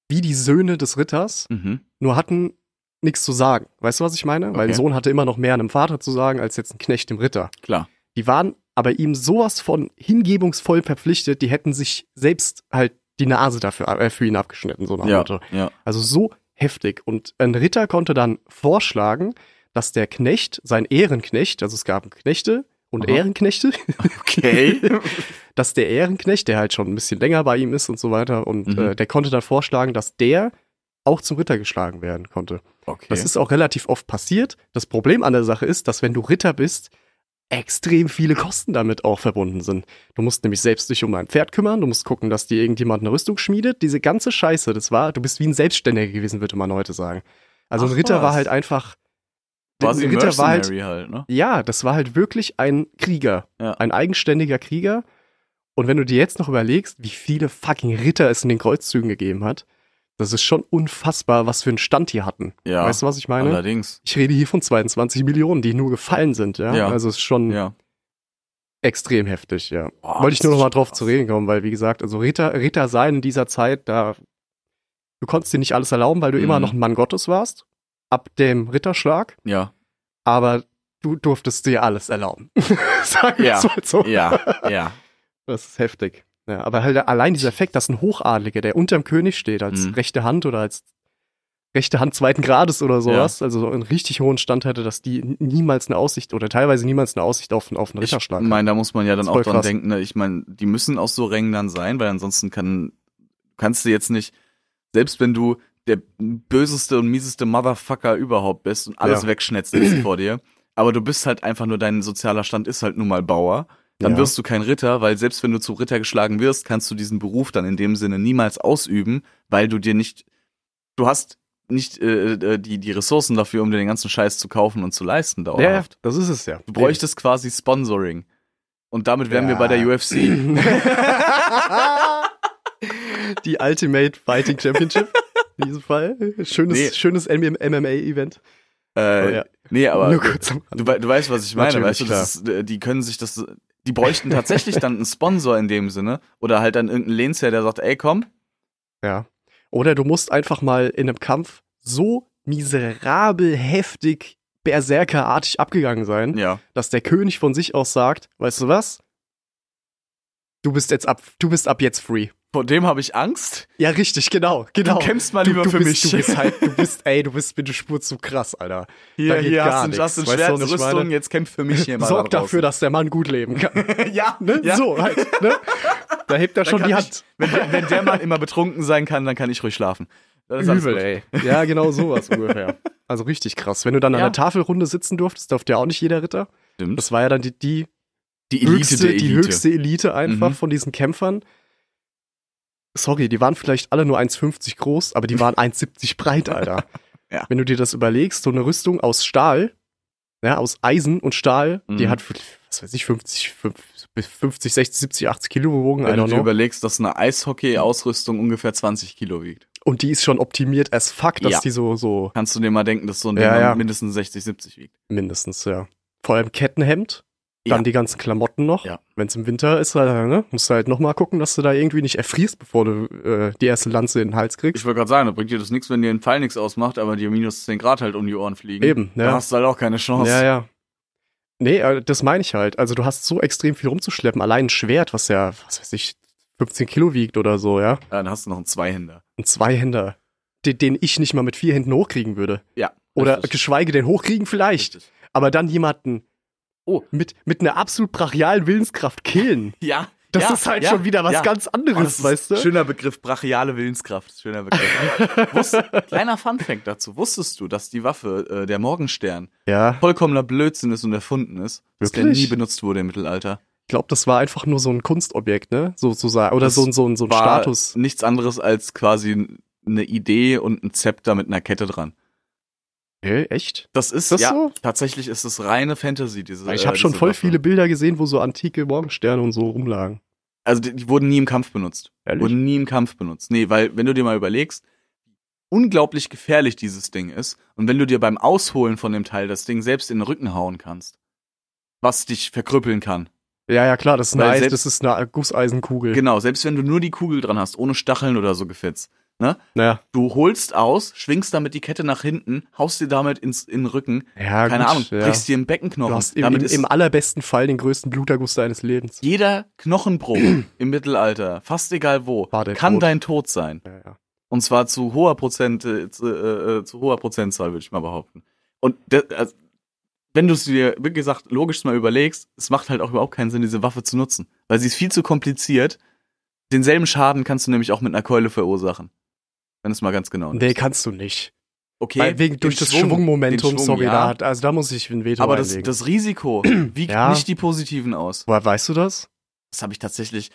[SPEAKER 5] wie die Söhne des Ritters,
[SPEAKER 4] Mhm.
[SPEAKER 5] nur hatten nichts zu sagen. Weißt du, was ich meine? Weil ein
[SPEAKER 4] Okay.
[SPEAKER 5] Sohn hatte immer noch mehr einem Vater zu sagen, als jetzt ein Knecht dem Ritter.
[SPEAKER 4] Klar.
[SPEAKER 5] Die waren aber ihm sowas von hingebungsvoll verpflichtet, die hätten sich selbst halt die Nase dafür äh, für ihn abgeschnitten, so nach dem
[SPEAKER 4] Ja.
[SPEAKER 5] Motto.
[SPEAKER 4] Ja.
[SPEAKER 5] Also so heftig. Und ein Ritter konnte dann vorschlagen, dass der Knecht, sein Ehrenknecht, also es gab Knechte und
[SPEAKER 4] Aha.
[SPEAKER 5] Ehrenknechte,
[SPEAKER 4] Okay.
[SPEAKER 5] dass der Ehrenknecht, der halt schon ein bisschen länger bei ihm ist und so weiter, und
[SPEAKER 4] Mhm.
[SPEAKER 5] äh, der konnte dann vorschlagen, dass der auch zum Ritter geschlagen werden konnte.
[SPEAKER 4] okay.
[SPEAKER 5] Das ist auch relativ oft passiert. Das Problem an der Sache ist, dass wenn du Ritter bist, extrem viele Kosten damit auch verbunden sind. Du musst nämlich selbst dich um dein Pferd kümmern, du musst gucken, dass dir irgendjemand eine Rüstung schmiedet. Diese ganze Scheiße, das war, du bist wie ein Selbstständiger gewesen, würde man heute sagen. Also
[SPEAKER 4] Ach
[SPEAKER 5] ein Ritter
[SPEAKER 4] was.
[SPEAKER 5] war halt einfach,
[SPEAKER 4] quasi
[SPEAKER 5] ein Ritter war halt,
[SPEAKER 4] Mercenary halt, ne?
[SPEAKER 5] ja, das war halt wirklich ein Krieger,
[SPEAKER 4] Ja.
[SPEAKER 5] ein eigenständiger Krieger. Und wenn du dir jetzt noch überlegst, wie viele fucking Ritter es in den Kreuzzügen gegeben hat, das ist schon unfassbar, was für einen Stand die hatten.
[SPEAKER 4] Ja.
[SPEAKER 5] Weißt du, was ich meine?
[SPEAKER 4] Allerdings.
[SPEAKER 5] Ich rede hier von 22 Millionen, die nur gefallen sind, ja.
[SPEAKER 4] Ja.
[SPEAKER 5] Also es ist schon
[SPEAKER 4] Ja.
[SPEAKER 5] extrem heftig, ja.
[SPEAKER 4] Boah,
[SPEAKER 5] Wollte ich nur
[SPEAKER 4] das
[SPEAKER 5] noch mal
[SPEAKER 4] ist
[SPEAKER 5] drauf
[SPEAKER 4] krass.
[SPEAKER 5] zu reden kommen, weil wie gesagt, also Ritter, Ritter sein in dieser Zeit, da du konntest dir nicht alles erlauben, weil du
[SPEAKER 4] Mhm.
[SPEAKER 5] immer noch ein Mann Gottes warst, ab dem Ritterschlag,
[SPEAKER 4] Ja.
[SPEAKER 5] aber du durftest dir alles erlauben. Sagen wir
[SPEAKER 4] Ja.
[SPEAKER 5] es mal so.
[SPEAKER 4] Ja. Ja.
[SPEAKER 5] Das ist heftig. Ja, aber halt allein dieser Effekt, dass ein Hochadliger, der unterm König steht, als
[SPEAKER 4] Mhm.
[SPEAKER 5] rechte Hand oder als rechte Hand zweiten Grades oder sowas, also so einen richtig hohen Stand hatte, dass die n- niemals eine Aussicht oder teilweise niemals eine Aussicht auf, auf einen
[SPEAKER 4] Ich
[SPEAKER 5] Ritterschlag haben.
[SPEAKER 4] meine, da muss man ja dann
[SPEAKER 5] Ist
[SPEAKER 4] auch
[SPEAKER 5] voll
[SPEAKER 4] dran
[SPEAKER 5] krass.
[SPEAKER 4] denken, ne? ich meine, die müssen auch so Rängen dann sein, weil ansonsten kann, kannst du jetzt nicht, selbst wenn du der böseste und mieseste Motherfucker überhaupt bist und alles
[SPEAKER 5] Ja.
[SPEAKER 4] wegschnetzt ist vor dir, aber du bist halt einfach nur, dein sozialer Stand ist halt nun mal Bauer, dann
[SPEAKER 5] Ja.
[SPEAKER 4] wirst du kein Ritter, weil selbst wenn du zu Ritter geschlagen wirst, kannst du diesen Beruf dann in dem Sinne niemals ausüben, weil du dir nicht, du hast nicht äh, äh, die, die Ressourcen dafür, um dir den ganzen Scheiß zu kaufen und zu leisten dauerhaft.
[SPEAKER 5] Ja, ja, das ist es ja.
[SPEAKER 4] Du bräuchtest quasi Sponsoring. Und damit wären wir bei der
[SPEAKER 5] Ja.
[SPEAKER 4] UFC.
[SPEAKER 5] die Ultimate Fighting Championship in diesem Fall. Schönes,
[SPEAKER 4] Nee.
[SPEAKER 5] schönes MMA-Event.
[SPEAKER 4] Äh,
[SPEAKER 5] Oh, ja.
[SPEAKER 4] Nee, aber
[SPEAKER 5] Nur
[SPEAKER 4] du,
[SPEAKER 5] kurz am Rand.
[SPEAKER 4] wei- du weißt, was ich meine.
[SPEAKER 5] Natürlich,
[SPEAKER 4] Weißt du, das ist, äh, die können sich das, die bräuchten tatsächlich dann einen Sponsor in dem Sinne. Oder halt dann irgendeinen Lehnsherr, der sagt, ey, komm.
[SPEAKER 5] Ja. Oder du musst einfach mal in einem Kampf so miserabel, heftig, berserkerartig abgegangen sein,
[SPEAKER 4] Ja.
[SPEAKER 5] dass der König von sich aus sagt, weißt du was? Du bist jetzt ab, du bist ab jetzt free.
[SPEAKER 4] Vor dem habe ich Angst.
[SPEAKER 5] Ja, richtig, genau, genau.
[SPEAKER 4] kämpfst mal lieber
[SPEAKER 5] du
[SPEAKER 4] für
[SPEAKER 5] bist,
[SPEAKER 4] mich.
[SPEAKER 5] Du bist halt, du bist, ey, du bist mit der Spur zu krass, Alter. Da
[SPEAKER 4] Hier,
[SPEAKER 5] geht
[SPEAKER 4] hier
[SPEAKER 5] gar
[SPEAKER 4] hast du ein
[SPEAKER 5] nix.
[SPEAKER 4] Justin
[SPEAKER 5] Weißt du,
[SPEAKER 4] Schwert,
[SPEAKER 5] was
[SPEAKER 4] eine
[SPEAKER 5] ich
[SPEAKER 4] Rüstung,
[SPEAKER 5] meine?
[SPEAKER 4] jetzt kämpf für mich hier mal.
[SPEAKER 5] Sorg
[SPEAKER 4] da
[SPEAKER 5] dafür, dass der Mann gut leben kann.
[SPEAKER 4] draußen. ja,
[SPEAKER 5] Ne?
[SPEAKER 4] ja.
[SPEAKER 5] So halt, ne? Da hebt er
[SPEAKER 4] Dann
[SPEAKER 5] schon
[SPEAKER 4] kann
[SPEAKER 5] die
[SPEAKER 4] ich-
[SPEAKER 5] Hand.
[SPEAKER 4] Wenn, der- wenn der Mann immer betrunken sein kann, dann kann ich ruhig schlafen. Dann ist alles
[SPEAKER 5] Übel,
[SPEAKER 4] gut.
[SPEAKER 5] ey. Ja, genau sowas ungefähr. Also richtig krass. Wenn du dann an
[SPEAKER 4] Ja.
[SPEAKER 5] der Tafelrunde sitzen durftest, durfte ja auch nicht jeder Ritter.
[SPEAKER 4] Stimmt.
[SPEAKER 5] Das war ja dann die, die,
[SPEAKER 4] die
[SPEAKER 5] höchste, die höchste Elite einfach
[SPEAKER 4] Mhm.
[SPEAKER 5] von diesen Kämpfern. Sorry, die waren vielleicht alle nur 1,50 groß, aber die waren 1,70 breit, Alter.
[SPEAKER 4] Ja.
[SPEAKER 5] Wenn du dir das überlegst, so eine Rüstung aus Stahl, ja, aus Eisen und Stahl, die
[SPEAKER 4] Mhm.
[SPEAKER 5] hat, was weiß ich, 50, 50, 50, 60, 70, 80 Kilo gewogen, I
[SPEAKER 4] Wenn du
[SPEAKER 5] don't
[SPEAKER 4] dir
[SPEAKER 5] know.
[SPEAKER 4] überlegst, dass eine Eishockey-Ausrüstung ungefähr 20 Kilo wiegt.
[SPEAKER 5] Und die ist schon optimiert as fuck, dass
[SPEAKER 4] Ja.
[SPEAKER 5] die so, so
[SPEAKER 4] Kannst du dir mal denken, dass so ein
[SPEAKER 5] Ja,
[SPEAKER 4] Ding
[SPEAKER 5] ja.
[SPEAKER 4] mindestens 60, 70 wiegt.
[SPEAKER 5] mindestens, ja. Vor allem Kettenhemd, dann
[SPEAKER 4] Ja.
[SPEAKER 5] die ganzen Klamotten noch.
[SPEAKER 4] Ja.
[SPEAKER 5] Wenn es im Winter ist, halt, ne, musst du halt nochmal gucken, dass du da irgendwie nicht erfrierst, bevor du äh, die erste Lanze in den Hals kriegst.
[SPEAKER 4] Ich wollte gerade sagen, da bringt dir das nichts, wenn dir ein Pfeil nichts ausmacht, aber dir minus 10 Grad halt um die Ohren fliegen.
[SPEAKER 5] Eben,
[SPEAKER 4] Da
[SPEAKER 5] ja.
[SPEAKER 4] hast du halt auch keine Chance.
[SPEAKER 5] Ja, ja. Nee, äh, das meine ich halt. Also du hast so extrem viel rumzuschleppen. Allein ein Schwert, was ja, was weiß ich, 15 Kilo wiegt oder so, ja.
[SPEAKER 4] Dann hast du noch einen Zweihänder.
[SPEAKER 5] Ein Zweihänder, den, den ich nicht mal mit vier Händen hochkriegen würde.
[SPEAKER 4] Ja.
[SPEAKER 5] Oder
[SPEAKER 4] richtig.
[SPEAKER 5] geschweige denn hochkriegen vielleicht.
[SPEAKER 4] Richtig.
[SPEAKER 5] Aber dann jemanden
[SPEAKER 4] Oh.
[SPEAKER 5] mit, mit einer absolut brachialen Willenskraft killen.
[SPEAKER 4] Ja.
[SPEAKER 5] Das
[SPEAKER 4] ja,
[SPEAKER 5] ist halt
[SPEAKER 4] ja,
[SPEAKER 5] schon wieder was
[SPEAKER 4] ja.
[SPEAKER 5] ganz
[SPEAKER 4] Oh,
[SPEAKER 5] anderes,
[SPEAKER 4] das ist
[SPEAKER 5] weißt du?
[SPEAKER 4] Schöner Begriff, brachiale Willenskraft. Schöner Begriff. Wusst, kleiner Funfact dazu. Wusstest du, dass die Waffe, äh, der Morgenstern,
[SPEAKER 5] Ja,
[SPEAKER 4] vollkommener Blödsinn ist und erfunden ist? Dass der
[SPEAKER 5] Wirklich?
[SPEAKER 4] nie benutzt wurde im Mittelalter.
[SPEAKER 5] ich glaube, das war einfach nur so ein Kunstobjekt, ne? Sozusagen. Oder
[SPEAKER 4] Das
[SPEAKER 5] so, ein- so, ein- so ein
[SPEAKER 4] War
[SPEAKER 5] Status.
[SPEAKER 4] nichts anderes als quasi eine Idee und ein Zepter mit einer Kette dran.
[SPEAKER 5] Hä, echt?
[SPEAKER 4] Das ist,
[SPEAKER 5] das
[SPEAKER 4] ja,
[SPEAKER 5] so?
[SPEAKER 4] tatsächlich ist es reine Fantasy, diese
[SPEAKER 5] Ich
[SPEAKER 4] äh,
[SPEAKER 5] habe schon
[SPEAKER 4] diese
[SPEAKER 5] voll
[SPEAKER 4] Waffe.
[SPEAKER 5] viele Bilder gesehen, wo so antike Morgensterne und so rumlagen.
[SPEAKER 4] Also die, die wurden nie im Kampf benutzt.
[SPEAKER 5] Ehrlich?
[SPEAKER 4] Wurden nie im Kampf benutzt. Nee, weil wenn du dir mal überlegst, unglaublich gefährlich dieses Ding ist und wenn du dir beim Ausholen von dem Teil das Ding selbst in den Rücken hauen kannst, was dich verkrüppeln kann.
[SPEAKER 5] Ja, ja, klar, das ist eine,
[SPEAKER 4] Weil
[SPEAKER 5] Eis,
[SPEAKER 4] selbst-
[SPEAKER 5] das ist eine Gusseisenkugel.
[SPEAKER 4] Genau, selbst wenn du nur die Kugel dran hast, ohne Stacheln oder so gefetzt, ne?
[SPEAKER 5] Naja.
[SPEAKER 4] Du holst aus, schwingst damit die Kette nach hinten, haust dir damit ins in den Rücken,
[SPEAKER 5] Ja,
[SPEAKER 4] keine
[SPEAKER 5] gut,
[SPEAKER 4] Ahnung,
[SPEAKER 5] ja.
[SPEAKER 4] brichst dir einen
[SPEAKER 5] Du
[SPEAKER 4] Beckenknochen.
[SPEAKER 5] hast im,
[SPEAKER 4] damit
[SPEAKER 5] im,
[SPEAKER 4] ist
[SPEAKER 5] im allerbesten Fall den größten Bluterguss deines Lebens.
[SPEAKER 4] jeder Knochenbruch im Mittelalter, fast egal wo,
[SPEAKER 5] War der
[SPEAKER 4] kann
[SPEAKER 5] Tod.
[SPEAKER 4] dein Tod sein.
[SPEAKER 5] Ja, ja.
[SPEAKER 4] Und zwar zu hoher Prozent, äh, zu, äh, äh, zu hoher Prozentzahl, würde ich mal behaupten. Und de- also, wenn du es dir, wie gesagt, logisch mal überlegst, es macht halt auch überhaupt keinen Sinn, diese Waffe zu nutzen. Weil sie ist viel zu kompliziert. Denselben Schaden kannst du nämlich auch mit einer Keule verursachen. Wenn es mal ganz genau
[SPEAKER 5] Nee, kannst du nicht.
[SPEAKER 4] Okay.
[SPEAKER 5] Weil wegen,
[SPEAKER 4] den
[SPEAKER 5] durch das
[SPEAKER 4] Schwung,
[SPEAKER 5] Schwungmomentum,
[SPEAKER 4] den Schwung,
[SPEAKER 5] sorry, da,
[SPEAKER 4] ja.
[SPEAKER 5] hat- also da muss ich ein Veto
[SPEAKER 4] Aber das,
[SPEAKER 5] einlegen.
[SPEAKER 4] das Risiko wiegt
[SPEAKER 5] Ja.
[SPEAKER 4] nicht die Positiven aus.
[SPEAKER 5] Woher weißt du das?
[SPEAKER 4] Das habe ich tatsächlich,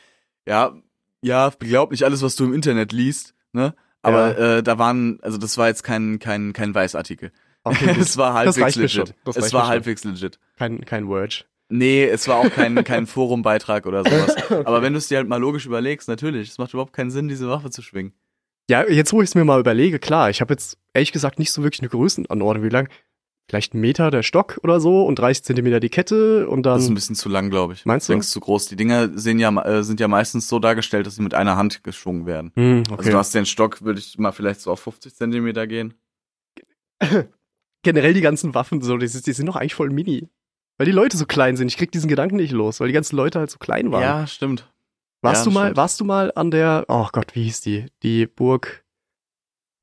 [SPEAKER 4] ja, ja, glaub nicht alles, was du im Internet liest, ne? Aber äh, da waren, also das war jetzt kein, kein, kein Weißartikel.
[SPEAKER 5] Okay, gut.
[SPEAKER 4] es war halbwegs
[SPEAKER 5] reicht mir
[SPEAKER 4] legit.
[SPEAKER 5] schon. Das
[SPEAKER 4] es
[SPEAKER 5] reicht mir
[SPEAKER 4] war
[SPEAKER 5] schon.
[SPEAKER 4] halbwegs legit.
[SPEAKER 5] kein, kein Word.
[SPEAKER 4] Nee, es war auch kein, kein Forumbeitrag oder sowas. Aber wenn du es dir halt mal logisch überlegst, natürlich, es macht überhaupt keinen Sinn, diese Waffe zu schwingen.
[SPEAKER 5] Ja, jetzt wo ich es mir mal überlege, klar, ich habe jetzt ehrlich gesagt nicht so wirklich eine Größenanordnung, wie lang. Vielleicht einen Meter der Stock oder so und 30 Zentimeter die Kette und dann.
[SPEAKER 4] Das ist ein bisschen zu lang, glaube ich.
[SPEAKER 5] Ähm, Meinst du?
[SPEAKER 4] Denkst zu groß. Die Dinger sehen ja, äh, sind ja meistens so dargestellt, dass sie mit einer Hand geschwungen werden.
[SPEAKER 5] Hm, okay.
[SPEAKER 4] Also du hast den Stock, würde ich mal vielleicht so auf 50 Zentimeter gehen.
[SPEAKER 5] generell die ganzen Waffen so, die, sind- die sind doch eigentlich voll mini. Weil die Leute so klein sind. Ich krieg diesen Gedanken nicht los, weil die ganzen Leute halt so klein waren.
[SPEAKER 4] Ja, stimmt.
[SPEAKER 5] warst
[SPEAKER 4] ja,
[SPEAKER 5] du mal,
[SPEAKER 4] stimmt.
[SPEAKER 5] warst du mal an der, oh Gott, wie hieß die? Die Burg,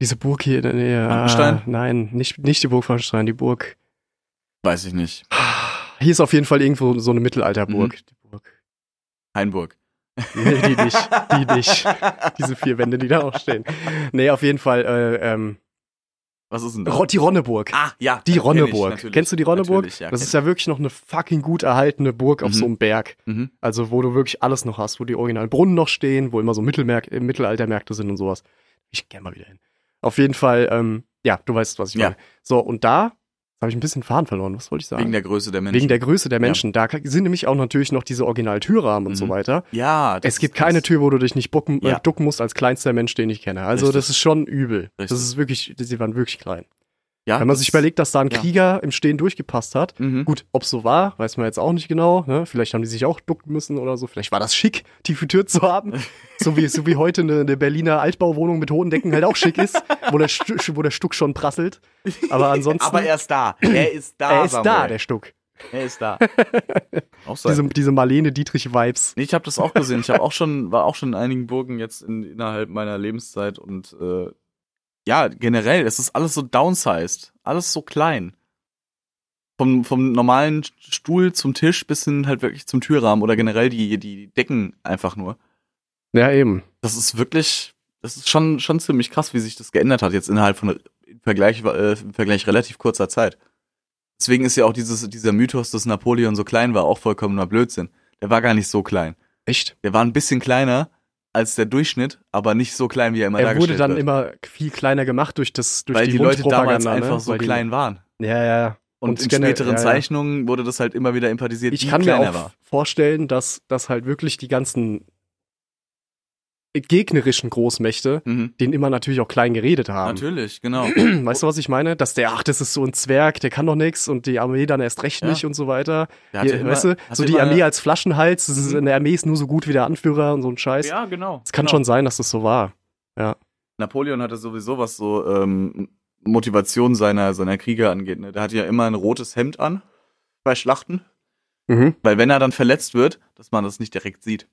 [SPEAKER 5] diese Burg hier in der Nähe.
[SPEAKER 4] Frankenstein?
[SPEAKER 5] Ah, nein, nicht, nicht die Burg Frankenstein, die Burg.
[SPEAKER 4] Weiß ich nicht.
[SPEAKER 5] Hier ist auf jeden Fall irgendwo so eine Mittelalterburg.
[SPEAKER 4] Mhm.
[SPEAKER 5] Die Burg.
[SPEAKER 4] Heinburg.
[SPEAKER 5] Nee, die nicht, die nicht. Diese vier Wände, die da auch stehen. Nee, auf jeden Fall, äh, ähm,
[SPEAKER 4] Was ist denn das?
[SPEAKER 5] Ro- die Ronneburg.
[SPEAKER 4] ah, ja.
[SPEAKER 5] Die
[SPEAKER 4] kenn ich,
[SPEAKER 5] Ronneburg.
[SPEAKER 4] natürlich.
[SPEAKER 5] Kennst du die Ronneburg?
[SPEAKER 4] Natürlich, Ja,
[SPEAKER 5] das ist ja wirklich noch eine fucking gut erhaltene Burg auf
[SPEAKER 4] Mhm.
[SPEAKER 5] so einem Berg.
[SPEAKER 4] Mhm.
[SPEAKER 5] Also, wo du wirklich alles noch hast, wo die originalen Brunnen noch stehen, wo immer so Mittelmerk äh, Mittelaltermärkte sind und sowas. Ich geh mal wieder hin. Auf jeden Fall, ähm, ja, du weißt, was ich
[SPEAKER 4] Ja.
[SPEAKER 5] meine. So, und da habe ich ein bisschen Faden verloren. Was wollte ich sagen?
[SPEAKER 4] Wegen der Größe der Menschen.
[SPEAKER 5] Wegen der Größe der Menschen. Da ka- sind nämlich auch natürlich noch diese Original-Türrahmen und so
[SPEAKER 4] Mhm.
[SPEAKER 5] weiter.
[SPEAKER 4] ja, das
[SPEAKER 5] es gibt
[SPEAKER 4] ist krass.
[SPEAKER 5] keine Tür, wo du dich nicht bucken, äh,
[SPEAKER 4] Ja.
[SPEAKER 5] ducken musst als kleinster Mensch, den ich kenne. Also,
[SPEAKER 4] Richtig.
[SPEAKER 5] das ist schon übel. Das
[SPEAKER 4] Richtig.
[SPEAKER 5] ist wirklich, sie waren wirklich klein.
[SPEAKER 4] Ja,
[SPEAKER 5] Wenn man
[SPEAKER 4] das-
[SPEAKER 5] sich überlegt, dass da ein
[SPEAKER 4] ja.
[SPEAKER 5] Krieger im Stehen durchgepasst hat,
[SPEAKER 4] Mhm.
[SPEAKER 5] Gut, ob so war, weiß man jetzt auch nicht genau. Ne? Vielleicht haben die sich auch ducken müssen oder so. Vielleicht war das schick, tiefe Tür zu haben. So wie, so wie heute eine, eine Berliner Altbauwohnung mit hohen Decken halt auch schick ist, wo der, Stu- wo der Stuck schon prasselt. Aber ansonsten,
[SPEAKER 4] Aber er ist da. Er ist da.
[SPEAKER 5] er ist da, der
[SPEAKER 4] Samuel.
[SPEAKER 5] Stuck.
[SPEAKER 4] Er ist da. auch sein.
[SPEAKER 5] Diese, diese Marlene Dietrich-Vibes.
[SPEAKER 4] Nee, ich habe das auch gesehen. Ich habe auch schon, war auch schon in einigen Burgen jetzt in, innerhalb meiner Lebenszeit und äh, ja, generell, es ist alles so downsized, alles so klein. Vom, vom normalen Stuhl zum Tisch bis hin halt wirklich zum Türrahmen oder generell die, die Decken einfach nur.
[SPEAKER 5] Ja, eben.
[SPEAKER 4] Das ist wirklich, das ist schon, schon ziemlich krass, wie sich das geändert hat, jetzt innerhalb von im Vergleich, äh, im Vergleich relativ kurzer Zeit. Deswegen ist ja auch dieses, dieser Mythos, dass Napoleon so klein war, auch vollkommener Blödsinn. Der war gar nicht so klein.
[SPEAKER 5] Echt?
[SPEAKER 4] Der war ein bisschen kleiner als der Durchschnitt, aber nicht so klein, wie er immer
[SPEAKER 5] Er wurde
[SPEAKER 4] dargestellt
[SPEAKER 5] dann
[SPEAKER 4] wird.
[SPEAKER 5] immer viel kleiner gemacht durch das durch
[SPEAKER 4] weil die, Leute damals
[SPEAKER 5] Mundpropaganda,
[SPEAKER 4] einfach
[SPEAKER 5] ne?
[SPEAKER 4] so
[SPEAKER 5] Weil die-
[SPEAKER 4] klein waren.
[SPEAKER 5] Ja, ja, ja.
[SPEAKER 4] Und,
[SPEAKER 5] Und
[SPEAKER 4] in
[SPEAKER 5] generell-
[SPEAKER 4] späteren
[SPEAKER 5] ja, ja.
[SPEAKER 4] Zeichnungen wurde das halt immer wieder empathisiert,
[SPEAKER 5] ich
[SPEAKER 4] wie
[SPEAKER 5] kann mir
[SPEAKER 4] kleiner
[SPEAKER 5] auch
[SPEAKER 4] war.
[SPEAKER 5] vorstellen, dass, dass halt wirklich die ganzen gegnerischen Großmächte
[SPEAKER 4] Mhm.
[SPEAKER 5] den immer natürlich auch klein geredet haben.
[SPEAKER 4] Natürlich, genau.
[SPEAKER 5] Weißt du, was ich meine? Dass der, ach, das ist so ein Zwerg, der kann doch nichts und die Armee dann erst recht
[SPEAKER 4] Ja.
[SPEAKER 5] nicht und so weiter.
[SPEAKER 4] Der
[SPEAKER 5] Hier, weißt du,
[SPEAKER 4] hatte
[SPEAKER 5] so die
[SPEAKER 4] immer-
[SPEAKER 5] Armee als Flaschenhals, das ist,
[SPEAKER 4] Mhm.
[SPEAKER 5] eine Armee ist nur so gut wie der Anführer und so ein Scheiß.
[SPEAKER 4] Ja, genau.
[SPEAKER 5] Es kann
[SPEAKER 4] genau.
[SPEAKER 5] schon sein, dass das so war.
[SPEAKER 4] Napoleon hatte sowieso was so ähm, Motivation seiner, seiner Krieger angeht. Ne? Der hat ja immer ein rotes Hemd an bei Schlachten, weil wenn er dann verletzt wird, dass man das nicht direkt sieht.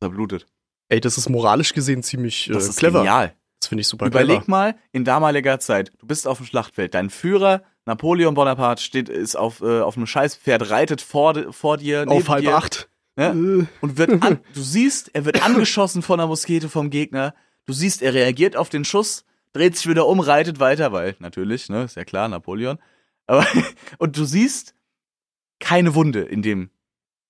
[SPEAKER 4] Dass er blutet.
[SPEAKER 5] Ey, das ist moralisch gesehen ziemlich äh,
[SPEAKER 4] Das ist
[SPEAKER 5] clever.
[SPEAKER 4] genial.
[SPEAKER 5] Das finde ich super
[SPEAKER 4] Überleg
[SPEAKER 5] clever.
[SPEAKER 4] mal, in damaliger Zeit, du bist auf dem Schlachtfeld, dein Führer Napoleon Bonaparte steht, ist auf, äh, auf einem Scheißpferd, reitet vor, vor dir, neben
[SPEAKER 5] Auf halb
[SPEAKER 4] dir,
[SPEAKER 5] acht.
[SPEAKER 4] Ne?
[SPEAKER 5] Äh,
[SPEAKER 4] Und wird an, du siehst, er wird angeschossen von der Muskete vom Gegner. Du siehst, er reagiert auf den Schuss, dreht sich wieder um, reitet weiter, weil natürlich, ne, ist ja klar, Napoleon. Aber und du siehst keine Wunde in dem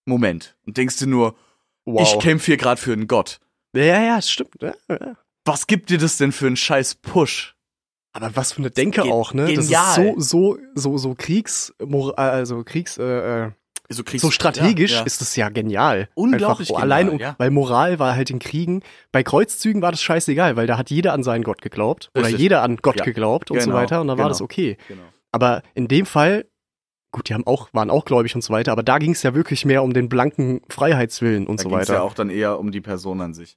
[SPEAKER 4] Moment und denkst dir nur,
[SPEAKER 5] wow.
[SPEAKER 4] ich kämpfe hier gerade für einen Gott.
[SPEAKER 5] ja, ja, ja, das stimmt. Ja, ja.
[SPEAKER 4] Was gibt dir das denn für einen scheiß Push?
[SPEAKER 5] Aber was für eine Denke
[SPEAKER 4] Ge-
[SPEAKER 5] auch, ne? Das
[SPEAKER 4] genial.
[SPEAKER 5] ist so, so, so, so Kriegs, mor- äh, also Kriegs, äh, äh,
[SPEAKER 4] So, kriegst
[SPEAKER 5] so strategisch
[SPEAKER 4] ja, ja.
[SPEAKER 5] ist das ja genial.
[SPEAKER 4] Unglaublich genial,
[SPEAKER 5] Einfach, Allein, um,
[SPEAKER 4] ja.
[SPEAKER 5] weil Moral war halt in Kriegen, bei Kreuzzügen war das scheißegal, weil da hat jeder an seinen Gott geglaubt. Oder
[SPEAKER 4] Richtig.
[SPEAKER 5] jeder an Gott
[SPEAKER 4] Ja.
[SPEAKER 5] geglaubt und so
[SPEAKER 4] Genau,
[SPEAKER 5] weiter und dann war
[SPEAKER 4] genau.
[SPEAKER 5] das okay.
[SPEAKER 4] Genau.
[SPEAKER 5] Aber in dem Fall, gut, die haben auch, waren auch gläubig und so weiter, aber da ging es ja wirklich mehr um den blanken Freiheitswillen und
[SPEAKER 4] Da
[SPEAKER 5] so
[SPEAKER 4] ging's
[SPEAKER 5] weiter.
[SPEAKER 4] ja auch dann eher um die Person an sich.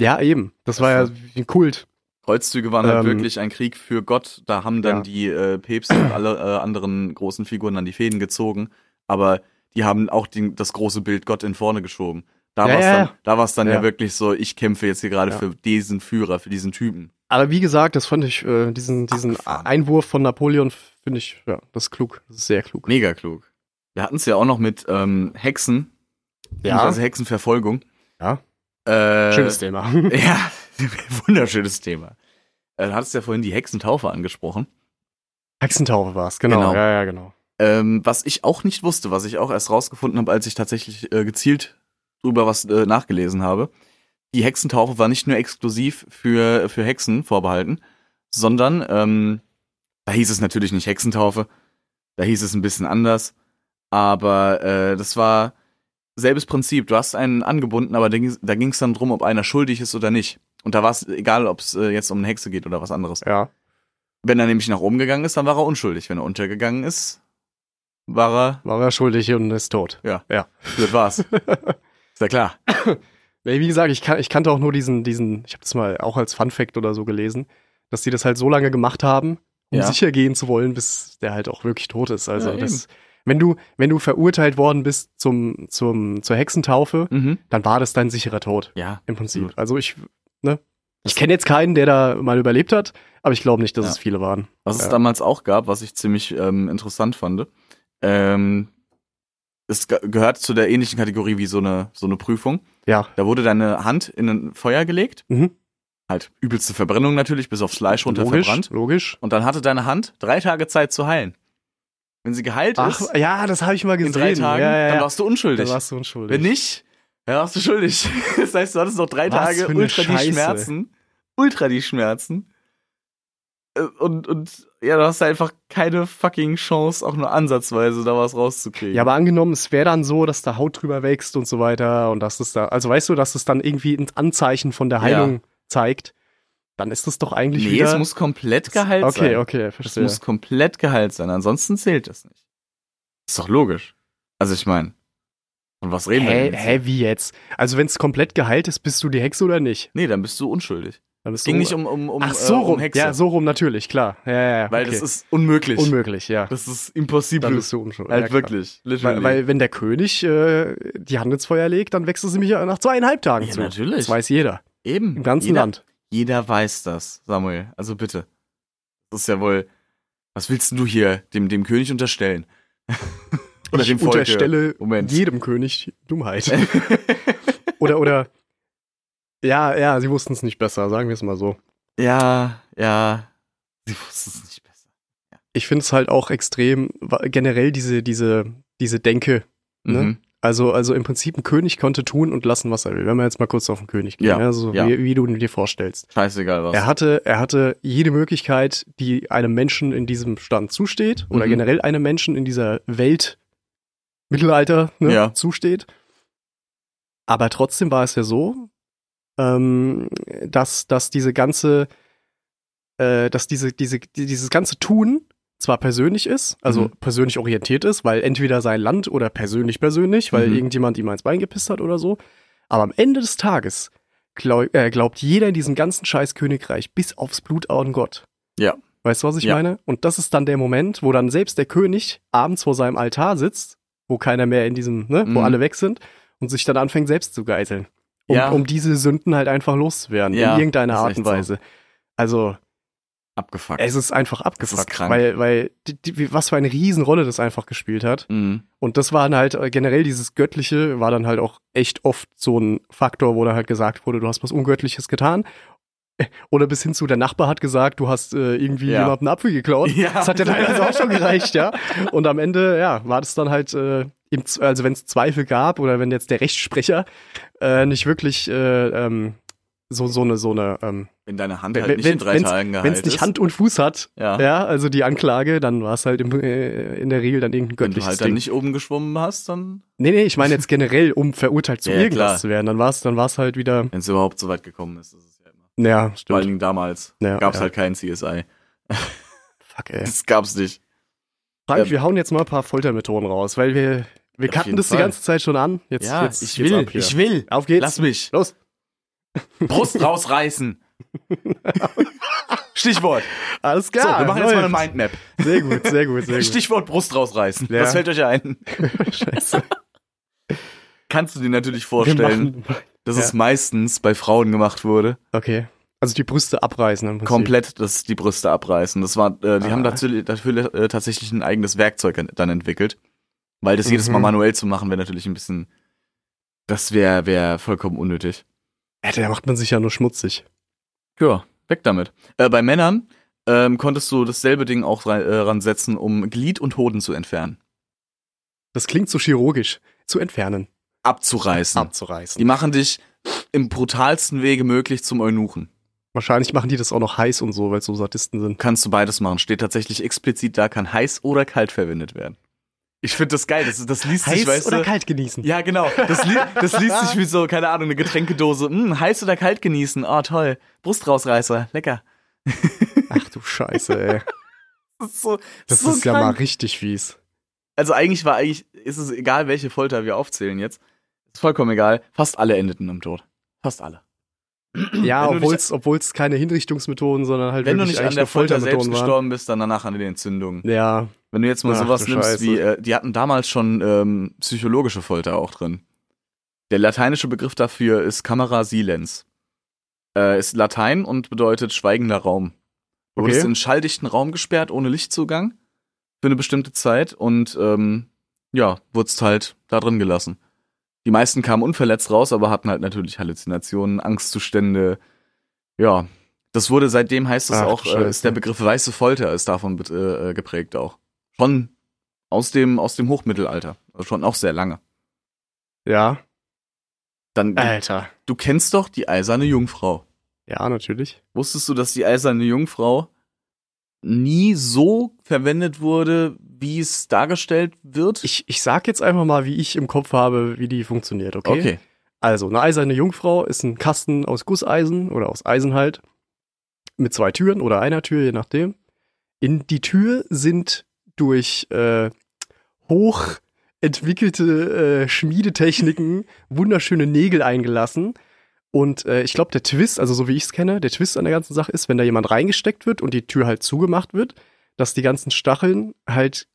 [SPEAKER 5] Ja, eben. Das war ja ein Kult.
[SPEAKER 4] Kreuzzüge waren halt
[SPEAKER 5] Ähm,
[SPEAKER 4] wirklich ein Krieg für Gott. Da haben dann
[SPEAKER 5] ja.
[SPEAKER 4] die äh, Päpste und alle äh, anderen großen Figuren dann die Fäden gezogen. Aber die haben auch den, das große Bild Gott in vorne geschoben. Da
[SPEAKER 5] Ja,
[SPEAKER 4] war es
[SPEAKER 5] ja,
[SPEAKER 4] dann,
[SPEAKER 5] ja.
[SPEAKER 4] da war's dann ja.
[SPEAKER 5] Ja.
[SPEAKER 4] wirklich so, ich kämpfe jetzt hier gerade
[SPEAKER 5] Ja.
[SPEAKER 4] für diesen Führer, für diesen Typen.
[SPEAKER 5] Aber wie gesagt, das fand ich, äh, diesen, diesen
[SPEAKER 4] Abgefahren.
[SPEAKER 5] Einwurf von Napoleon, finde ich, ja, das ist klug. Das ist sehr klug.
[SPEAKER 4] Mega klug. Wir hatten es ja auch noch mit ähm, Hexen, beziehungsweise Hexenverfolgung.
[SPEAKER 5] Ja.
[SPEAKER 4] Äh,
[SPEAKER 5] Schönes Thema.
[SPEAKER 4] Ja, wunderschönes Thema. Äh, Du hattest ja vorhin die Hexentaufe angesprochen.
[SPEAKER 5] Hexentaufe war es, genau.
[SPEAKER 4] Genau.
[SPEAKER 5] Ja, ja, genau.
[SPEAKER 4] Ähm, was ich auch nicht wusste, was ich auch erst rausgefunden habe, als ich tatsächlich äh, gezielt drüber was äh, nachgelesen habe. Die Hexentaufe war nicht nur exklusiv für, für Hexen vorbehalten, sondern ähm, da hieß es natürlich nicht Hexentaufe, da hieß es ein bisschen anders, aber äh, das war selbes Prinzip. Du hast einen angebunden, aber da ging es dann drum, ob einer schuldig ist oder nicht. Und da war es egal, ob es äh, jetzt um eine Hexe geht oder was anderes.
[SPEAKER 5] Ja.
[SPEAKER 4] Wenn er nämlich nach oben gegangen ist, dann war er unschuldig. Wenn er untergegangen ist, war
[SPEAKER 5] War ja schuldig und ist tot.
[SPEAKER 4] er, blöd war's. Ist ja klar.
[SPEAKER 5] Nee, wie gesagt, ich, kan ich kannte auch nur diesen, diesen, ich habe das mal auch als Fun Fact oder so gelesen, dass die das halt so lange gemacht haben, um
[SPEAKER 4] Ja.
[SPEAKER 5] sicher gehen zu wollen, bis der halt auch wirklich tot ist. Also
[SPEAKER 4] Ja,
[SPEAKER 5] das, wenn du, wenn du verurteilt worden bist zum, zum, zur Hexentaufe,
[SPEAKER 4] Mhm.
[SPEAKER 5] dann war das dein sicherer Tod.
[SPEAKER 4] Ja.
[SPEAKER 5] Im Prinzip.
[SPEAKER 4] Absolut.
[SPEAKER 5] Also ich, ne? Ich kenne jetzt keinen, der da mal überlebt hat, aber ich glaube nicht, dass
[SPEAKER 4] Ja.
[SPEAKER 5] es viele waren.
[SPEAKER 4] Was es
[SPEAKER 5] Ja.
[SPEAKER 4] damals auch gab, was ich ziemlich ähm, interessant fand, ähm, es ge- gehört zu der ähnlichen Kategorie wie so eine, so eine Prüfung.
[SPEAKER 5] Ja.
[SPEAKER 4] Da wurde deine Hand in ein Feuer gelegt,
[SPEAKER 5] Mhm.
[SPEAKER 4] halt übelste Verbrennung natürlich, bis aufs Fleisch runter
[SPEAKER 5] logisch,
[SPEAKER 4] verbrannt.
[SPEAKER 5] logisch.
[SPEAKER 4] Und dann hatte deine Hand drei Tage Zeit zu heilen. Wenn sie geheilt
[SPEAKER 5] Ach,
[SPEAKER 4] ist,
[SPEAKER 5] ja, das habe ich mal
[SPEAKER 4] in
[SPEAKER 5] gesehen.
[SPEAKER 4] drei Tagen,
[SPEAKER 5] ja, ja, ja.
[SPEAKER 4] dann warst du unschuldig.
[SPEAKER 5] Dann warst du unschuldig.
[SPEAKER 4] Wenn nicht, dann warst du schuldig. Das heißt, du hattest noch drei
[SPEAKER 5] Was
[SPEAKER 4] Tage
[SPEAKER 5] für eine
[SPEAKER 4] ultra die
[SPEAKER 5] Scheiße.
[SPEAKER 4] Schmerzen. Ultra die Schmerzen. Äh, Und, und ja, du hast einfach keine fucking Chance, auch nur ansatzweise da was rauszukriegen.
[SPEAKER 5] Ja, aber angenommen, es wäre dann so, dass da Haut drüber wächst und so weiter und dass das da, also weißt du, dass das dann irgendwie ein Anzeichen von der
[SPEAKER 4] Ja.
[SPEAKER 5] Heilung zeigt, dann ist das doch eigentlich
[SPEAKER 4] nee,
[SPEAKER 5] wieder.
[SPEAKER 4] es muss komplett geheilt
[SPEAKER 5] okay,
[SPEAKER 4] sein.
[SPEAKER 5] okay,
[SPEAKER 4] Es
[SPEAKER 5] verstehe.
[SPEAKER 4] muss komplett geheilt sein, ansonsten zählt das nicht. Ist doch logisch. Also ich meine, von was reden wir
[SPEAKER 5] hä,
[SPEAKER 4] denn jetzt?
[SPEAKER 5] hä, wie jetzt? Also wenn es komplett geheilt ist, bist du die Hexe oder nicht?
[SPEAKER 4] Nee, dann bist du unschuldig.
[SPEAKER 5] Dann
[SPEAKER 4] Es
[SPEAKER 5] bist
[SPEAKER 4] ging
[SPEAKER 5] du,
[SPEAKER 4] nicht um, um, um,
[SPEAKER 5] Ach so
[SPEAKER 4] äh, um
[SPEAKER 5] rum,
[SPEAKER 4] Hexe.
[SPEAKER 5] ja, so rum natürlich, klar. Ja, ja, ja,
[SPEAKER 4] Weil
[SPEAKER 5] okay.
[SPEAKER 4] das ist unmöglich.
[SPEAKER 5] unmöglich, ja.
[SPEAKER 4] Das ist impossible.
[SPEAKER 5] Dann bist du unschuldig. ja,
[SPEAKER 4] halt
[SPEAKER 5] klar.
[SPEAKER 4] wirklich.
[SPEAKER 5] Weil,
[SPEAKER 4] literally.
[SPEAKER 5] weil wenn der König äh, die Hand ins Feuer legt, dann wächst es nämlich nach zweieinhalb Tagen
[SPEAKER 4] Ja,
[SPEAKER 5] zu.
[SPEAKER 4] natürlich.
[SPEAKER 5] Das weiß jeder.
[SPEAKER 4] Eben.
[SPEAKER 5] Im ganzen
[SPEAKER 4] jeder,
[SPEAKER 5] Land.
[SPEAKER 4] Jeder weiß das, Samuel. Also bitte. Das ist ja wohl. Was willst denn du hier dem, dem König unterstellen? Oder
[SPEAKER 5] ich
[SPEAKER 4] dem Volke.
[SPEAKER 5] unterstelle
[SPEAKER 4] Moment.
[SPEAKER 5] jedem König Dummheit. oder, oder Ja, ja, sie wussten es nicht besser, sagen wir es mal so.
[SPEAKER 4] Ja, ja. Sie wussten es nicht besser.
[SPEAKER 5] Ich finde es halt auch extrem, wa- generell diese, diese, diese Denke. Ne?
[SPEAKER 4] Mhm.
[SPEAKER 5] Also, also im Prinzip ein König konnte tun und lassen, was er will. Wenn wir jetzt mal kurz auf den König gehen,
[SPEAKER 4] Ja,
[SPEAKER 5] ne? so
[SPEAKER 4] ja.
[SPEAKER 5] Wie, wie du ihn dir vorstellst.
[SPEAKER 4] Scheißegal was.
[SPEAKER 5] Er hatte, er hatte jede Möglichkeit, die einem Menschen in diesem Stand zusteht oder
[SPEAKER 4] Mhm.
[SPEAKER 5] generell einem Menschen in dieser Welt Mittelalter ne,
[SPEAKER 4] Ja.
[SPEAKER 5] zusteht. Aber trotzdem war es ja so, ähm, dass, dass diese ganze, äh, dass diese, diese, die- dieses ganze Tun zwar persönlich ist, also
[SPEAKER 4] Mhm.
[SPEAKER 5] persönlich orientiert ist, weil entweder sein Land oder persönlich persönlich, weil
[SPEAKER 4] Mhm.
[SPEAKER 5] irgendjemand ihm ans Bein gepisst hat oder so. Aber am Ende des Tages glaub, äh, glaubt jeder in diesem ganzen scheiß Königreich bis aufs Blut an Gott.
[SPEAKER 4] Ja.
[SPEAKER 5] Weißt du, was ich
[SPEAKER 4] Ja.
[SPEAKER 5] meine? Und das ist dann der Moment, wo dann selbst der König abends vor seinem Altar sitzt, wo keiner mehr in diesem, ne,
[SPEAKER 4] Mhm.
[SPEAKER 5] wo alle weg sind und sich dann anfängt selbst zu geißeln. Um,
[SPEAKER 4] Ja.
[SPEAKER 5] um diese Sünden halt einfach loszuwerden,
[SPEAKER 4] Ja,
[SPEAKER 5] in irgendeiner
[SPEAKER 4] ist
[SPEAKER 5] Art
[SPEAKER 4] echt
[SPEAKER 5] und Weise. Also,
[SPEAKER 4] Abgefuckt.
[SPEAKER 5] es ist einfach abgefuckt,
[SPEAKER 4] krank.
[SPEAKER 5] weil, weil die, die, wie- was für eine Riesenrolle das einfach gespielt hat.
[SPEAKER 4] mhm.
[SPEAKER 5] Und das war dann halt äh, generell dieses Göttliche, war dann halt auch echt oft so ein Faktor, wo dann halt gesagt wurde, du hast was Ungöttliches getan. Äh, Oder bis hin zu, der Nachbar hat gesagt, du hast äh, irgendwie
[SPEAKER 4] Ja.
[SPEAKER 5] jemanden einen Apfel geklaut.
[SPEAKER 4] Ja.
[SPEAKER 5] Das hat ja teilweise auch schon gereicht, ja. Und am Ende, ja, war das dann halt, äh, im Z also wenn es Zweifel gab oder wenn jetzt der Rechtssprecher äh, nicht wirklich äh, ähm, so, so eine, so eine, ähm,
[SPEAKER 4] Wenn deine Hand
[SPEAKER 5] wenn-
[SPEAKER 4] halt nicht
[SPEAKER 5] wenn-
[SPEAKER 4] in drei
[SPEAKER 5] wenn's-
[SPEAKER 4] Tagen gehalten
[SPEAKER 5] wenn es nicht Hand und Fuß hat,
[SPEAKER 4] ja.
[SPEAKER 5] ja, also die Anklage, dann war es halt im, äh, in der Regel dann irgendein
[SPEAKER 4] Wenn du
[SPEAKER 5] göttliches
[SPEAKER 4] halt
[SPEAKER 5] Ding.
[SPEAKER 4] dann nicht oben geschwommen hast, dann
[SPEAKER 5] Nee, nee, ich meine jetzt generell, um verurteilt zu
[SPEAKER 4] Ja, ja,
[SPEAKER 5] irgendwas
[SPEAKER 4] klar.
[SPEAKER 5] zu werden. Dann war es dann war's halt wieder.
[SPEAKER 4] Wenn es überhaupt so weit gekommen ist, ist es ja immer.
[SPEAKER 5] Ja,
[SPEAKER 4] Vor allen
[SPEAKER 5] stimmt.
[SPEAKER 4] Dingen damals
[SPEAKER 5] Ja,
[SPEAKER 4] gab es
[SPEAKER 5] ja.
[SPEAKER 4] halt Ähm, keinen CSI.
[SPEAKER 5] Fuck, ey.
[SPEAKER 4] Das gab's nicht.
[SPEAKER 5] Frank,
[SPEAKER 4] Ähm,
[SPEAKER 5] wir hauen jetzt mal ein paar Foltermethoden raus, weil wir, wir
[SPEAKER 4] Auf
[SPEAKER 5] cutten
[SPEAKER 4] jeden
[SPEAKER 5] das
[SPEAKER 4] Fall.
[SPEAKER 5] die ganze Zeit schon an. Jetzt, jetzt geht's ab hier.
[SPEAKER 4] will.
[SPEAKER 5] Auf geht's.
[SPEAKER 4] Lass mich.
[SPEAKER 5] Los.
[SPEAKER 4] Brust rausreißen. Stichwort.
[SPEAKER 5] Alles
[SPEAKER 4] So,
[SPEAKER 5] klar.
[SPEAKER 4] wir machen jetzt mal eine
[SPEAKER 5] läuft.
[SPEAKER 4] Mindmap.
[SPEAKER 5] Sehr gut, sehr gut, sehr gut.
[SPEAKER 4] Stichwort Brust rausreißen.
[SPEAKER 5] Ja.
[SPEAKER 4] Was fällt euch ein?
[SPEAKER 5] Scheiße.
[SPEAKER 4] Kannst du dir natürlich
[SPEAKER 5] Wir
[SPEAKER 4] vorstellen,
[SPEAKER 5] machen,
[SPEAKER 4] dass
[SPEAKER 5] ja.
[SPEAKER 4] es meistens bei Frauen gemacht wurde.
[SPEAKER 5] okay. Also die Brüste abreißen im Prinzip.
[SPEAKER 4] Komplett dass die Brüste abreißen. Das war, äh, die
[SPEAKER 5] Ah.
[SPEAKER 4] haben dazu, dafür äh, tatsächlich ein eigenes Werkzeug dann entwickelt. Weil das jedes
[SPEAKER 5] Mhm.
[SPEAKER 4] Mal manuell zu machen, wäre natürlich ein bisschen. Das wäre wär vollkommen unnötig.
[SPEAKER 5] Ja, da macht man sich ja nur schmutzig.
[SPEAKER 4] Ja, weg damit. Äh, bei Männern ähm, konntest du dasselbe Ding auch rei- äh, ransetzen, um Glied und Hoden zu entfernen.
[SPEAKER 5] Das klingt so chirurgisch. Zu entfernen,
[SPEAKER 4] Abzureißen.
[SPEAKER 5] abzureißen.
[SPEAKER 4] Die machen dich im brutalsten Wege möglich zum Eunuchen.
[SPEAKER 5] Wahrscheinlich machen die das auch noch heiß und so, weil es so Sadisten sind.
[SPEAKER 4] Kannst du beides machen. Steht tatsächlich explizit da, kann heiß oder kalt verwendet werden. Ich finde das geil. Das, ist- das liest sich, weißt du.
[SPEAKER 5] kalt genießen?
[SPEAKER 4] Ja, genau. Das, li das liest sich wie so, keine Ahnung, eine Getränkedose. Hm, heiß oder kalt genießen. Oh, toll. Brustrausreißer. Lecker.
[SPEAKER 5] Ach du Scheiße, ey.
[SPEAKER 4] Das ist, so,
[SPEAKER 5] Das
[SPEAKER 4] so
[SPEAKER 5] ist ja mal
[SPEAKER 4] krank.
[SPEAKER 5] richtig fies.
[SPEAKER 4] Also eigentlich war eigentlich, ist es egal, welche Folter wir aufzählen jetzt. Ist vollkommen egal. Fast alle endeten im Tod. Fast alle.
[SPEAKER 5] Ja,
[SPEAKER 4] Wenn du
[SPEAKER 5] obwohl es keine Hinrichtungsmethoden, sondern halt
[SPEAKER 4] Wenn du
[SPEAKER 5] wirklich
[SPEAKER 4] nicht an
[SPEAKER 5] eigentlich
[SPEAKER 4] der
[SPEAKER 5] nur
[SPEAKER 4] Folter selbst
[SPEAKER 5] Foltermethoden waren.
[SPEAKER 4] gestorben bist, dann danach an den Entzündungen.
[SPEAKER 5] Ja,
[SPEAKER 4] Wenn du jetzt mal
[SPEAKER 5] Ach,
[SPEAKER 4] sowas
[SPEAKER 5] du
[SPEAKER 4] nimmst
[SPEAKER 5] Scheiße.
[SPEAKER 4] wie, äh, die hatten damals schon ähm, psychologische Folter auch drin. Der lateinische Begriff dafür ist Camera Silens. Äh, ist Latein und bedeutet schweigender Raum. Du
[SPEAKER 5] okay.
[SPEAKER 4] wurdest in einen schalldichten Raum gesperrt, ohne Lichtzugang, für eine bestimmte Zeit und ähm, ja, wurdest halt da drin gelassen. Die meisten kamen unverletzt raus, aber hatten halt natürlich Halluzinationen, Angstzustände. Ja, das wurde seitdem heißt es
[SPEAKER 5] Ach,
[SPEAKER 4] auch,
[SPEAKER 5] du
[SPEAKER 4] äh, ist
[SPEAKER 5] Scheiße.
[SPEAKER 4] der Begriff weiße Folter ist davon bet- äh, äh, geprägt auch. Schon aus dem, aus dem Hochmittelalter. Also schon auch sehr lange.
[SPEAKER 5] ja.
[SPEAKER 4] Dann,
[SPEAKER 5] Alter.
[SPEAKER 4] du kennst doch die eiserne Jungfrau.
[SPEAKER 5] Ja, natürlich.
[SPEAKER 4] Wusstest du, dass die eiserne Jungfrau nie so verwendet wurde, wie es dargestellt wird?
[SPEAKER 5] Ich, ich sag jetzt einfach mal, wie ich im Kopf habe, wie die funktioniert, okay? Also, eine eiserne Jungfrau ist ein Kasten aus Gusseisen oder aus Eisen halt. Mit zwei Türen oder einer Tür, je nachdem. In die Tür sind durch äh, hoch entwickelte äh, Schmiedetechniken wunderschöne Nägel eingelassen. Und äh, ich glaube, der Twist, also so wie ich es kenne, der Twist an der ganzen Sache ist, wenn da jemand reingesteckt wird und die Tür halt zugemacht wird, dass die ganzen Stacheln halt,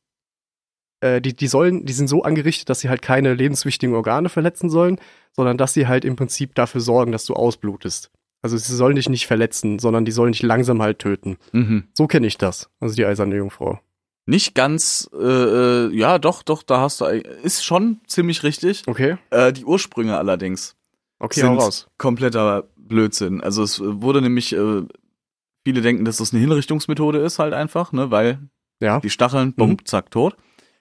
[SPEAKER 5] äh, die, die sollen, die sind so angerichtet, dass sie halt keine lebenswichtigen Organe verletzen sollen, sondern dass sie halt im Prinzip dafür sorgen, dass du ausblutest. Also sie sollen dich nicht verletzen, sondern die sollen dich langsam halt töten.
[SPEAKER 4] Mhm.
[SPEAKER 5] So kenne ich das. Also die eiserne Jungfrau.
[SPEAKER 4] Nicht ganz, äh, äh, ja, doch, doch, da hast du, ist schon ziemlich richtig.
[SPEAKER 5] Okay.
[SPEAKER 4] Äh, die Ursprünge allerdings.
[SPEAKER 5] Okay,
[SPEAKER 4] sind
[SPEAKER 5] hau raus.
[SPEAKER 4] kompletter Blödsinn. Also es wurde nämlich, äh, viele denken, dass das eine Hinrichtungsmethode ist, halt einfach, ne, weil
[SPEAKER 5] Ja.
[SPEAKER 4] die Stacheln, bumm,
[SPEAKER 5] Mhm.
[SPEAKER 4] zack, tot.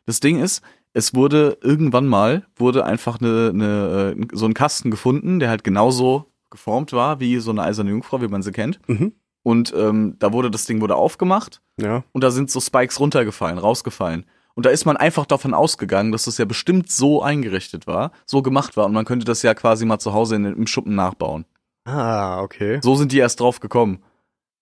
[SPEAKER 4] Das Ding ist, es wurde irgendwann mal, wurde einfach eine, eine, äh, so ein Kasten gefunden, der halt genauso geformt war wie so eine eiserne Jungfrau, wie man sie kennt.
[SPEAKER 5] Mhm.
[SPEAKER 4] Und ähm, da wurde das Ding wurde aufgemacht
[SPEAKER 5] Ja.
[SPEAKER 4] und da sind so Spikes runtergefallen, rausgefallen. Und da ist man einfach davon ausgegangen, dass das ja bestimmt so eingerichtet war, so gemacht war und man könnte das ja quasi mal zu Hause in, im Schuppen nachbauen.
[SPEAKER 5] Ah, okay.
[SPEAKER 4] So sind die erst drauf gekommen.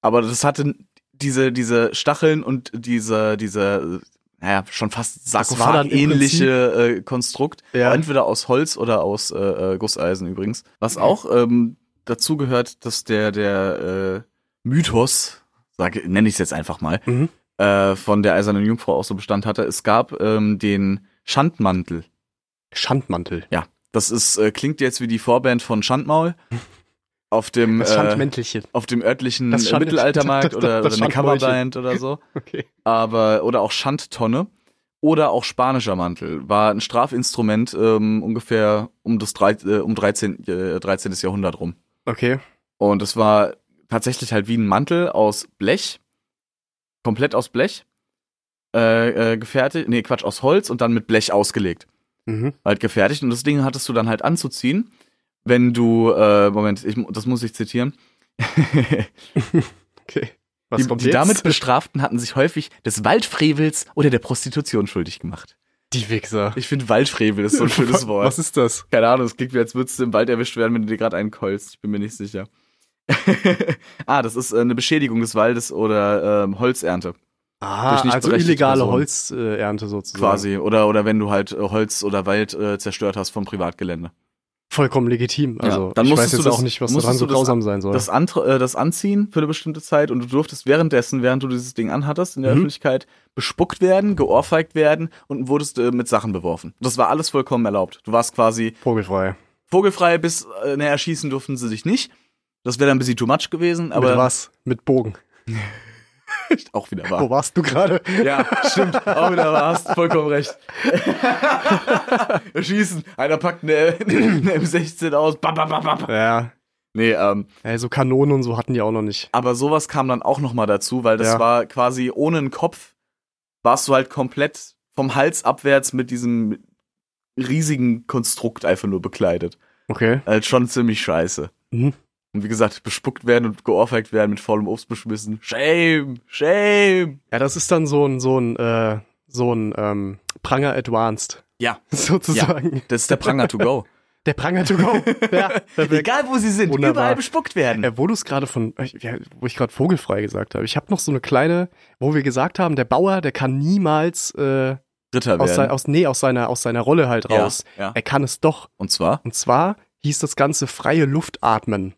[SPEAKER 4] Aber das hatte diese, diese Stacheln und diese, diese, äh, naja, schon fast
[SPEAKER 5] Das war dann im
[SPEAKER 4] Sarkophag-ähnliche äh, Konstrukt.
[SPEAKER 5] Ja.
[SPEAKER 4] Entweder aus Holz oder aus äh, äh, Gusseisen übrigens.
[SPEAKER 5] Mhm.
[SPEAKER 4] Was auch ähm, dazu gehört, dass der, der äh, Mythos, sage, nenne ich es jetzt einfach mal,
[SPEAKER 5] Mhm.
[SPEAKER 4] äh, von der Eisernen Jungfrau auch so Bestand hatte. Es gab ähm, den Schandmantel.
[SPEAKER 5] Schandmantel.
[SPEAKER 4] Ja, das ist, äh, klingt jetzt wie die Vorband von Schandmaul. Auf dem
[SPEAKER 5] Das
[SPEAKER 4] äh,
[SPEAKER 5] Schandmäntelchen.
[SPEAKER 4] auf dem örtlichen
[SPEAKER 5] Das
[SPEAKER 4] äh,
[SPEAKER 5] Schand-
[SPEAKER 4] Mittelaltermarkt
[SPEAKER 5] das-
[SPEAKER 4] oder,
[SPEAKER 5] das
[SPEAKER 4] oder eine
[SPEAKER 5] Schandmäulchen.
[SPEAKER 4] Coverband oder so.
[SPEAKER 5] Okay.
[SPEAKER 4] Aber, oder auch Schandtonne. Oder auch spanischer Mantel. War ein Strafinstrument ähm, ungefähr um das drei, äh, um 13, äh, 13. Jahrhundert rum.
[SPEAKER 5] Okay.
[SPEAKER 4] Und es war tatsächlich halt wie ein Mantel aus Blech. Komplett aus Blech. Äh, äh, gefertigt. Nee, Quatsch, aus Holz und dann mit Blech ausgelegt.
[SPEAKER 5] Mhm.
[SPEAKER 4] Halt gefertigt. Und das Ding hattest du dann halt anzuziehen, wenn du, äh, Moment, ich, mu- das muss ich zitieren.
[SPEAKER 5] Okay.
[SPEAKER 4] die, die damit Bestraften hatten sich häufig des Waldfrevels oder der Prostitution schuldig gemacht.
[SPEAKER 5] Die Wichser.
[SPEAKER 4] Ich finde Waldfrevel ist so ein schönes Wort.
[SPEAKER 5] Was ist das?
[SPEAKER 4] Keine Ahnung, es klingt mir, als würdest du im Wald erwischt werden, wenn du dir gerade einen keulst. Ich bin mir nicht sicher. ah, das ist äh, eine Beschädigung des Waldes oder ähm, Holzernte
[SPEAKER 5] Ah,
[SPEAKER 4] nicht
[SPEAKER 5] also
[SPEAKER 4] berechtigte
[SPEAKER 5] illegale
[SPEAKER 4] Personen.
[SPEAKER 5] Holzernte äh, Ernte sozusagen.
[SPEAKER 4] quasi. Oder, oder wenn du halt äh, Holz oder Wald äh, zerstört hast vom Privatgelände.
[SPEAKER 5] Vollkommen legitim. Also,
[SPEAKER 4] dann
[SPEAKER 5] ich weiß
[SPEAKER 4] musstest du
[SPEAKER 5] jetzt
[SPEAKER 4] das-
[SPEAKER 5] auch nicht, was
[SPEAKER 4] musstest
[SPEAKER 5] daran so
[SPEAKER 4] du das-
[SPEAKER 5] grausam sein soll.
[SPEAKER 4] Das, Antre- äh, das Anziehen für eine bestimmte Zeit und du durftest währenddessen, während du dieses Ding anhattest, in der
[SPEAKER 5] Mhm.
[SPEAKER 4] Öffentlichkeit bespuckt werden, geohrfeigt werden und wurdest äh, mit Sachen beworfen. Das war alles vollkommen erlaubt. Du warst quasi
[SPEAKER 5] Vogelfrei.
[SPEAKER 4] vogelfrei, bis äh, ne, erschießen durften sie dich nicht. Das wäre dann ein bisschen too much gewesen,
[SPEAKER 5] Mit
[SPEAKER 4] aber
[SPEAKER 5] was? Mit Bogen.
[SPEAKER 4] auch wieder
[SPEAKER 5] Wo
[SPEAKER 4] wahr.
[SPEAKER 5] warst du gerade?
[SPEAKER 4] Ja, stimmt. Auch wieder wahr. Hast vollkommen recht. Erschießen. Einer packt eine, eine M16 aus. Bam, bam, bam, bam.
[SPEAKER 5] Ja.
[SPEAKER 4] Nee, ähm,
[SPEAKER 5] Ey, so Kanonen und so hatten die auch noch nicht.
[SPEAKER 4] Aber sowas kam dann auch nochmal dazu, weil das
[SPEAKER 5] Ja.
[SPEAKER 4] war quasi ohne einen Kopf, warst du halt komplett vom Hals abwärts mit diesem riesigen Konstrukt einfach nur bekleidet.
[SPEAKER 5] Okay.
[SPEAKER 4] Halt schon ziemlich scheiße.
[SPEAKER 5] Mhm.
[SPEAKER 4] Und wie gesagt, bespuckt werden und geohrfeigt werden, mit faulem Obst beschmissen. Shame, shame.
[SPEAKER 5] Ja, das ist dann so ein, so ein, äh, so ein ähm, Pranger Advanced.
[SPEAKER 4] Ja.
[SPEAKER 5] Sozusagen.
[SPEAKER 4] Das ist der Pranger to go.
[SPEAKER 5] Der Pranger to go. ja, perfekt.
[SPEAKER 4] Egal wo sie sind,
[SPEAKER 5] Wunderbar.
[SPEAKER 4] überall bespuckt werden.
[SPEAKER 5] Äh, wo du es gerade von, äh, ja, wo ich gerade vogelfrei gesagt habe, ich habe noch so eine kleine, wo wir gesagt haben, der Bauer, der kann niemals äh,
[SPEAKER 4] Ritter
[SPEAKER 5] aus, sein,
[SPEAKER 4] werden.
[SPEAKER 5] aus, nee, aus, seiner, aus seiner Rolle halt
[SPEAKER 4] Ja,
[SPEAKER 5] raus.
[SPEAKER 4] ja.
[SPEAKER 5] Er kann es doch.
[SPEAKER 4] Und zwar?
[SPEAKER 5] Und zwar hieß das Ganze freie Luft atmen.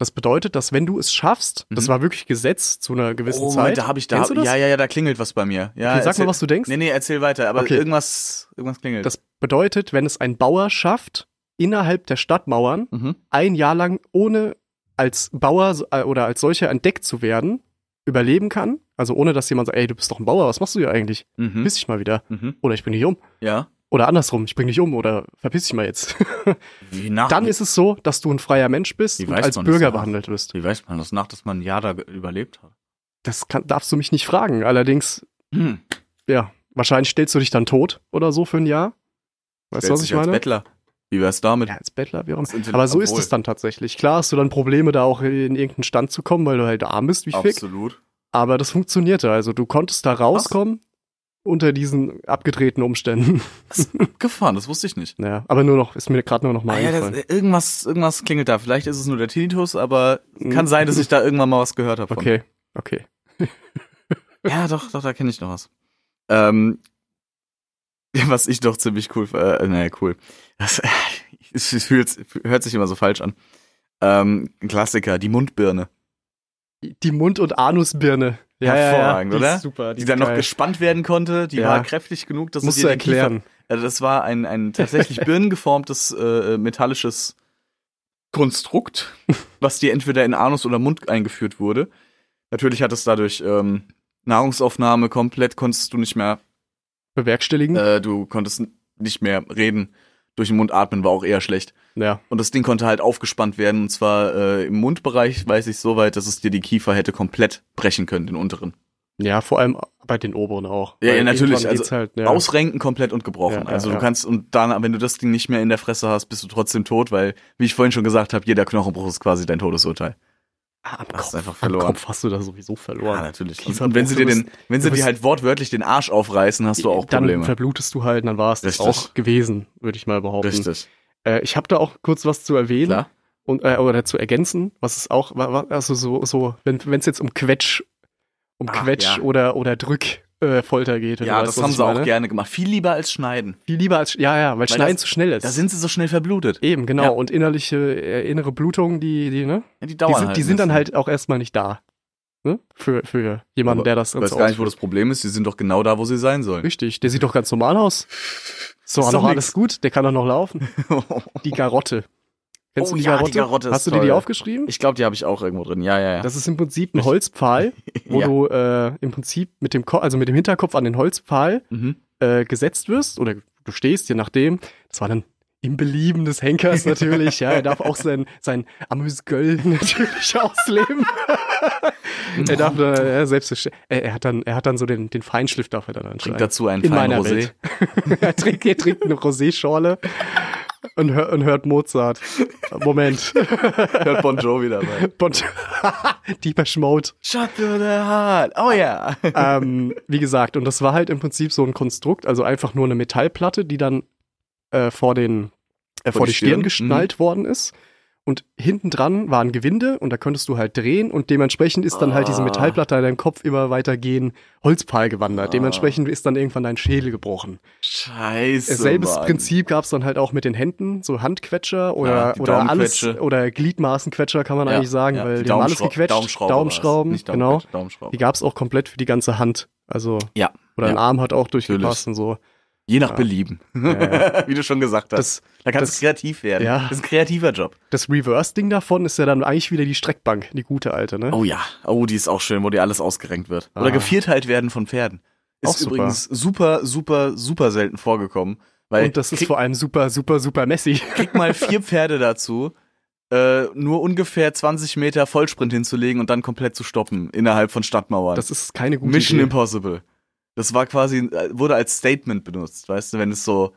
[SPEAKER 5] Das bedeutet, dass wenn du es schaffst, das
[SPEAKER 4] Mhm.
[SPEAKER 5] war wirklich Gesetz zu einer gewissen
[SPEAKER 4] Oh,
[SPEAKER 5] Zeit.
[SPEAKER 4] Moment, da habe ich da.
[SPEAKER 5] Kennst du das?
[SPEAKER 4] Ja, ja, ja, da klingelt was bei mir. Ja,
[SPEAKER 5] Okay, sag
[SPEAKER 4] erzähl-
[SPEAKER 5] mal, was du denkst.
[SPEAKER 4] Nee, nee, erzähl weiter, aber
[SPEAKER 5] Okay.
[SPEAKER 4] irgendwas, irgendwas klingelt.
[SPEAKER 5] Das bedeutet, wenn es ein Bauer schafft, innerhalb der Stadtmauern
[SPEAKER 4] mhm.
[SPEAKER 5] ein Jahr lang ohne als Bauer so- äh, oder als solcher entdeckt zu werden, überleben kann. Also ohne, dass jemand sagt, ey, du bist doch ein Bauer, was machst du hier eigentlich?
[SPEAKER 4] Mhm.
[SPEAKER 5] Verpiss dich mal wieder.
[SPEAKER 4] Mhm.
[SPEAKER 5] Oder ich bring dich um.
[SPEAKER 4] Ja.
[SPEAKER 5] Oder andersrum, ich bring dich um oder verpiss dich mal jetzt.
[SPEAKER 4] Wie nach,
[SPEAKER 5] Dann ist es so, dass du ein freier Mensch bist
[SPEAKER 4] Wie
[SPEAKER 5] und
[SPEAKER 4] weiß
[SPEAKER 5] als
[SPEAKER 4] man das
[SPEAKER 5] Bürger
[SPEAKER 4] nach?
[SPEAKER 5] behandelt wirst.
[SPEAKER 4] wie weiß man das nach, dass man ein Jahr da ge- überlebt hat?
[SPEAKER 5] Das kann, darfst du mich nicht fragen. Allerdings,
[SPEAKER 4] Hm.
[SPEAKER 5] ja, wahrscheinlich stellst du dich dann tot oder so für ein Jahr. Weißt du, was ich
[SPEAKER 4] Als
[SPEAKER 5] meine?
[SPEAKER 4] Bettler. Wie wär's damit?
[SPEAKER 5] Ja, als Bettler wäre
[SPEAKER 4] Als Intelli-
[SPEAKER 5] Aber so ist
[SPEAKER 4] Obwohl.
[SPEAKER 5] es dann tatsächlich. Klar hast du dann Probleme, da auch in irgendeinen Stand zu kommen, weil du halt arm bist, wie fick.
[SPEAKER 4] Absolut.
[SPEAKER 5] Aber das funktionierte. Also du konntest da rauskommen unter diesen abgedrehten Umständen.
[SPEAKER 4] Gefahren, das wusste ich nicht.
[SPEAKER 5] naja, aber nur noch, ist mir gerade nur noch mal
[SPEAKER 4] Ah, ja, das,
[SPEAKER 5] eingefallen.
[SPEAKER 4] irgendwas, irgendwas klingelt da. Vielleicht ist es nur der Tinnitus, aber äh, kann sein, dass ich da irgendwann mal was gehört habe. von.
[SPEAKER 5] Mhm. okay, okay.
[SPEAKER 4] Ja, doch, doch, da kenne ich noch was. Ähm, was ich doch ziemlich cool, äh, naja, cool. Das, es, es fühlt, hört sich immer so falsch an. Ähm, ein Klassiker, die Mundbirne,
[SPEAKER 5] Die Mund- und Anusbirne.
[SPEAKER 4] Hervorragend,
[SPEAKER 5] die
[SPEAKER 4] oder?
[SPEAKER 5] Ist super,
[SPEAKER 4] die
[SPEAKER 5] ist
[SPEAKER 4] dann noch
[SPEAKER 5] geil.
[SPEAKER 4] gespannt werden konnte. Die
[SPEAKER 5] Ja.
[SPEAKER 4] war kräftig genug, dass
[SPEAKER 5] Musst
[SPEAKER 4] sie
[SPEAKER 5] du
[SPEAKER 4] dir den Kiefer-
[SPEAKER 5] erklären.
[SPEAKER 4] Also das war ein, ein tatsächlich birnengeformtes äh, metallisches Konstrukt, was dir entweder in Anus oder Mund eingeführt wurde. Natürlich hat es dadurch ähm, Nahrungsaufnahme komplett, konntest du nicht mehr,
[SPEAKER 5] Hm. Bewerkstelligen.
[SPEAKER 4] äh, du konntest n- nicht mehr reden. durch den Mund atmen war auch eher schlecht.
[SPEAKER 5] Ja.
[SPEAKER 4] Und das Ding konnte halt aufgespannt werden. Und zwar äh, im Mundbereich weiß ich so weit, dass es dir die Kiefer hätte komplett brechen können, den unteren.
[SPEAKER 5] Ja, vor allem bei den oberen auch.
[SPEAKER 4] Ja,
[SPEAKER 5] Weil
[SPEAKER 4] ja natürlich.
[SPEAKER 5] irgendwann geht's
[SPEAKER 4] Also
[SPEAKER 5] halt, ja.
[SPEAKER 4] Ausrenken komplett und gebrochen.
[SPEAKER 5] Ja, ja,
[SPEAKER 4] also du
[SPEAKER 5] ja.
[SPEAKER 4] kannst, und dann, wenn du das Ding nicht mehr in der Fresse hast, bist du trotzdem tot, weil, wie ich vorhin schon gesagt habe, jeder Knochenbruch ist quasi dein Todesurteil.
[SPEAKER 5] Ah, am
[SPEAKER 4] Hast
[SPEAKER 5] Kopf,
[SPEAKER 4] einfach
[SPEAKER 5] am
[SPEAKER 4] verloren.
[SPEAKER 5] Kopf hast du da sowieso verloren.
[SPEAKER 4] Ja, natürlich. Und,
[SPEAKER 5] Kiefer-
[SPEAKER 4] und wenn sie dir
[SPEAKER 5] du
[SPEAKER 4] den,
[SPEAKER 5] bist-
[SPEAKER 4] wenn sie
[SPEAKER 5] du
[SPEAKER 4] dir
[SPEAKER 5] bist-
[SPEAKER 4] halt wortwörtlich den Arsch aufreißen, hast du auch
[SPEAKER 5] Dann
[SPEAKER 4] Probleme.
[SPEAKER 5] verblutest du halt, dann war es das
[SPEAKER 4] Richtig.
[SPEAKER 5] auch gewesen, würde ich mal behaupten.
[SPEAKER 4] Richtig.
[SPEAKER 5] Äh, ich habe da auch kurz was zu erwähnen
[SPEAKER 4] Klar.
[SPEAKER 5] und äh, oder zu ergänzen, was es auch, wa- wa- also so, so wenn es jetzt um Quetsch, um
[SPEAKER 4] Ah,
[SPEAKER 5] Quetsch
[SPEAKER 4] ja.
[SPEAKER 5] oder, oder Drück. Äh, Folter geht. wenn
[SPEAKER 4] Ja,
[SPEAKER 5] du weißt,
[SPEAKER 4] das
[SPEAKER 5] was
[SPEAKER 4] haben
[SPEAKER 5] ich
[SPEAKER 4] sie auch
[SPEAKER 5] meine.
[SPEAKER 4] gerne gemacht. Viel lieber als schneiden.
[SPEAKER 5] Viel lieber als, ja, ja, weil, Schneiden
[SPEAKER 4] das-
[SPEAKER 5] zu schnell ist.
[SPEAKER 4] Da sind sie so schnell verblutet.
[SPEAKER 5] Eben, genau.
[SPEAKER 4] Ja.
[SPEAKER 5] Und innerliche, äh, innere Blutungen, die, die, ne?
[SPEAKER 4] Ja, die
[SPEAKER 5] Die
[SPEAKER 4] dauern
[SPEAKER 5] sind,
[SPEAKER 4] halt.
[SPEAKER 5] die
[SPEAKER 4] ein
[SPEAKER 5] sind dann
[SPEAKER 4] bisschen.
[SPEAKER 5] halt auch erstmal nicht da. Ne? Für, für jemanden,
[SPEAKER 4] Aber
[SPEAKER 5] der das
[SPEAKER 4] Ich weiß
[SPEAKER 5] Ganze
[SPEAKER 4] gar nicht, wo
[SPEAKER 5] ausführt.
[SPEAKER 4] das Problem ist. Die sind doch genau da, wo sie sein sollen.
[SPEAKER 5] Richtig, der sieht doch ganz normal aus. So,
[SPEAKER 4] Ist
[SPEAKER 5] noch
[SPEAKER 4] doch
[SPEAKER 5] alles gut, der kann doch noch laufen. Die Garotte. Kennst
[SPEAKER 4] Oh
[SPEAKER 5] du die
[SPEAKER 4] ja, die
[SPEAKER 5] Garotte?
[SPEAKER 4] Garotte ist
[SPEAKER 5] Hast du dir die
[SPEAKER 4] toll.
[SPEAKER 5] aufgeschrieben?
[SPEAKER 4] ich glaube, die habe ich auch irgendwo drin. Ja, ja, ja.
[SPEAKER 5] Das ist im Prinzip ein Holzpfahl, wo
[SPEAKER 4] Ja.
[SPEAKER 5] du äh, im Prinzip mit dem, Ko also mit dem Hinterkopf an den Holzpfahl
[SPEAKER 4] mhm.
[SPEAKER 5] äh, gesetzt wirst oder du stehst, je nachdem. Das war dann im Belieben des Henkers natürlich. ja, er darf auch sein, sein Amüsgöl natürlich ausleben. er darf da, ja, selbst, er, er hat dann, er hat dann so den, den Feinschliff darf er dann anschreiben.
[SPEAKER 4] Trinkt dazu einen
[SPEAKER 5] In
[SPEAKER 4] feinen
[SPEAKER 5] meiner
[SPEAKER 4] Rosé.
[SPEAKER 5] Welt. er, trinkt, er trinkt eine Rosé-Schorle und, hör, und hört Mozart. Moment.
[SPEAKER 4] Hört Bon Jovi dabei.
[SPEAKER 5] Und Deeper Schmaut.
[SPEAKER 4] Shut to the heart. Oh ja.
[SPEAKER 5] ähm, wie gesagt, und das war halt im Prinzip so ein Konstrukt, also einfach nur eine Metallplatte, die dann äh, vor, den, äh, vor, die Stirn, geschnallt
[SPEAKER 4] Mhm.
[SPEAKER 5] worden ist. Und hinten dran waren Gewinde und da konntest du halt drehen und dementsprechend ist dann halt diese
[SPEAKER 4] Ah.
[SPEAKER 5] Metallplatte in deinem Kopf immer weiter gehen, Holzpfahl
[SPEAKER 4] Ah.
[SPEAKER 5] gewandert. Dementsprechend ist dann irgendwann dein Schädel gebrochen.
[SPEAKER 4] Hm, Scheiße.
[SPEAKER 5] Selbes
[SPEAKER 4] Mann.
[SPEAKER 5] Prinzip gab es dann halt auch mit den Händen, so Handquetscher
[SPEAKER 4] Ja,
[SPEAKER 5] oder,
[SPEAKER 4] die
[SPEAKER 5] oder alles
[SPEAKER 4] Daumenquetsche.
[SPEAKER 5] oder Gliedmaßenquetscher kann man
[SPEAKER 4] Ja,
[SPEAKER 5] eigentlich sagen,
[SPEAKER 4] ja,
[SPEAKER 5] weil
[SPEAKER 4] die
[SPEAKER 5] die, haben alles
[SPEAKER 4] Daumenschraub-
[SPEAKER 5] gequetscht,
[SPEAKER 4] Daumenschrauber war's.
[SPEAKER 5] Daumenschrauben
[SPEAKER 4] Nicht
[SPEAKER 5] genau.
[SPEAKER 4] Daumenquetsche, Daumenschrauber.
[SPEAKER 5] Die gab es auch komplett für die ganze Hand. Also,
[SPEAKER 4] Ja.
[SPEAKER 5] oder ein
[SPEAKER 4] ja.
[SPEAKER 5] Arm hat auch durchgepasst und so.
[SPEAKER 4] Je nach Belieben. Wie du schon gesagt hast.
[SPEAKER 5] Das-
[SPEAKER 4] da kannst
[SPEAKER 5] das-
[SPEAKER 4] du kreativ werden.
[SPEAKER 5] Ja.
[SPEAKER 4] Das ist ein kreativer Job.
[SPEAKER 5] Das Reverse-Ding davon ist ja dann eigentlich wieder die Streckbank, die gute alte, ne?
[SPEAKER 4] Oh ja, oh, die ist auch schön, wo dir alles ausgerenkt wird. Oder
[SPEAKER 5] Ah.
[SPEAKER 4] gevierteilt werden von Pferden. Ist
[SPEAKER 5] Auch super.
[SPEAKER 4] übrigens super, super, super selten vorgekommen. Weil
[SPEAKER 5] und das ist
[SPEAKER 4] krieg,
[SPEAKER 5] vor allem super, super, super messy.
[SPEAKER 4] krieg mal vier Pferde dazu, äh, nur ungefähr 20 Meter Vollsprint hinzulegen und dann komplett zu stoppen innerhalb von Stadtmauern.
[SPEAKER 5] Das ist keine gute
[SPEAKER 4] Mission
[SPEAKER 5] Idee.
[SPEAKER 4] Impossible. Das war quasi, äh, wurde als Statement benutzt, weißt du, wenn es so,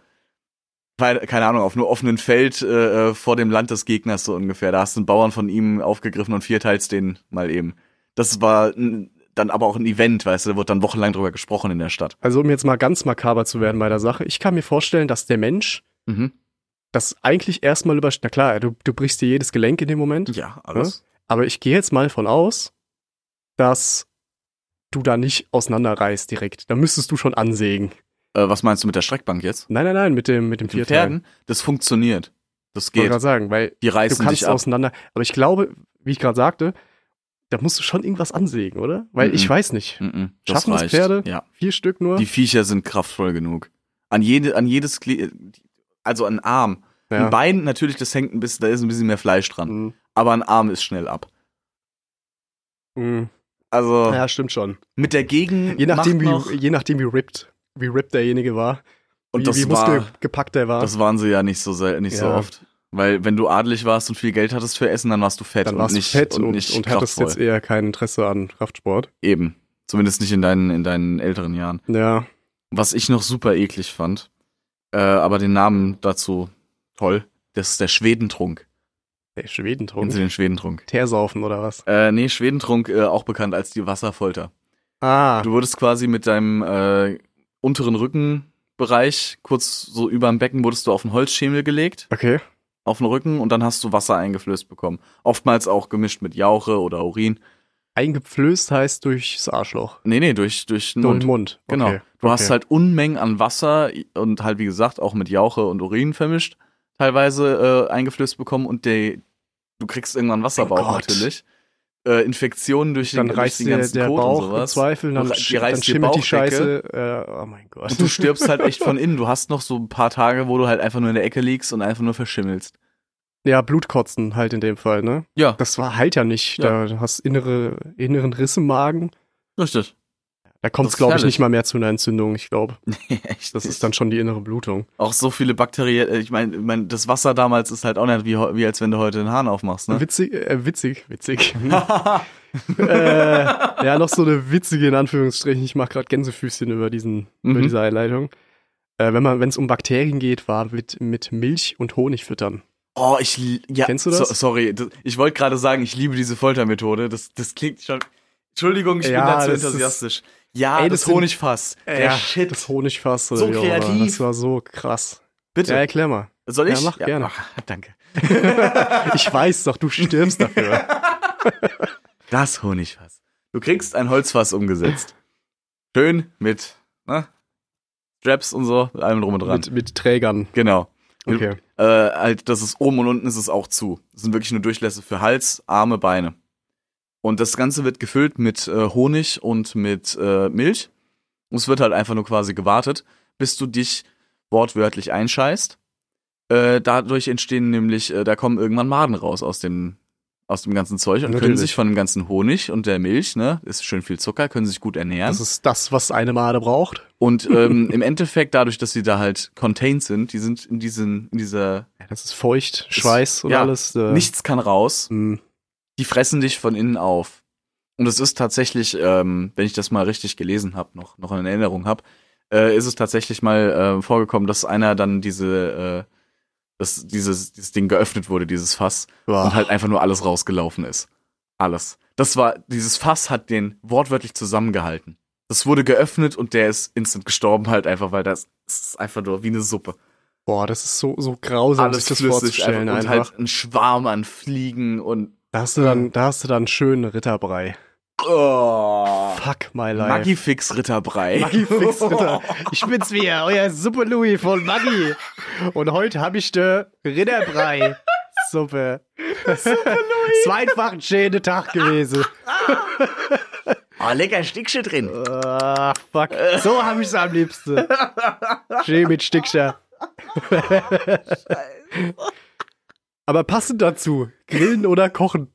[SPEAKER 4] keine keine Ahnung, auf einem offenen Feld äh, äh, vor dem Land des Gegners so ungefähr. Da hast du einen Bauern von ihm aufgegriffen und vierteilst den mal eben. Das war n- dann aber auch ein Event, weißt du, da wurde dann wochenlang drüber gesprochen in der Stadt.
[SPEAKER 5] Also, um jetzt mal ganz makaber zu werden bei der Sache, ich kann mir vorstellen, dass der Mensch das eigentlich erstmal über. Na klar, du, du brichst dir jedes Gelenk in dem Moment.
[SPEAKER 4] Ja,
[SPEAKER 5] alles. Aber ich gehe jetzt mal von aus, dass du da nicht auseinanderreißt direkt. Da müsstest du schon ansägen.
[SPEAKER 4] Äh, was meinst du mit der Streckbank jetzt?
[SPEAKER 5] Nein, nein, nein, mit dem, mit dem
[SPEAKER 4] Mit den
[SPEAKER 5] Vierteil.
[SPEAKER 4] Pferden? Das funktioniert. Das
[SPEAKER 5] Ich wollte
[SPEAKER 4] geht.
[SPEAKER 5] gerade sagen, weil
[SPEAKER 4] Die
[SPEAKER 5] du
[SPEAKER 4] reißen
[SPEAKER 5] kannst
[SPEAKER 4] dich ab.
[SPEAKER 5] auseinander. Aber ich glaube, wie ich gerade sagte, da musst du schon irgendwas ansägen, oder? Weil
[SPEAKER 4] Mhm.
[SPEAKER 5] ich weiß nicht.
[SPEAKER 4] Mhm,
[SPEAKER 5] Schaffen das Pferde?
[SPEAKER 4] Ja.
[SPEAKER 5] Vier Stück nur.
[SPEAKER 4] Die Viecher sind kraftvoll genug. An, jede, an jedes, Glied- also an Arm.
[SPEAKER 5] Ja.
[SPEAKER 4] Ein Bein, natürlich, das hängt ein bisschen, da ist ein bisschen mehr Fleisch dran.
[SPEAKER 5] Mhm.
[SPEAKER 4] Aber ein Arm ist schnell ab.
[SPEAKER 5] Mhm.
[SPEAKER 4] Also
[SPEAKER 5] Ja, stimmt schon.
[SPEAKER 4] mit der Gegend.
[SPEAKER 5] Je nachdem,
[SPEAKER 4] noch,
[SPEAKER 5] wie, je nachdem, wie ripped, wie ripped derjenige war.
[SPEAKER 4] und
[SPEAKER 5] wie,
[SPEAKER 4] das,
[SPEAKER 5] wie
[SPEAKER 4] war,
[SPEAKER 5] muskelgepackt der war.
[SPEAKER 4] das waren sie ja nicht so sel- nicht so
[SPEAKER 5] Ja.
[SPEAKER 4] oft. Weil wenn du adelig warst und viel Geld hattest für Essen, dann warst du fett
[SPEAKER 5] Dann
[SPEAKER 4] und
[SPEAKER 5] warst du
[SPEAKER 4] nicht
[SPEAKER 5] fett
[SPEAKER 4] und,
[SPEAKER 5] und,
[SPEAKER 4] nicht
[SPEAKER 5] und hattest
[SPEAKER 4] kraftvoll.
[SPEAKER 5] jetzt eh- eher kein Interesse an Kraftsport.
[SPEAKER 4] Eben. Zumindest nicht in deinen, in deinen älteren Jahren.
[SPEAKER 5] Ja.
[SPEAKER 4] Was ich noch super eklig fand, äh, aber den Namen dazu toll, das ist der Schwedentrunk.
[SPEAKER 5] Der
[SPEAKER 4] Kennen Sie
[SPEAKER 5] Schwedentrunk.
[SPEAKER 4] den Schwedentrunk?
[SPEAKER 5] Teersaufen oder was?
[SPEAKER 4] Äh, nee, Schwedentrunk, äh, auch bekannt als die Wasserfolter.
[SPEAKER 5] Ah.
[SPEAKER 4] Du wurdest quasi mit deinem äh, unteren Rückenbereich, kurz so über dem Becken, wurdest du auf einen Holzschemel gelegt,
[SPEAKER 5] Okay.
[SPEAKER 4] auf den Rücken und dann hast du Wasser eingeflößt bekommen. Oftmals auch gemischt mit Jauche oder Urin.
[SPEAKER 5] Eingepflößt heißt durchs Arschloch.
[SPEAKER 4] Nee, nee, durch, durch den
[SPEAKER 5] Durch
[SPEAKER 4] Mund.
[SPEAKER 5] den Mund.
[SPEAKER 4] Genau.
[SPEAKER 5] Okay.
[SPEAKER 4] Du hast
[SPEAKER 5] Okay.
[SPEAKER 4] halt Unmengen an Wasser und halt, wie gesagt, auch mit Jauche und Urin vermischt, teilweise äh, eingeflößt bekommen und die, du kriegst irgendwann Wasserbauch
[SPEAKER 5] Oh Gott.
[SPEAKER 4] natürlich. Äh, Infektionen durch
[SPEAKER 5] dann
[SPEAKER 4] den, durch
[SPEAKER 5] reißt
[SPEAKER 4] den
[SPEAKER 5] dir
[SPEAKER 4] ganzen
[SPEAKER 5] der
[SPEAKER 4] Kot
[SPEAKER 5] Bauch
[SPEAKER 4] und
[SPEAKER 5] im
[SPEAKER 4] sowas.
[SPEAKER 5] Zweifel, dann,
[SPEAKER 4] Du- die
[SPEAKER 5] sch dann
[SPEAKER 4] reißt die
[SPEAKER 5] schimmelt die
[SPEAKER 4] Baudecke.
[SPEAKER 5] Scheiße. Äh, oh mein Gott.
[SPEAKER 4] Und du stirbst halt echt von innen. Du hast noch so ein paar Tage, wo du halt einfach nur in der Ecke liegst und einfach nur verschimmelst.
[SPEAKER 5] ja, Blutkotzen halt in dem Fall, ne?
[SPEAKER 4] Ja,
[SPEAKER 5] Das war halt ja nicht.
[SPEAKER 4] Ja.
[SPEAKER 5] Da hast innere, inneren Riss im Magen.
[SPEAKER 4] richtig.
[SPEAKER 5] Da kommt
[SPEAKER 4] Das
[SPEAKER 5] es,
[SPEAKER 4] ist
[SPEAKER 5] glaube ich,
[SPEAKER 4] herrlich.
[SPEAKER 5] nicht mal mehr zu einer Entzündung, ich glaube.
[SPEAKER 4] Echt?
[SPEAKER 5] Das ist dann schon die innere Blutung.
[SPEAKER 4] Auch so viele Bakterien. äh, Ich meine, ich mein, das Wasser damals ist halt auch nicht wie, heu- wie als wenn du heute den Hahn aufmachst, ne?
[SPEAKER 5] Witzig, äh, witzig, witzig. äh, ja, noch so eine witzige in Anführungsstrichen. Ich mache gerade Gänsefüßchen über diesen über
[SPEAKER 4] Mhm.
[SPEAKER 5] diese Einleitung. Äh, wenn man, wenn es um Bakterien geht, war mit mit Milch und Honig füttern.
[SPEAKER 4] Oh, ich. li- Ja,
[SPEAKER 5] Kennst du das?
[SPEAKER 4] So, sorry, das, ich wollte gerade sagen, ich liebe diese Foltermethode. Das, das klingt schon. Entschuldigung, ich
[SPEAKER 5] Ja,
[SPEAKER 4] bin dazu
[SPEAKER 5] das ist-
[SPEAKER 4] enthusiastisch. Ja,
[SPEAKER 5] Ey,
[SPEAKER 4] das,
[SPEAKER 5] das sind-
[SPEAKER 4] Honigfass. der Äh, Shit.
[SPEAKER 5] Das Honigfass. Oder
[SPEAKER 4] So
[SPEAKER 5] wie auch immer.
[SPEAKER 4] kreativ.
[SPEAKER 5] Das war so krass.
[SPEAKER 4] Bitte.
[SPEAKER 5] Ja, erklär mal.
[SPEAKER 4] Soll ich?
[SPEAKER 5] Ja, mach gerne.
[SPEAKER 4] ach, danke.
[SPEAKER 5] Ich weiß doch, du stirbst dafür.
[SPEAKER 4] Das Honigfass. Du kriegst ein Holzfass umgesetzt. Schön mit ne? Straps und so, mit allem drum und dran.
[SPEAKER 5] mit, mit Trägern.
[SPEAKER 4] Genau.
[SPEAKER 5] Okay.
[SPEAKER 4] Äh, halt, das ist oben und unten ist es auch zu. Das sind wirklich nur Durchlässe für Hals, Arme, Beine. Und das Ganze wird gefüllt mit äh, Honig und mit äh, Milch. Und es wird halt einfach nur quasi gewartet, bis du dich wortwörtlich einscheißt. Äh, dadurch entstehen nämlich, äh, da kommen irgendwann Maden raus aus dem, aus dem ganzen Zeug und können
[SPEAKER 5] Natürlich.
[SPEAKER 4] sich von dem ganzen Honig und der Milch, ne, ist schön viel Zucker, können sich gut ernähren.
[SPEAKER 5] Das ist das, was eine Made braucht.
[SPEAKER 4] Und ähm, im Endeffekt, dadurch, dass sie da halt contained sind, die sind in, diesen, in dieser
[SPEAKER 5] Das ist feucht, Schweiß und
[SPEAKER 4] ja,
[SPEAKER 5] alles. Äh, hm,
[SPEAKER 4] Nichts kann raus.
[SPEAKER 5] mh.
[SPEAKER 4] Die fressen dich von innen auf. Und es ist tatsächlich, ähm, wenn ich das mal richtig gelesen habe, noch, noch in Erinnerung habe, äh, ist es tatsächlich mal äh, vorgekommen, dass einer dann diese, äh, dass dieses, dieses Ding geöffnet wurde, dieses Fass, und
[SPEAKER 5] Boah.
[SPEAKER 4] halt einfach nur alles rausgelaufen ist. Alles. Das war, dieses Fass hat den wortwörtlich zusammengehalten. Das wurde geöffnet und der ist instant gestorben halt einfach, weil das, das ist einfach nur wie eine Suppe.
[SPEAKER 5] Boah, das ist so, so grausam,
[SPEAKER 4] Alles
[SPEAKER 5] sich das
[SPEAKER 4] flüssig
[SPEAKER 5] vorzustellen.
[SPEAKER 4] einfach,
[SPEAKER 5] Einfach.
[SPEAKER 4] und halt ein Schwarm an Fliegen und
[SPEAKER 5] da, hast du dann, da hast du dann einen schönen Ritterbrei.
[SPEAKER 4] Oh.
[SPEAKER 5] Fuck my life.
[SPEAKER 4] Magifix Ritterbrei.
[SPEAKER 5] Maggi-Fix, Ritter. Ich bin's wieder, euer Suppe Louis von Maggi. Und heute hab ich de Rinderbrei. Suppe. Suppe Louis. Es war einfach ein schöner Tag gewesen.
[SPEAKER 4] oh, lecker Stückchen drin.
[SPEAKER 5] Ah, fuck. So hab ich's am liebsten. Schön mit Stickscher. Aber passend dazu, grillen oder kochen.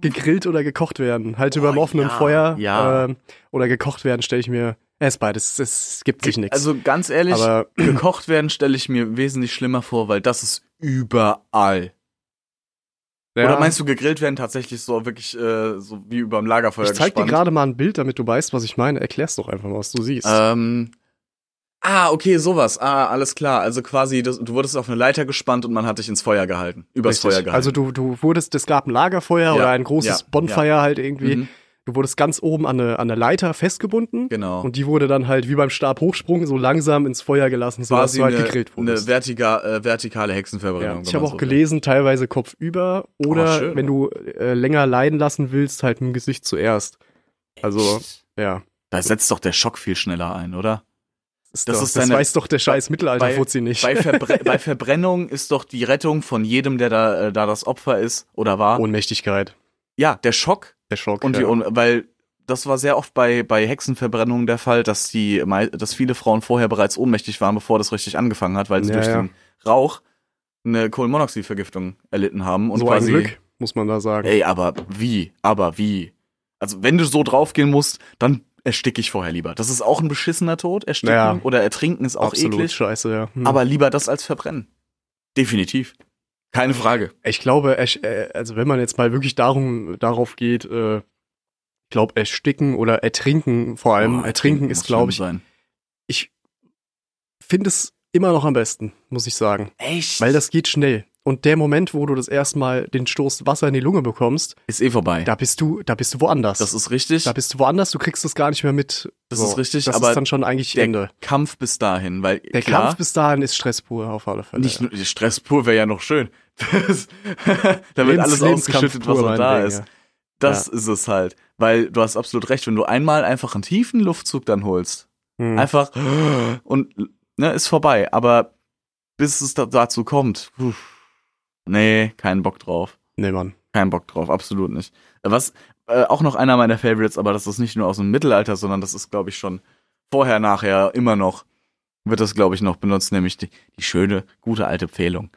[SPEAKER 5] Gegrillt oder gekocht werden. Halt über dem offenen
[SPEAKER 4] ja,
[SPEAKER 5] Feuer.
[SPEAKER 4] ja.
[SPEAKER 5] ähm, oder gekocht werden, stelle ich mir. Es ist beides, es gibt sich nichts.
[SPEAKER 4] Also ganz ehrlich,
[SPEAKER 5] Aber-
[SPEAKER 4] gekocht werden stelle ich mir wesentlich schlimmer vor, weil das ist überall. Oder meinst du gegrillt werden tatsächlich so wirklich äh, so wie überm Lagerfeuer
[SPEAKER 5] Ich zeig dir
[SPEAKER 4] gespannt?
[SPEAKER 5] gerade mal ein Bild, damit du weißt, was ich meine. Erklär's doch einfach mal, was du siehst.
[SPEAKER 4] Ähm, ah, okay, sowas. Ah, alles klar. Also quasi, das, du wurdest auf eine Leiter gespannt und man hat dich ins Feuer gehalten. Übers
[SPEAKER 5] Richtig.
[SPEAKER 4] Feuer gehalten.
[SPEAKER 5] Also du, du wurdest, es gab ein Lagerfeuer
[SPEAKER 4] Ja,
[SPEAKER 5] oder ein großes
[SPEAKER 4] ja,
[SPEAKER 5] Bonfire halt irgendwie.
[SPEAKER 4] Mhm.
[SPEAKER 5] Du wurdest ganz oben an eine, an eine Leiter festgebunden.
[SPEAKER 4] Genau.
[SPEAKER 5] Und die wurde dann halt wie beim Stabhochsprung so langsam ins Feuer gelassen, sodass
[SPEAKER 4] quasi
[SPEAKER 5] du halt
[SPEAKER 4] eine,
[SPEAKER 5] gegrillt
[SPEAKER 4] eine
[SPEAKER 5] wurdest.
[SPEAKER 4] vertiga, äh, vertikale
[SPEAKER 5] ja.
[SPEAKER 4] Hexenverbrennung.
[SPEAKER 5] Ich
[SPEAKER 4] wenn
[SPEAKER 5] habe
[SPEAKER 4] man
[SPEAKER 5] auch
[SPEAKER 4] so will.
[SPEAKER 5] gelesen, teilweise kopfüber
[SPEAKER 4] Oh,
[SPEAKER 5] oder
[SPEAKER 4] schön.
[SPEAKER 5] wenn du äh, länger leiden lassen willst, halt mit dem Gesicht zuerst. Also, ja.
[SPEAKER 4] Da setzt doch der Schock viel schneller ein, oder?
[SPEAKER 5] Ist
[SPEAKER 4] Das
[SPEAKER 5] doch,
[SPEAKER 4] ist
[SPEAKER 5] das
[SPEAKER 4] deine-
[SPEAKER 5] weiß doch der scheiß Mittelalter-Fuzzi nicht.
[SPEAKER 4] Bei, Verbre bei Verbrennung ist doch die Rettung von jedem, der da, äh, da das Opfer ist oder war.
[SPEAKER 5] Oh. Ohnmächtigkeit.
[SPEAKER 4] ja, der Schock
[SPEAKER 5] Der Schock.
[SPEAKER 4] und
[SPEAKER 5] ja.
[SPEAKER 4] die Un weil das war sehr oft bei, bei Hexenverbrennungen der Fall, dass die, mei- dass viele Frauen vorher bereits ohnmächtig waren, bevor das richtig angefangen hat, weil sie
[SPEAKER 5] Ja,
[SPEAKER 4] durch
[SPEAKER 5] ja.
[SPEAKER 4] den Rauch eine Kohlenmonoxidvergiftung erlitten haben und
[SPEAKER 5] so ein
[SPEAKER 4] quasi.
[SPEAKER 5] Glück, muss man da sagen.
[SPEAKER 4] Ey, aber wie? Aber wie? Also wenn du so draufgehen musst, dann ersticke ich vorher lieber. Das ist auch ein beschissener Tod. Ersticken
[SPEAKER 5] Ja.
[SPEAKER 4] oder ertrinken ist auch
[SPEAKER 5] Absolut
[SPEAKER 4] eklig.
[SPEAKER 5] scheiße, ja. Hm.
[SPEAKER 4] Aber lieber das als verbrennen. Definitiv. Keine Frage.
[SPEAKER 5] ich glaube, ersch- äh, also wenn man jetzt mal wirklich darum, darauf geht, äh, ich glaube, ersticken oder ertrinken, vor allem
[SPEAKER 4] Boah,
[SPEAKER 5] ertrinken
[SPEAKER 4] muss
[SPEAKER 5] ist, glaube
[SPEAKER 4] schlimm
[SPEAKER 5] ich,
[SPEAKER 4] Sein.
[SPEAKER 5] ich finde es immer noch am besten, muss ich sagen.
[SPEAKER 4] Echt?
[SPEAKER 5] Weil das geht schnell. Und der Moment, wo du das erstmal den Stoß Wasser in die Lunge bekommst,
[SPEAKER 4] ist eh vorbei.
[SPEAKER 5] da bist du, da bist du woanders.
[SPEAKER 4] das ist richtig.
[SPEAKER 5] da bist du woanders, du kriegst das gar nicht mehr mit.
[SPEAKER 4] Das ist richtig,
[SPEAKER 5] das
[SPEAKER 4] aber
[SPEAKER 5] ist dann schon eigentlich
[SPEAKER 4] der
[SPEAKER 5] Ende.
[SPEAKER 4] Kampf bis dahin, weil
[SPEAKER 5] Der
[SPEAKER 4] klar,
[SPEAKER 5] Kampf bis dahin ist Stress pur auf alle Fälle.
[SPEAKER 4] nicht nur Stress pur wäre ja noch schön. Das- da wird
[SPEAKER 5] Lebens-
[SPEAKER 4] alles
[SPEAKER 5] Lebenskampf
[SPEAKER 4] ausgeschüttet, was
[SPEAKER 5] pur,
[SPEAKER 4] noch da
[SPEAKER 5] meinetwegen,
[SPEAKER 4] ist.
[SPEAKER 5] ja.
[SPEAKER 4] Das ist es halt, weil du hast absolut recht, wenn du einmal einfach einen tiefen Luftzug dann holst,
[SPEAKER 5] Hm.
[SPEAKER 4] einfach und ne, ist vorbei. Aber bis es da, dazu kommt, puh, nee, keinen Bock drauf.
[SPEAKER 5] Nee, Mann.
[SPEAKER 4] Kein Bock drauf, absolut nicht. Äh, Was äh, auch noch einer meiner Favorites, aber das ist nicht nur aus dem Mittelalter, sondern das ist, glaube ich, schon vorher, nachher, immer noch, wird das, glaube ich, noch benutzt, nämlich die, die schöne, gute alte Pfählung.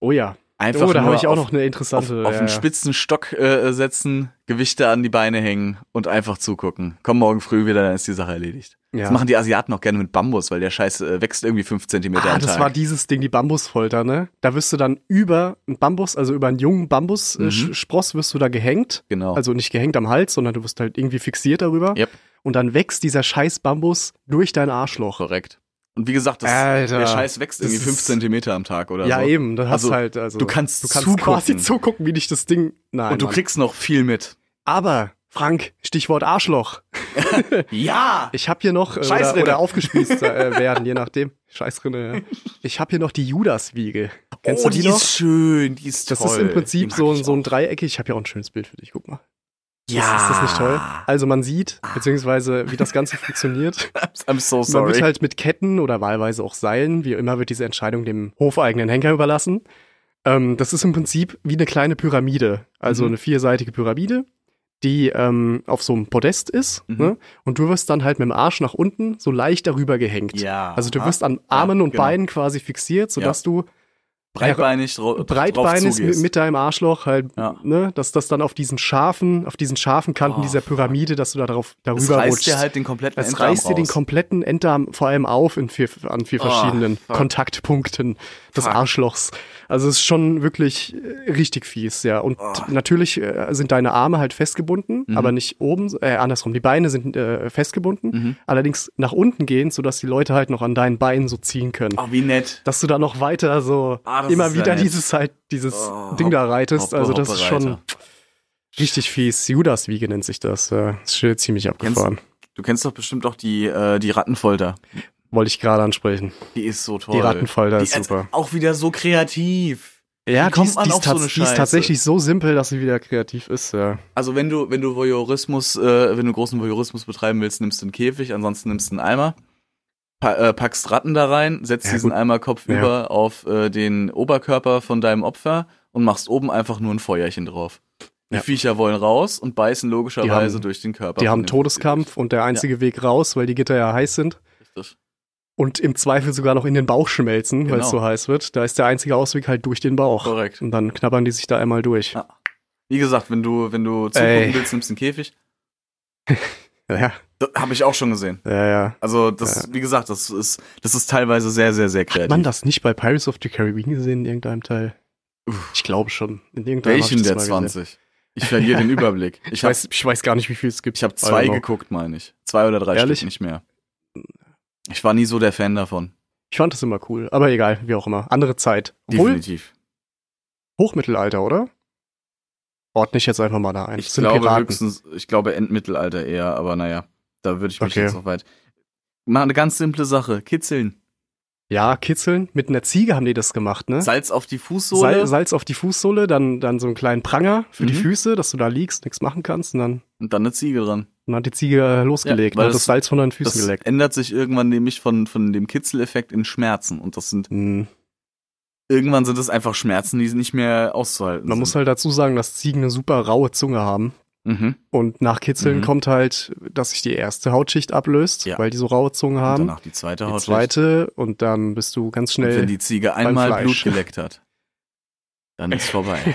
[SPEAKER 5] Oh ja.
[SPEAKER 4] Einfach
[SPEAKER 5] Oh, da
[SPEAKER 4] nur
[SPEAKER 5] habe ich auch
[SPEAKER 4] auf,
[SPEAKER 5] noch eine
[SPEAKER 4] auf,
[SPEAKER 5] interessante.
[SPEAKER 4] auf
[SPEAKER 5] ja,
[SPEAKER 4] einen
[SPEAKER 5] ja.
[SPEAKER 4] spitzen Stock äh, setzen, Gewichte an die Beine hängen und einfach zugucken. Komm morgen früh wieder, dann ist die Sache erledigt.
[SPEAKER 5] Ja.
[SPEAKER 4] Das machen die Asiaten auch gerne mit Bambus, weil der Scheiß äh, wächst irgendwie fünf Zentimeter
[SPEAKER 5] Ah,
[SPEAKER 4] am
[SPEAKER 5] das
[SPEAKER 4] Tag.
[SPEAKER 5] war dieses Ding, die Bambusfolter, ne? Da wirst du dann über einen Bambus, also über einen jungen
[SPEAKER 4] Mhm.
[SPEAKER 5] Bambusspross wirst du da gehängt.
[SPEAKER 4] genau.
[SPEAKER 5] Also nicht gehängt am Hals, sondern du wirst halt irgendwie fixiert darüber.
[SPEAKER 4] Yep.
[SPEAKER 5] Und dann wächst dieser scheiß Bambus durch dein Arschloch.
[SPEAKER 4] korrekt. Und wie gesagt, das,
[SPEAKER 5] Alter,
[SPEAKER 4] der Scheiß wächst
[SPEAKER 5] das
[SPEAKER 4] irgendwie fünf
[SPEAKER 5] ist-
[SPEAKER 4] Zentimeter am Tag oder
[SPEAKER 5] ja,
[SPEAKER 4] so.
[SPEAKER 5] eben. Dann hast
[SPEAKER 4] Also,
[SPEAKER 5] halt, also,
[SPEAKER 4] du kannst
[SPEAKER 5] du kannst
[SPEAKER 4] zugucken.
[SPEAKER 5] quasi zugucken, wie dich das Ding. Nein.
[SPEAKER 4] Und du
[SPEAKER 5] Mann.
[SPEAKER 4] kriegst noch viel mit.
[SPEAKER 5] Aber, Frank, Stichwort Arschloch.
[SPEAKER 4] Ja!
[SPEAKER 5] Ich habe hier noch äh, oder,
[SPEAKER 4] Scheißrinne.
[SPEAKER 5] oder aufgespießt äh, werden, je nachdem. Scheißrinne. Ja. Ich habe hier noch die Judaswiege. Kennst
[SPEAKER 4] oh,
[SPEAKER 5] du die,
[SPEAKER 4] die
[SPEAKER 5] noch?
[SPEAKER 4] ist schön, die ist
[SPEAKER 5] Das
[SPEAKER 4] toll.
[SPEAKER 5] ist im
[SPEAKER 4] Die
[SPEAKER 5] Prinzip
[SPEAKER 4] mag
[SPEAKER 5] so,
[SPEAKER 4] ich
[SPEAKER 5] ein- so ein
[SPEAKER 4] auch.
[SPEAKER 5] Dreieck. Ich habe ja auch ein schönes Bild für dich. Guck mal.
[SPEAKER 4] Ja.
[SPEAKER 5] Ist, ist das nicht toll? Also man sieht,
[SPEAKER 4] Ah.
[SPEAKER 5] beziehungsweise wie das Ganze funktioniert.
[SPEAKER 4] I'm so
[SPEAKER 5] Man
[SPEAKER 4] Oh, sorry.
[SPEAKER 5] wird halt mit Ketten oder wahlweise auch Seilen, wie immer, wird diese Entscheidung dem hofeigenen Henker überlassen. Ähm, das ist im Prinzip wie eine kleine Pyramide, also
[SPEAKER 4] Mhm.
[SPEAKER 5] eine vierseitige Pyramide, die ähm, auf so einem Podest ist.
[SPEAKER 4] Mhm.
[SPEAKER 5] Ne? Und du wirst dann halt mit dem Arsch nach unten so leicht darüber gehängt.
[SPEAKER 4] ja.
[SPEAKER 5] Also du wirst an Armen und
[SPEAKER 4] genau.
[SPEAKER 5] Beinen quasi fixiert, sodass du
[SPEAKER 4] breitbeinig, dra drauf
[SPEAKER 5] breitbeinig mit,
[SPEAKER 4] zugehst.
[SPEAKER 5] mit deinem Arschloch halt,
[SPEAKER 4] Ja.
[SPEAKER 5] ne, dass das dann auf diesen scharfen, auf diesen scharfen Kanten
[SPEAKER 4] Oh,
[SPEAKER 5] dieser Pyramide, dass du da drauf darüber
[SPEAKER 4] das reißt
[SPEAKER 5] rutschst.
[SPEAKER 4] dir halt den kompletten
[SPEAKER 5] Das
[SPEAKER 4] Enddarm
[SPEAKER 5] reißt dir den
[SPEAKER 4] raus.
[SPEAKER 5] kompletten Enddarm vor allem auf in vier, an vier
[SPEAKER 4] Ah,
[SPEAKER 5] verschiedenen
[SPEAKER 4] fuck.
[SPEAKER 5] Kontaktpunkten des
[SPEAKER 4] Fuck.
[SPEAKER 5] Arschlochs. Also es ist schon wirklich äh, richtig fies, ja. Und
[SPEAKER 4] Ah.
[SPEAKER 5] natürlich äh, sind deine Arme halt festgebunden,
[SPEAKER 4] Mhm.
[SPEAKER 5] aber nicht oben, äh, andersrum, die Beine sind äh, festgebunden,
[SPEAKER 4] Mhm.
[SPEAKER 5] allerdings nach unten gehend, sodass die Leute halt noch an deinen Beinen so ziehen können.
[SPEAKER 4] Ach, wie nett.
[SPEAKER 5] Dass du da noch weiter so
[SPEAKER 4] Ah, das
[SPEAKER 5] immer
[SPEAKER 4] ist ja
[SPEAKER 5] wieder
[SPEAKER 4] nett.
[SPEAKER 5] dieses halt, dieses
[SPEAKER 4] Oh,
[SPEAKER 5] Ding da reitest.
[SPEAKER 4] Hoppe,
[SPEAKER 5] also das
[SPEAKER 4] hoppe,
[SPEAKER 5] ist schon
[SPEAKER 4] Reiter.
[SPEAKER 5] richtig fies. Judaswiege nennt sich das. Ja, ist schon ziemlich abgefahren.
[SPEAKER 4] Du kennst doch bestimmt auch die, äh, die Rattenfolter.
[SPEAKER 5] Wollte ich gerade ansprechen.
[SPEAKER 4] Die ist so toll.
[SPEAKER 5] Die Rattenfolter
[SPEAKER 4] Die
[SPEAKER 5] ist super.
[SPEAKER 4] Auch wieder so kreativ.
[SPEAKER 5] Ja,
[SPEAKER 4] wie
[SPEAKER 5] die,
[SPEAKER 4] kommt
[SPEAKER 5] ist,
[SPEAKER 4] man
[SPEAKER 5] die, ist
[SPEAKER 4] auf so
[SPEAKER 5] tats-
[SPEAKER 4] eine
[SPEAKER 5] die ist
[SPEAKER 4] Scheiße?
[SPEAKER 5] tatsächlich so simpel, dass sie wieder kreativ ist. Ja.
[SPEAKER 4] Also wenn du, wenn du Voyeurismus, äh, wenn du großen Voyeurismus betreiben willst, nimmst du einen Käfig, ansonsten nimmst du einen Eimer, pa äh, packst Ratten da rein, setzt
[SPEAKER 5] Ja,
[SPEAKER 4] diesen
[SPEAKER 5] gut.
[SPEAKER 4] Eimer Kopf
[SPEAKER 5] Ja.
[SPEAKER 4] über auf äh, den Oberkörper von deinem Opfer und machst oben einfach nur ein Feuerchen drauf. Die
[SPEAKER 5] Ja.
[SPEAKER 4] Viecher wollen raus und beißen
[SPEAKER 5] Die
[SPEAKER 4] logischerweise
[SPEAKER 5] haben-
[SPEAKER 4] durch den Körper.
[SPEAKER 5] Die
[SPEAKER 4] von
[SPEAKER 5] haben einen
[SPEAKER 4] dem
[SPEAKER 5] Todeskampf und der einzige Weg raus, weil die Gitter ja heiß sind
[SPEAKER 4] Viecher. Richtig.
[SPEAKER 5] und im Zweifel sogar noch in den Bauch schmelzen, weil es
[SPEAKER 4] Genau.
[SPEAKER 5] so heiß wird. Da ist der einzige Ausweg halt durch den Bauch.
[SPEAKER 4] Korrekt.
[SPEAKER 5] Und dann knabbern die sich da einmal durch.
[SPEAKER 4] Ja. Wie gesagt, wenn du, wenn du zugucken
[SPEAKER 5] Ey.
[SPEAKER 4] willst, nimmst du einen Käfig.
[SPEAKER 5] Ja,
[SPEAKER 4] Das habe ich auch schon gesehen.
[SPEAKER 5] ja, ja.
[SPEAKER 4] Also das, wie gesagt, das ist, das ist teilweise sehr, sehr, sehr kreativ.
[SPEAKER 5] Hat man das nicht bei Pirates of the Caribbean gesehen in irgendeinem Teil? Ich glaube schon. In irgendeinem hab ich
[SPEAKER 4] Welchen
[SPEAKER 5] das
[SPEAKER 4] der
[SPEAKER 5] mal gesehen.
[SPEAKER 4] 20? Ich verliere den Überblick. Ich,
[SPEAKER 5] Ich
[SPEAKER 4] hab-
[SPEAKER 5] weiß, ich weiß gar nicht, wie viel es gibt.
[SPEAKER 4] Ich habe zwei
[SPEAKER 5] Also,
[SPEAKER 4] geguckt, meine ich. Zwei oder drei
[SPEAKER 5] Ehrlich?
[SPEAKER 4] Stück, nicht mehr. Ich war nie so der Fan davon.
[SPEAKER 5] Ich fand das immer cool. Aber egal, wie auch immer. Andere Zeit. Obwohl,
[SPEAKER 4] Definitiv.
[SPEAKER 5] Hochmittelalter, oder? Ordne ich jetzt einfach mal da ein.
[SPEAKER 4] Ich
[SPEAKER 5] Das sind
[SPEAKER 4] glaube
[SPEAKER 5] Piraten.
[SPEAKER 4] höchstens, ich glaube Endmittelalter eher, aber naja, da würde ich mich
[SPEAKER 5] Okay.
[SPEAKER 4] jetzt noch weit. Mal eine ganz simple Sache. Kitzeln.
[SPEAKER 5] Ja, kitzeln. Mit einer Ziege haben die das gemacht, ne?
[SPEAKER 4] Salz auf die Fußsohle.
[SPEAKER 5] Sal Salz auf die Fußsohle, dann, dann so einen kleinen Pranger für die
[SPEAKER 4] Mhm.
[SPEAKER 5] Füße, dass du da liegst, nichts machen kannst und dann,
[SPEAKER 4] und dann eine Ziege dran.
[SPEAKER 5] dann hat die Ziege äh, losgelegt
[SPEAKER 4] Ja, weil
[SPEAKER 5] und das
[SPEAKER 4] das-
[SPEAKER 5] Salz von deinen Füßen
[SPEAKER 4] Das
[SPEAKER 5] geleckt.
[SPEAKER 4] ändert sich irgendwann nämlich von, von dem Kitzeleffekt in Schmerzen. Und das sind,
[SPEAKER 5] Hm.
[SPEAKER 4] irgendwann sind es einfach Schmerzen, die nicht mehr auszuhalten
[SPEAKER 5] Man muss
[SPEAKER 4] sind.
[SPEAKER 5] halt dazu sagen, dass Ziegen eine super raue Zunge haben.
[SPEAKER 4] Mhm.
[SPEAKER 5] Und nach Kitzeln
[SPEAKER 4] Mhm.
[SPEAKER 5] kommt halt, dass sich die erste Hautschicht ablöst,
[SPEAKER 4] Ja.
[SPEAKER 5] weil die so raue Zunge
[SPEAKER 4] Und
[SPEAKER 5] haben.
[SPEAKER 4] danach die zweite
[SPEAKER 5] Die
[SPEAKER 4] Haut.
[SPEAKER 5] zweite und dann bist du ganz
[SPEAKER 4] Und wenn
[SPEAKER 5] schnell.
[SPEAKER 4] die Ziege einmal Blut
[SPEAKER 5] Fleisch.
[SPEAKER 4] geleckt hat, dann ist vorbei.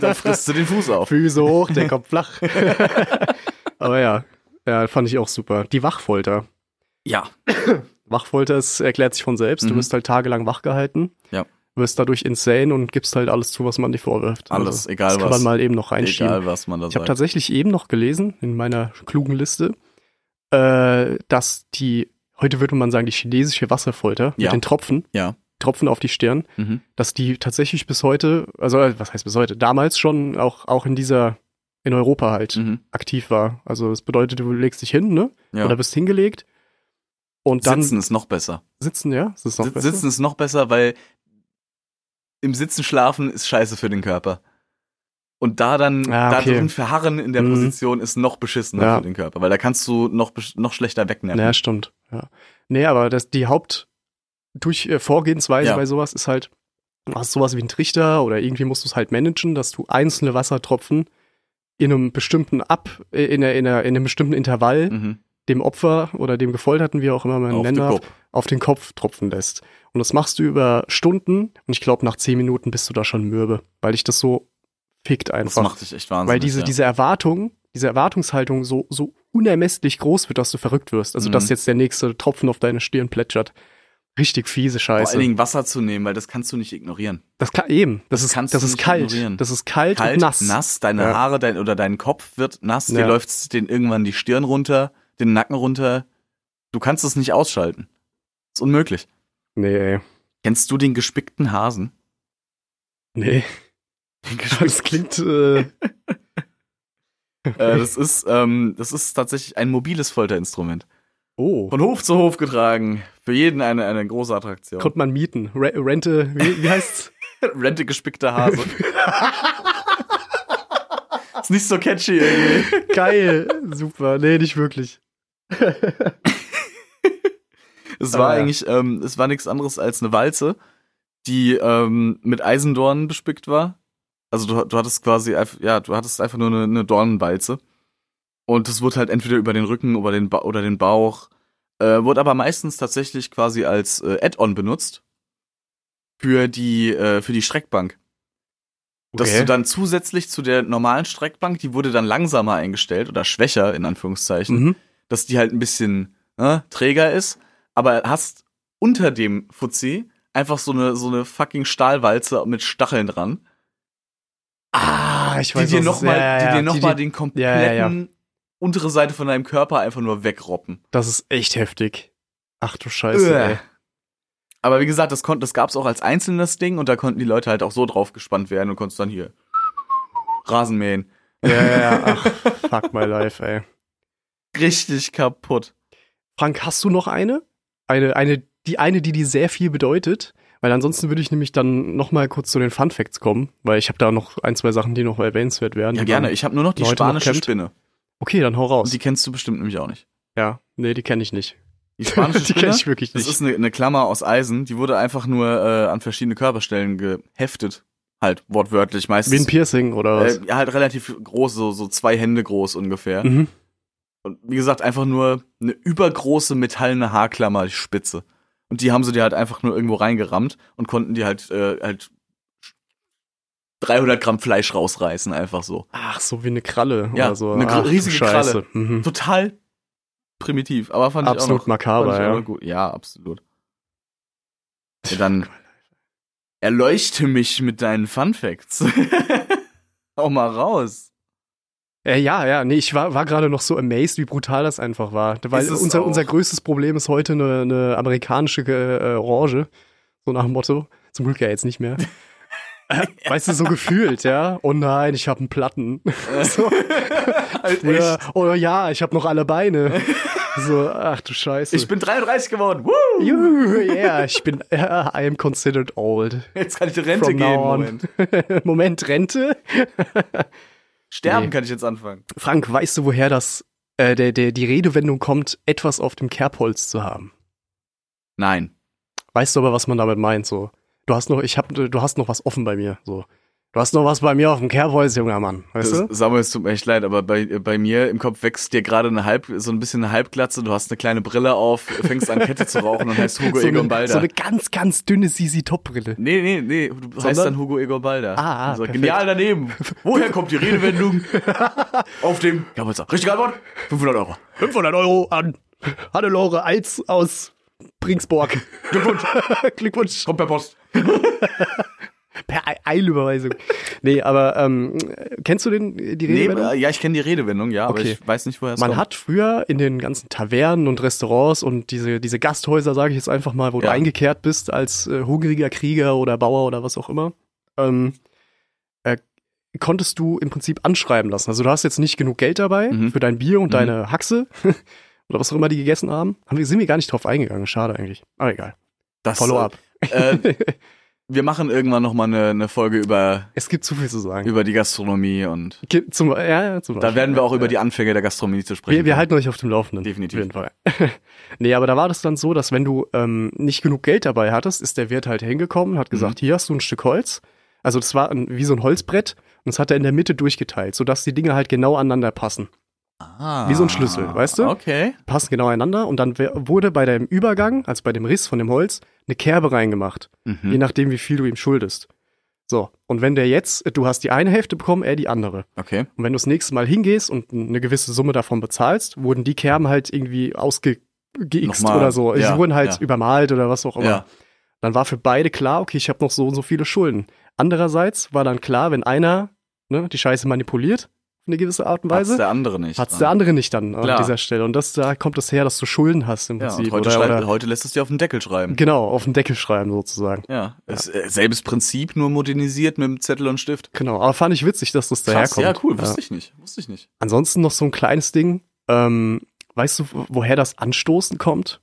[SPEAKER 4] dann frisst du den Fuß auf.
[SPEAKER 5] Füße hoch, der Kopf flach. Aber ja, ja, fand ich auch super. Die Wachfolter.
[SPEAKER 4] Ja.
[SPEAKER 5] Wachfolter ist, erklärt sich von selbst. Du
[SPEAKER 4] Mhm.
[SPEAKER 5] wirst halt tagelang wach gehalten.
[SPEAKER 4] Ja.
[SPEAKER 5] Wirst dadurch insane und gibst halt alles zu, was man dir vorwirft. Also,
[SPEAKER 4] Alles, egal
[SPEAKER 5] das kann
[SPEAKER 4] was.
[SPEAKER 5] man mal eben noch reinschieben.
[SPEAKER 4] Egal, was man da
[SPEAKER 5] Ich habe
[SPEAKER 4] sagt.
[SPEAKER 5] tatsächlich eben noch gelesen in meiner klugen Liste, äh, dass die, heute würde man sagen, die chinesische Wasserfolter
[SPEAKER 4] Ja.
[SPEAKER 5] mit den Tropfen,
[SPEAKER 4] Ja.
[SPEAKER 5] Tropfen auf die Stirn,
[SPEAKER 4] Mhm.
[SPEAKER 5] dass die tatsächlich bis heute, also äh, was heißt bis heute, damals schon auch, auch in dieser, in Europa halt
[SPEAKER 4] Mhm.
[SPEAKER 5] aktiv war. Also das bedeutet, du legst dich hin, ne?
[SPEAKER 4] Ja.
[SPEAKER 5] Oder bist hingelegt und dann
[SPEAKER 4] Sitzen ist noch besser.
[SPEAKER 5] sitzen, ja? Ist das noch
[SPEAKER 4] Sit-
[SPEAKER 5] besser?
[SPEAKER 4] Sitzen ist noch besser, weil im Sitzen schlafen ist scheiße für den Körper. Und da dann,
[SPEAKER 5] Ah,
[SPEAKER 4] da
[SPEAKER 5] okay.
[SPEAKER 4] drin verharren in der
[SPEAKER 5] Mhm.
[SPEAKER 4] Position ist noch beschissener
[SPEAKER 5] Ja.
[SPEAKER 4] für den Körper, weil da kannst du noch, besch- noch schlechter wegnehmen.
[SPEAKER 5] Ja, stimmt. Ja. Nee, aber das, die Haupt durch äh, Vorgehensweise
[SPEAKER 4] Ja.
[SPEAKER 5] bei sowas ist halt, du hast sowas wie einen Trichter oder irgendwie musst du es halt managen, dass du einzelne Wassertropfen in einem bestimmten Ab, äh, in, einer, in, einer, in einem bestimmten Intervall
[SPEAKER 4] Mhm.
[SPEAKER 5] dem Opfer oder dem Gefolterten, wie auch immer man
[SPEAKER 4] Auf
[SPEAKER 5] nennen
[SPEAKER 4] den
[SPEAKER 5] darf,
[SPEAKER 4] Kopf.
[SPEAKER 5] auf den Kopf tropfen lässt. Und das machst du über Stunden und ich glaube, nach zehn Minuten bist du da schon mürbe, weil dich das so fickt
[SPEAKER 4] Das
[SPEAKER 5] einfach.
[SPEAKER 4] macht dich echt wahnsinnig.
[SPEAKER 5] weil diese,
[SPEAKER 4] ja.
[SPEAKER 5] diese Erwartung, diese Erwartungshaltung so, so unermesslich groß wird, dass du verrückt wirst. Also,
[SPEAKER 4] Mhm.
[SPEAKER 5] dass jetzt der nächste Tropfen auf deine Stirn plätschert. Richtig fiese
[SPEAKER 4] Vor allen
[SPEAKER 5] Scheiße.
[SPEAKER 4] Dingen Wasser zu nehmen, weil das kannst du nicht ignorieren.
[SPEAKER 5] Das kann, eben. Das,
[SPEAKER 4] Das
[SPEAKER 5] ist,
[SPEAKER 4] kannst
[SPEAKER 5] das
[SPEAKER 4] du
[SPEAKER 5] ist
[SPEAKER 4] nicht
[SPEAKER 5] kalt.
[SPEAKER 4] ignorieren.
[SPEAKER 5] Das ist kalt,
[SPEAKER 4] Kalt,
[SPEAKER 5] und nass.
[SPEAKER 4] nass deine
[SPEAKER 5] Ja.
[SPEAKER 4] Haare dein, oder dein Kopf wird nass, dir
[SPEAKER 5] Ja.
[SPEAKER 4] läuft den irgendwann die Stirn runter, den Nacken runter. Du kannst es nicht ausschalten. Ist unmöglich.
[SPEAKER 5] Nee,
[SPEAKER 4] Kennst du den gespickten Hasen?
[SPEAKER 5] nee. Das klingt, äh,
[SPEAKER 4] Äh, das ist, ähm, das ist tatsächlich ein mobiles Folterinstrument.
[SPEAKER 5] oh.
[SPEAKER 4] Von Hof zu Hof getragen. Für jeden eine, eine große Attraktion.
[SPEAKER 5] Konnte man mieten. Re Rente, wie, wie heißt's?
[SPEAKER 4] Rente gespickter Hase. ist nicht so catchy irgendwie.
[SPEAKER 5] Geil. Super. Nee, nicht wirklich.
[SPEAKER 4] Es war
[SPEAKER 5] Ah, ja.
[SPEAKER 4] eigentlich, ähm, es war nichts anderes als eine Walze, die ähm, mit Eisendornen bespickt war. Also du, du hattest quasi, einf- ja, du hattest einfach nur eine, eine Dornenwalze. Und das wurde halt entweder über den Rücken über den ba oder den Bauch. Äh, wurde aber meistens tatsächlich quasi als äh, Add-on benutzt. Für die, äh, für die Streckbank. Dass du dann zusätzlich zu der normalen Streckbank, die wurde dann langsamer eingestellt oder schwächer in Anführungszeichen,
[SPEAKER 5] Mhm.
[SPEAKER 4] dass die halt ein bisschen ne, träger ist, aber hast unter dem Fuzzi einfach so eine, so eine fucking Stahlwalze mit Stacheln dran,
[SPEAKER 5] Ah, ich
[SPEAKER 4] die
[SPEAKER 5] weiß
[SPEAKER 4] dir
[SPEAKER 5] was es ist.
[SPEAKER 4] nochmal
[SPEAKER 5] Ja, ja,
[SPEAKER 4] die
[SPEAKER 5] ja.
[SPEAKER 4] dir noch mal
[SPEAKER 5] die-
[SPEAKER 4] den kompletten
[SPEAKER 5] ja, ja.
[SPEAKER 4] untere Seite von deinem Körper einfach nur wegroppen.
[SPEAKER 5] Das ist echt heftig. Ach du Scheiße,
[SPEAKER 4] Uah.
[SPEAKER 5] ey.
[SPEAKER 4] Aber wie gesagt, das, konnt, das gab es auch als einzelnes Ding und da konnten die Leute halt auch so drauf gespannt werden und konntest dann hier Rasen mähen.
[SPEAKER 5] Ja, ja, ja. Ach, fuck my life, ey.
[SPEAKER 4] Richtig kaputt.
[SPEAKER 5] Frank, hast du noch eine? Eine, eine, die eine, die dir sehr viel bedeutet? Weil ansonsten würde ich nämlich dann noch mal kurz zu den Fun Facts kommen, weil ich habe da noch ein, zwei Sachen, die noch erwähnenswert wären.
[SPEAKER 4] Ja,
[SPEAKER 5] Die
[SPEAKER 4] gerne.
[SPEAKER 5] waren-
[SPEAKER 4] Ich habe nur noch die
[SPEAKER 5] Leute noch
[SPEAKER 4] spanische
[SPEAKER 5] kennt.
[SPEAKER 4] Spinne.
[SPEAKER 5] Okay, dann hau raus.
[SPEAKER 4] Und die kennst du bestimmt nämlich auch nicht.
[SPEAKER 5] ja, nee, die kenne ich nicht.
[SPEAKER 4] Die spanische
[SPEAKER 5] die
[SPEAKER 4] Spinne,
[SPEAKER 5] kenne ich wirklich
[SPEAKER 4] das
[SPEAKER 5] nicht.
[SPEAKER 4] ist eine, eine Klammer aus Eisen, die wurde einfach nur äh, an verschiedene Körperstellen geheftet. Halt, wortwörtlich
[SPEAKER 5] Wie ein
[SPEAKER 4] meistens.
[SPEAKER 5] Piercing oder was?
[SPEAKER 4] äh, ja, halt relativ groß, so, so zwei Hände groß ungefähr.
[SPEAKER 5] mhm.
[SPEAKER 4] Und wie gesagt, einfach nur eine übergroße metallene Haarklammer, die Spitze. Und die haben sie dir halt einfach nur irgendwo reingerammt und konnten die halt, äh, halt 300 Gramm Fleisch rausreißen, einfach so.
[SPEAKER 5] Ach, so wie eine Kralle
[SPEAKER 4] Ja,
[SPEAKER 5] oder so.
[SPEAKER 4] eine gr-
[SPEAKER 5] Ach, du
[SPEAKER 4] riesige
[SPEAKER 5] Scheiße. Mhm.
[SPEAKER 4] Total primitiv, aber fand ich auch noch
[SPEAKER 5] Absolut makaber,
[SPEAKER 4] Fand ich auch
[SPEAKER 5] ja.
[SPEAKER 4] noch gut. Ja, absolut. Ja, dann erleuchte mich mit deinen Fun Facts. Hau mal raus.
[SPEAKER 5] Äh, ja, ja, nee, ich war, war gerade noch so amazed, wie brutal das einfach war. Weil
[SPEAKER 4] Ist es
[SPEAKER 5] unser,
[SPEAKER 4] auch.
[SPEAKER 5] unser größtes Problem ist heute eine, eine amerikanische äh, Orange. So nach dem Motto. Zum Glück ja jetzt nicht mehr. Äh, Weißt du, so gefühlt, ja? Oh nein, ich habe einen Platten.
[SPEAKER 4] Äh,
[SPEAKER 5] so.
[SPEAKER 4] Halt
[SPEAKER 5] Oder, oh ja, ich habe noch alle Beine. So, ach du Scheiße.
[SPEAKER 4] Ich bin 33 geworden. Woo!
[SPEAKER 5] Juhu, yeah, ich bin, äh, I am considered old.
[SPEAKER 4] Jetzt kann ich in Rente
[SPEAKER 5] From
[SPEAKER 4] gehen.
[SPEAKER 5] now on.
[SPEAKER 4] Moment.
[SPEAKER 5] Moment, Rente?
[SPEAKER 4] Sterben
[SPEAKER 5] Nee.
[SPEAKER 4] kann ich jetzt anfangen.
[SPEAKER 5] Frank, weißt du, woher das, äh, der, der, die Redewendung kommt, etwas auf dem Kerbholz zu haben?
[SPEAKER 4] Nein.
[SPEAKER 5] Weißt du aber, was man damit meint, so. Du hast noch, ich hab, du hast noch was offen bei mir, so. Du hast noch was bei mir auf dem Kerbholz, junger Mann, weißt
[SPEAKER 4] Das,
[SPEAKER 5] du?
[SPEAKER 4] Samuel, es tut mir echt leid, aber bei, bei mir im Kopf wächst dir gerade eine halb, so ein bisschen eine Halbglatze, du hast eine kleine Brille auf, fängst an Kette zu rauchen und heißt Hugo
[SPEAKER 5] so,
[SPEAKER 4] Egon
[SPEAKER 5] eine,
[SPEAKER 4] Balder.
[SPEAKER 5] so eine ganz, ganz dünne Sisi-Top-Brille.
[SPEAKER 4] Nee, nee, nee, du heißt dann Hugo Egor Balder.
[SPEAKER 5] Ah, ah,
[SPEAKER 4] Also,
[SPEAKER 5] perfekt.
[SPEAKER 4] genial daneben. Woher kommt die Redewendung? Auf dem Kerbholzer. Richtige Antwort? 500 Euro.
[SPEAKER 5] 500 Euro an Hannelore Alz aus Bringsburg.
[SPEAKER 4] Glückwunsch.
[SPEAKER 5] Glückwunsch.
[SPEAKER 4] Kommt per Post.
[SPEAKER 5] Per E- Eilüberweisung. nee, aber, ähm, kennst du den, die
[SPEAKER 4] Nee,
[SPEAKER 5] Redewendung?
[SPEAKER 4] äh, ja, ich kenne die Redewendung, ja, aber
[SPEAKER 5] Okay.
[SPEAKER 4] ich weiß nicht, woher es
[SPEAKER 5] Man
[SPEAKER 4] kommt.
[SPEAKER 5] hat früher in den ganzen Tavernen und Restaurants und diese, diese Gasthäuser, sage ich jetzt einfach mal, wo du
[SPEAKER 4] Ja.
[SPEAKER 5] eingekehrt bist als äh, hungriger Krieger oder Bauer oder was auch immer, ähm, äh, konntest du im Prinzip anschreiben lassen. Also du hast jetzt nicht genug Geld dabei
[SPEAKER 4] Mhm.
[SPEAKER 5] für dein Bier und
[SPEAKER 4] Mhm.
[SPEAKER 5] deine Haxe oder was auch immer die gegessen haben. haben wir, sind wir gar nicht drauf eingegangen, schade eigentlich. Aber egal,
[SPEAKER 4] das,
[SPEAKER 5] Follow-up.
[SPEAKER 4] Äh, wir machen irgendwann nochmal eine, eine Folge über,
[SPEAKER 5] Es gibt zu viel zu sagen.
[SPEAKER 4] über die Gastronomie und
[SPEAKER 5] Ge- Zum, ja, ja, zum
[SPEAKER 4] da
[SPEAKER 5] Beispiel.
[SPEAKER 4] werden wir auch
[SPEAKER 5] Ja.
[SPEAKER 4] über die Anfänge der Gastronomie zu sprechen.
[SPEAKER 5] Wir, wir halten euch auf dem Laufenden.
[SPEAKER 4] Definitiv.
[SPEAKER 5] Auf jeden Fall. nee, aber da war das dann so, dass wenn du ähm, nicht genug Geld dabei hattest, ist der Wirt halt hingekommen, hat gesagt,
[SPEAKER 4] Mhm.
[SPEAKER 5] hier hast du ein Stück Holz. Also das war ein, wie so ein Holzbrett und das hat er in der Mitte durchgeteilt, sodass die Dinge halt genau aneinander passen.
[SPEAKER 4] Ah.
[SPEAKER 5] Wie so ein Schlüssel, weißt du?
[SPEAKER 4] Okay.
[SPEAKER 5] passen genau einander und dann w- wurde bei dem Übergang, also bei dem Riss von dem Holz, eine Kerbe reingemacht, je
[SPEAKER 4] Mhm.
[SPEAKER 5] nachdem, wie viel du ihm schuldest. So, und wenn der jetzt, du hast die eine Hälfte bekommen, er die andere.
[SPEAKER 4] Okay.
[SPEAKER 5] Und wenn du das nächste Mal hingehst und eine gewisse Summe davon bezahlst, wuden die Kerben halt irgendwie ausge geixt
[SPEAKER 4] Nochmal,
[SPEAKER 5] oder so.
[SPEAKER 4] ja,
[SPEAKER 5] Sie wurden halt
[SPEAKER 4] ja.
[SPEAKER 5] übermalt oder was auch immer.
[SPEAKER 4] Ja.
[SPEAKER 5] Dann war für beide klar, okay, ich habe noch so und so viele Schulden. Andererseits war dann klar, wenn einer ne, die Scheiße manipuliert, auf eine gewisse Art und
[SPEAKER 4] Hat's
[SPEAKER 5] Weise,
[SPEAKER 4] der andere nicht.
[SPEAKER 5] Hat's der
[SPEAKER 4] dran.
[SPEAKER 5] andere nicht dann
[SPEAKER 4] Klar.
[SPEAKER 5] an dieser Stelle. Und das, da kommt es her, dass du Schulden hast im
[SPEAKER 4] Ja, und
[SPEAKER 5] Prinzip.
[SPEAKER 4] heute,
[SPEAKER 5] oder,
[SPEAKER 4] schreibt,
[SPEAKER 5] oder,
[SPEAKER 4] heute lässt es dir auf den Deckel schreiben.
[SPEAKER 5] genau, auf den Deckel schreiben sozusagen.
[SPEAKER 4] Ja. Ist, äh, selbes Prinzip, nur modernisiert mit dem Zettel und Stift.
[SPEAKER 5] Genau, aber fand ich witzig, dass das
[SPEAKER 4] Krass,
[SPEAKER 5] daherkommt.
[SPEAKER 4] ja, cool, wusste ich nicht. Wusste ich nicht.
[SPEAKER 5] Ansonsten noch so ein kleines Ding. Ähm, weißt du, wo- woher das Anstoßen kommt?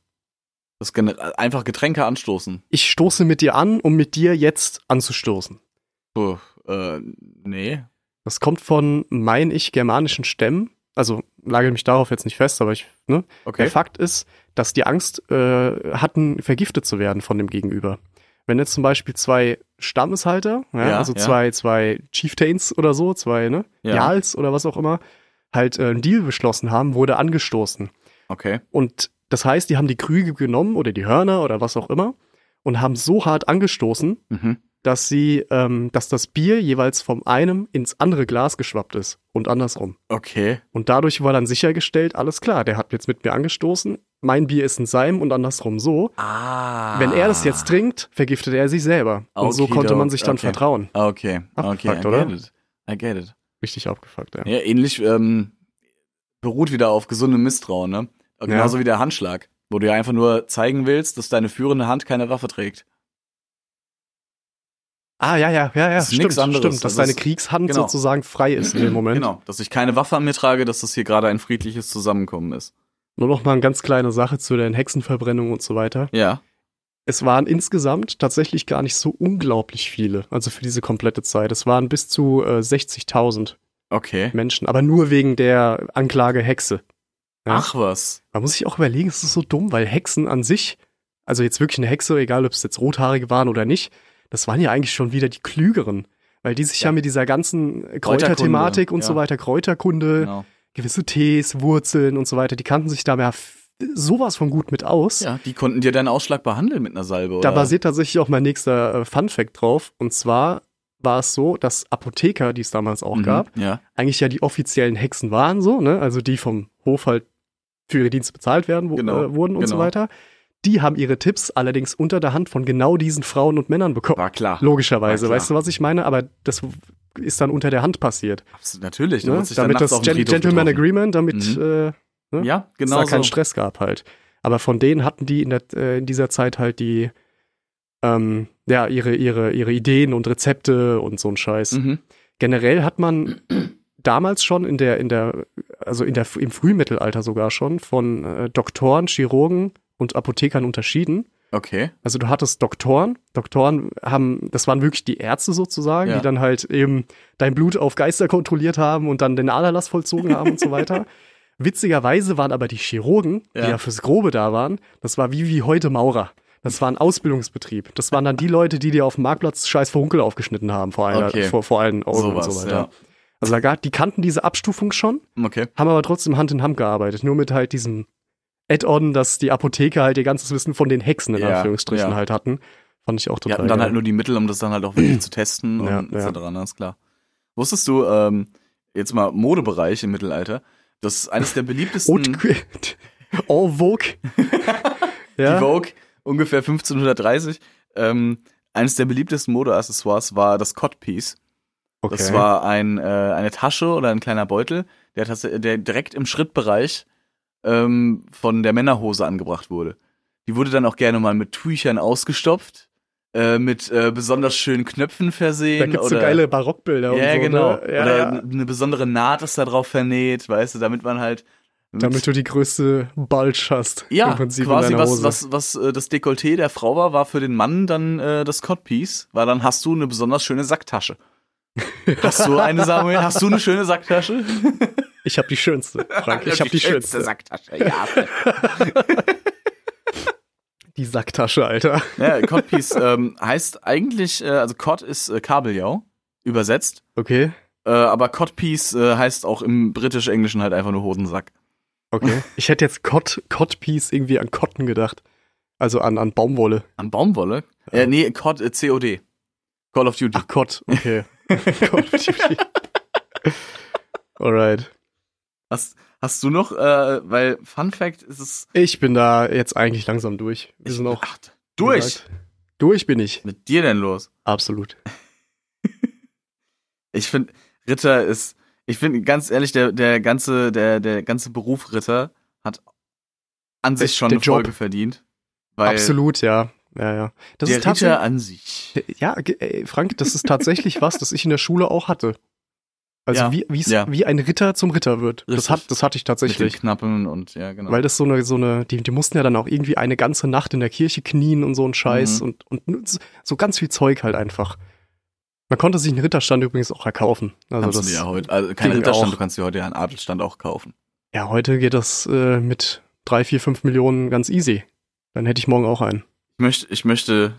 [SPEAKER 4] Das gen- einfach Getränke anstoßen.
[SPEAKER 5] Ich stoße mit dir an, um mit dir jetzt anzustoßen.
[SPEAKER 4] Puh, äh, nee.
[SPEAKER 5] Das kommt von, mein ich, germanischen Stämmen. Also lagere mich darauf jetzt nicht fest, aber ich, ne?
[SPEAKER 4] Okay.
[SPEAKER 5] Der Fakt ist, dass die Angst äh, hatten, vergiftet zu werden von dem Gegenüber. Wenn jetzt zum Beispiel zwei Stammeshalter, ja,
[SPEAKER 4] Ja,
[SPEAKER 5] also
[SPEAKER 4] ja.
[SPEAKER 5] zwei, zwei Chieftains oder so, zwei, ne?
[SPEAKER 4] Ja.
[SPEAKER 5] Jarls oder was auch immer, halt äh, einen Deal beschlossen haben, wurde angestoßen.
[SPEAKER 4] Okay.
[SPEAKER 5] Und das heißt, die haben die Krüge genommen oder die Hörner oder was auch immer und haben so hart angestoßen,
[SPEAKER 4] Mhm.
[SPEAKER 5] dass sie, ähm, dass das Bier jeweils vom einem ins andere Glas geschwappt ist und andersrum.
[SPEAKER 4] Okay.
[SPEAKER 5] Und dadurch war dann sichergestellt, alles klar, der hat jetzt mit mir angestoßen, mein Bier ist in seinem und andersrum so.
[SPEAKER 4] Ah.
[SPEAKER 5] Wenn er das jetzt trinkt, vergiftet er sich selber. Und so
[SPEAKER 4] Okidok,
[SPEAKER 5] konnte man sich dann
[SPEAKER 4] okay.
[SPEAKER 5] vertrauen.
[SPEAKER 4] Ah, Okay, okay, I
[SPEAKER 5] Abgefuckt,
[SPEAKER 4] get
[SPEAKER 5] oder?
[SPEAKER 4] it. I get it.
[SPEAKER 5] Richtig abgefuckt, ja.
[SPEAKER 4] Ja, ähnlich ähm, beruht wieder auf gesundem Misstrauen, ne? Genauso wie der Handschlag, wo du ja einfach nur zeigen willst, dass deine führende Hand keine Waffe trägt.
[SPEAKER 5] Ah, ja, ja, ja, ja.
[SPEAKER 4] Ist
[SPEAKER 5] stimmt,
[SPEAKER 4] nix anderes.
[SPEAKER 5] stimmt, dass
[SPEAKER 4] Also
[SPEAKER 5] deine
[SPEAKER 4] es-
[SPEAKER 5] Kriegshand
[SPEAKER 4] genau.
[SPEAKER 5] sozusagen frei ist in dem Moment.
[SPEAKER 4] Genau, dass ich keine Waffe an mir trage, dass das hier gerade ein friedliches Zusammenkommen ist.
[SPEAKER 5] Nur noch mal eine ganz kleine Sache zu den Hexenverbrennungen und so weiter.
[SPEAKER 4] Ja,
[SPEAKER 5] Es waren insgesamt tatsächlich gar nicht so unglaublich viele, also für diese komplette Zeit. Es waren bis zu äh, 60.000
[SPEAKER 4] okay.
[SPEAKER 5] Menschen, aber nur wegen der Anklage Hexe. Ja?
[SPEAKER 4] Ach was.
[SPEAKER 5] Man muss sich auch überlegen, es ist so dumm, weil Hexen an sich, also jetzt wirklich eine Hexe, egal ob es jetzt Rothaarige waren oder nicht, das waren ja eigentlich schon wieder die Klügeren. Weil die sich ja,
[SPEAKER 4] Ja.
[SPEAKER 5] mit dieser ganzen Kräuterthematik und
[SPEAKER 4] ja.
[SPEAKER 5] so weiter, Kräuterkunde,
[SPEAKER 4] Genau.
[SPEAKER 5] gewisse Tees, Wurzeln und so weiter, die kannten sich da ja f- sowas von gut mit aus.
[SPEAKER 4] Ja, die konnten dir deinen Ausschlag behandeln mit einer Salbe, oder?
[SPEAKER 5] Da basiert tatsächlich auch mein nächster äh, Fun-Fact drauf. Und zwar war es so, dass Apotheker, die es damals auch
[SPEAKER 4] Mhm,
[SPEAKER 5] gab,
[SPEAKER 4] Ja,
[SPEAKER 5] eigentlich ja die offiziellen Hexen waren, so, ne? Also die vom Hof halt für ihre Dienste bezahlt werden wo,
[SPEAKER 4] Genau,
[SPEAKER 5] äh, wurden und so
[SPEAKER 4] genau.
[SPEAKER 5] weiter. Die haben ihre Tipps allerdings unter der Hand von genau diesen Frauen und Männern bekommen.
[SPEAKER 4] war klar.
[SPEAKER 5] Logischerweise,
[SPEAKER 4] war Ah, klar.
[SPEAKER 5] weißt du, was ich meine? Aber das ist dann unter der Hand passiert.
[SPEAKER 4] Absolut, natürlich. Du
[SPEAKER 5] Ne?
[SPEAKER 4] hast dich dann
[SPEAKER 5] Damit
[SPEAKER 4] nachts
[SPEAKER 5] das
[SPEAKER 4] auf dem
[SPEAKER 5] Gen
[SPEAKER 4] Friedhof
[SPEAKER 5] Gentleman
[SPEAKER 4] getroffen.
[SPEAKER 5] Agreement, damit
[SPEAKER 4] Mhm.
[SPEAKER 5] äh, ne?
[SPEAKER 4] Ja,
[SPEAKER 5] es
[SPEAKER 4] genau
[SPEAKER 5] da keinen
[SPEAKER 4] so.
[SPEAKER 5] Stress gab halt. Aber von denen hatten die in, der, äh, in dieser Zeit halt die, ähm, ja, ihre, ihre, ihre Ideen und Rezepte und so ein Scheiß.
[SPEAKER 4] Mhm.
[SPEAKER 5] Generell hat man damals schon in der, in der, also in der, im Frühmittelalter sogar schon von äh, Doktoren, Chirurgen und Apothekern unterschieden.
[SPEAKER 4] Okay.
[SPEAKER 5] Also du hattest Doktoren. Doktoren haben, das waren wirklich die Ärzte sozusagen,
[SPEAKER 4] Ja.
[SPEAKER 5] die dann halt eben dein Blut auf Geister kontrolliert haben und dann den Aderlass vollzogen haben und so weiter. Witzigerweise waren aber die Chirurgen,
[SPEAKER 4] Ja.
[SPEAKER 5] die ja fürs Grobe da waren, das war wie, wie heute Maurer. Das war ein Ausbildungsbetrieb. Das waren dann die Leute, die dir auf dem Marktplatz scheiß Verhunkel aufgeschnitten haben, vor, einer,
[SPEAKER 4] Okay.
[SPEAKER 5] vor, vor allen Augen
[SPEAKER 4] Sowas,
[SPEAKER 5] und so weiter. Also da, gab- die kannten diese Abstufung schon
[SPEAKER 4] Okay.
[SPEAKER 5] haben aber trotzdem Hand in Hand gearbeitet, nur mit halt diesem Add-on, dass die Apotheker halt ihr ganzes Wissen von den Hexen in
[SPEAKER 4] Ja,
[SPEAKER 5] Anführungsstrichen
[SPEAKER 4] ja.
[SPEAKER 5] halt hatten. Fand ich auch
[SPEAKER 4] Die
[SPEAKER 5] total.
[SPEAKER 4] hatten dann
[SPEAKER 5] geil.
[SPEAKER 4] halt nur die Mittel, um das dann halt auch wirklich zu testen und
[SPEAKER 5] Ja, ja.
[SPEAKER 4] etc. Na, ist klar. Wusstest du, ähm, jetzt mal Modebereich im Mittelalter, dass eines der beliebtesten
[SPEAKER 5] Haute Cuisine. En Vogue.
[SPEAKER 4] die
[SPEAKER 5] ja.
[SPEAKER 4] Vogue ungefähr 1530, ähm, eines der beliebtesten Modeaccessoires war das Codpiece.
[SPEAKER 5] okay.
[SPEAKER 4] Das war ein, äh, eine Tasche oder ein kleiner Beutel, der, tats- der direkt im Schrittbereich ähm, von der Männerhose angebracht wurde. Die wurde dann auch gerne mal mit Tüchern ausgestopft, äh, mit äh, besonders schönen Knöpfen versehen.
[SPEAKER 5] da gibt's so
[SPEAKER 4] oder-
[SPEAKER 5] geile Barockbilder und
[SPEAKER 4] Ja,
[SPEAKER 5] so.
[SPEAKER 4] genau.
[SPEAKER 5] Ne? Ja,
[SPEAKER 4] Oder
[SPEAKER 5] ja.
[SPEAKER 4] eine besondere Naht ist da drauf vernäht, weißt du, damit man halt. mit-
[SPEAKER 5] Damit du die größte Bulge hast.
[SPEAKER 4] ja,
[SPEAKER 5] im Prinzip
[SPEAKER 4] quasi
[SPEAKER 5] in deiner
[SPEAKER 4] was,
[SPEAKER 5] Hose.
[SPEAKER 4] was, was äh, das Dekolleté der Frau war, war für den Mann dann äh, das Codpiece, weil dann hast du eine besonders schöne Sacktasche. Hast du eine, Samuel? Hast du eine schöne Sacktasche?
[SPEAKER 5] Ich habe die schönste, Frank. Ich habe die schönste.
[SPEAKER 4] Sacktasche. Ja,
[SPEAKER 5] Die Sacktasche, Alter.
[SPEAKER 4] ja Codpiece ähm, heißt eigentlich, äh, also Cod ist äh, Kabeljau, übersetzt.
[SPEAKER 5] Okay.
[SPEAKER 4] Äh, aber Codpiece äh, heißt auch im britisch-englischen halt einfach nur Hosensack.
[SPEAKER 5] Okay. Ich hätte jetzt Cod, Codpiece irgendwie an Cotton gedacht. Also an, an Baumwolle.
[SPEAKER 4] An Baumwolle? Ja. Äh, nee, Cod, äh, COD. Call of Duty.
[SPEAKER 5] Ach, Cod. Okay. Call of Duty. Alright.
[SPEAKER 4] Hast, hast du noch, äh, weil Fun Fact ist es.
[SPEAKER 5] Ich bin da jetzt eigentlich langsam durch. Wir sind auch
[SPEAKER 4] Ach, durch!
[SPEAKER 5] durch bin ich.
[SPEAKER 4] Mit dir denn los?
[SPEAKER 5] Absolut.
[SPEAKER 4] Ich finde, Ritter ist, ich finde ganz ehrlich, der, der ganze, der, der ganze Beruf Ritter hat an sich
[SPEAKER 5] Der-
[SPEAKER 4] schon
[SPEAKER 5] der
[SPEAKER 4] eine Folge
[SPEAKER 5] Job.
[SPEAKER 4] verdient. Weil
[SPEAKER 5] Absolut, ja. Ja, ja. Das
[SPEAKER 4] der
[SPEAKER 5] ist tatsächlich.
[SPEAKER 4] Ritter an sich.
[SPEAKER 5] Ja, ge- ey, Frank, das ist tatsächlich was, das ich in der Schule auch hatte. Also
[SPEAKER 4] Ja,
[SPEAKER 5] wie, wie's-
[SPEAKER 4] ja.
[SPEAKER 5] wie ein Ritter zum Ritter wird. Das,
[SPEAKER 4] Richtig.
[SPEAKER 5] hat, das hatte ich
[SPEAKER 4] Mit den
[SPEAKER 5] tatsächlich.
[SPEAKER 4] Knappen und ja, genau.
[SPEAKER 5] Weil das so eine, so eine, die, die mussten ja dann auch irgendwie eine ganze Nacht in der Kirche knien und so ein Scheiß
[SPEAKER 4] Mhm.
[SPEAKER 5] und, und nur so- so ganz viel Zeug halt einfach. Man konnte sich einen Ritterstand übrigens auch erkaufen. Also
[SPEAKER 4] kannst
[SPEAKER 5] das,
[SPEAKER 4] du dir
[SPEAKER 5] ja.
[SPEAKER 4] heute, also kein
[SPEAKER 5] ging
[SPEAKER 4] Ritterstand,
[SPEAKER 5] auch.
[SPEAKER 4] du kannst dir heute ja einen Adelstand auch kaufen.
[SPEAKER 5] heute geht das äh, mit drei, vier, fünf Millionen ganz easy. Dann hätte ich morgen auch einen.
[SPEAKER 4] Ich möchte, ich möchte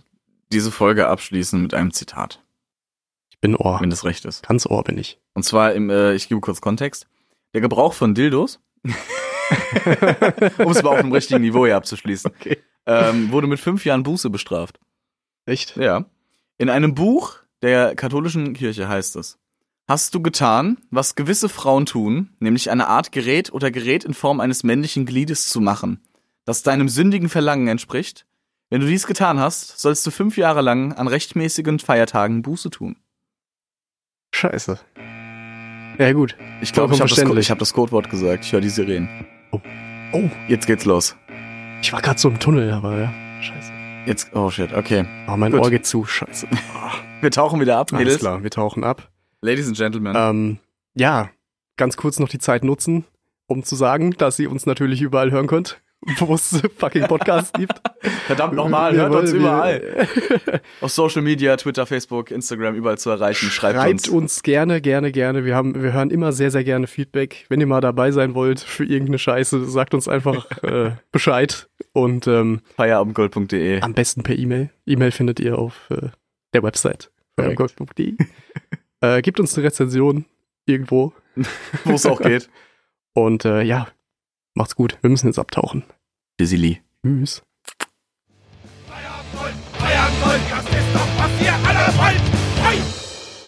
[SPEAKER 4] diese Folge abschließen mit einem Zitat,
[SPEAKER 5] Ich bin Ohr.
[SPEAKER 4] wenn das recht ist.
[SPEAKER 5] Ganz Ohr bin ich.
[SPEAKER 4] Und zwar im, äh, ich gebe kurz Kontext. Der Gebrauch von Dildos, um es mal auf dem richtigen Niveau hier abzuschließen,
[SPEAKER 5] Okay.
[SPEAKER 4] ähm, wurde mit fünf Jahren Buße bestraft.
[SPEAKER 5] Echt?
[SPEAKER 4] Ja. In einem Buch der katholischen Kirche heißt es: Hast du getan, was gewisse Frauen tun, nämlich eine Art Gerät oder Gerät in Form eines männlichen Gliedes zu machen, das deinem sündigen Verlangen entspricht? Wenn du dies getan hast, sollst du fünf Jahre lang an rechtmäßigen Feiertagen Buße tun.
[SPEAKER 5] Scheiße. Ja, gut.
[SPEAKER 4] Ich glaube, ich habe
[SPEAKER 5] Vollkommen
[SPEAKER 4] das, Ko-
[SPEAKER 5] verständlich.
[SPEAKER 4] ich hab das Codewort gesagt. Ich höre die Sirenen.
[SPEAKER 5] Oh,
[SPEAKER 4] Jetzt geht's los.
[SPEAKER 5] ich war gerade so im Tunnel, aber ja. Scheiße.
[SPEAKER 4] Jetzt, oh shit, okay.
[SPEAKER 5] Oh, mein
[SPEAKER 4] Gut.
[SPEAKER 5] Ohr geht zu. Scheiße.
[SPEAKER 4] Wir tauchen wieder ab,
[SPEAKER 5] Alles
[SPEAKER 4] Mädels.
[SPEAKER 5] klar, wir tauchen ab.
[SPEAKER 4] Ladies and Gentlemen.
[SPEAKER 5] Ähm, ja, ganz kurz noch die Zeit nutzen, um zu sagen, dass ihr uns natürlich überall hören könnt, wo es fucking Podcasts gibt.
[SPEAKER 4] Verdammt nochmal, hört
[SPEAKER 5] Wir-
[SPEAKER 4] uns
[SPEAKER 5] wir-
[SPEAKER 4] überall. Auf Social Media, Twitter, Facebook, Instagram, überall zu erreichen. Schreibt, uns.
[SPEAKER 5] Schreibt uns gerne, gerne, gerne. Wir, haben, wir hören immer sehr, sehr gerne Feedback. Wenn ihr mal dabei sein wollt für irgendeine Scheiße, sagt uns einfach äh, Bescheid. Und ähm,
[SPEAKER 4] Feierabendgold.de.
[SPEAKER 5] am besten per E-Mail. E-Mail findet ihr auf äh, der Website.
[SPEAKER 4] Korrekt.
[SPEAKER 5] feierabendgold.de. äh, gebt uns eine Rezension irgendwo.
[SPEAKER 4] wo es auch geht.
[SPEAKER 5] Und äh, ja, macht's gut. Wir müssen jetzt abtauchen.
[SPEAKER 4] Dizzy Lee.
[SPEAKER 5] Tschüss.
[SPEAKER 2] Feierabend, Gold, Feierabend, Gold, das ist doch, was ihr alle wollt. Frei!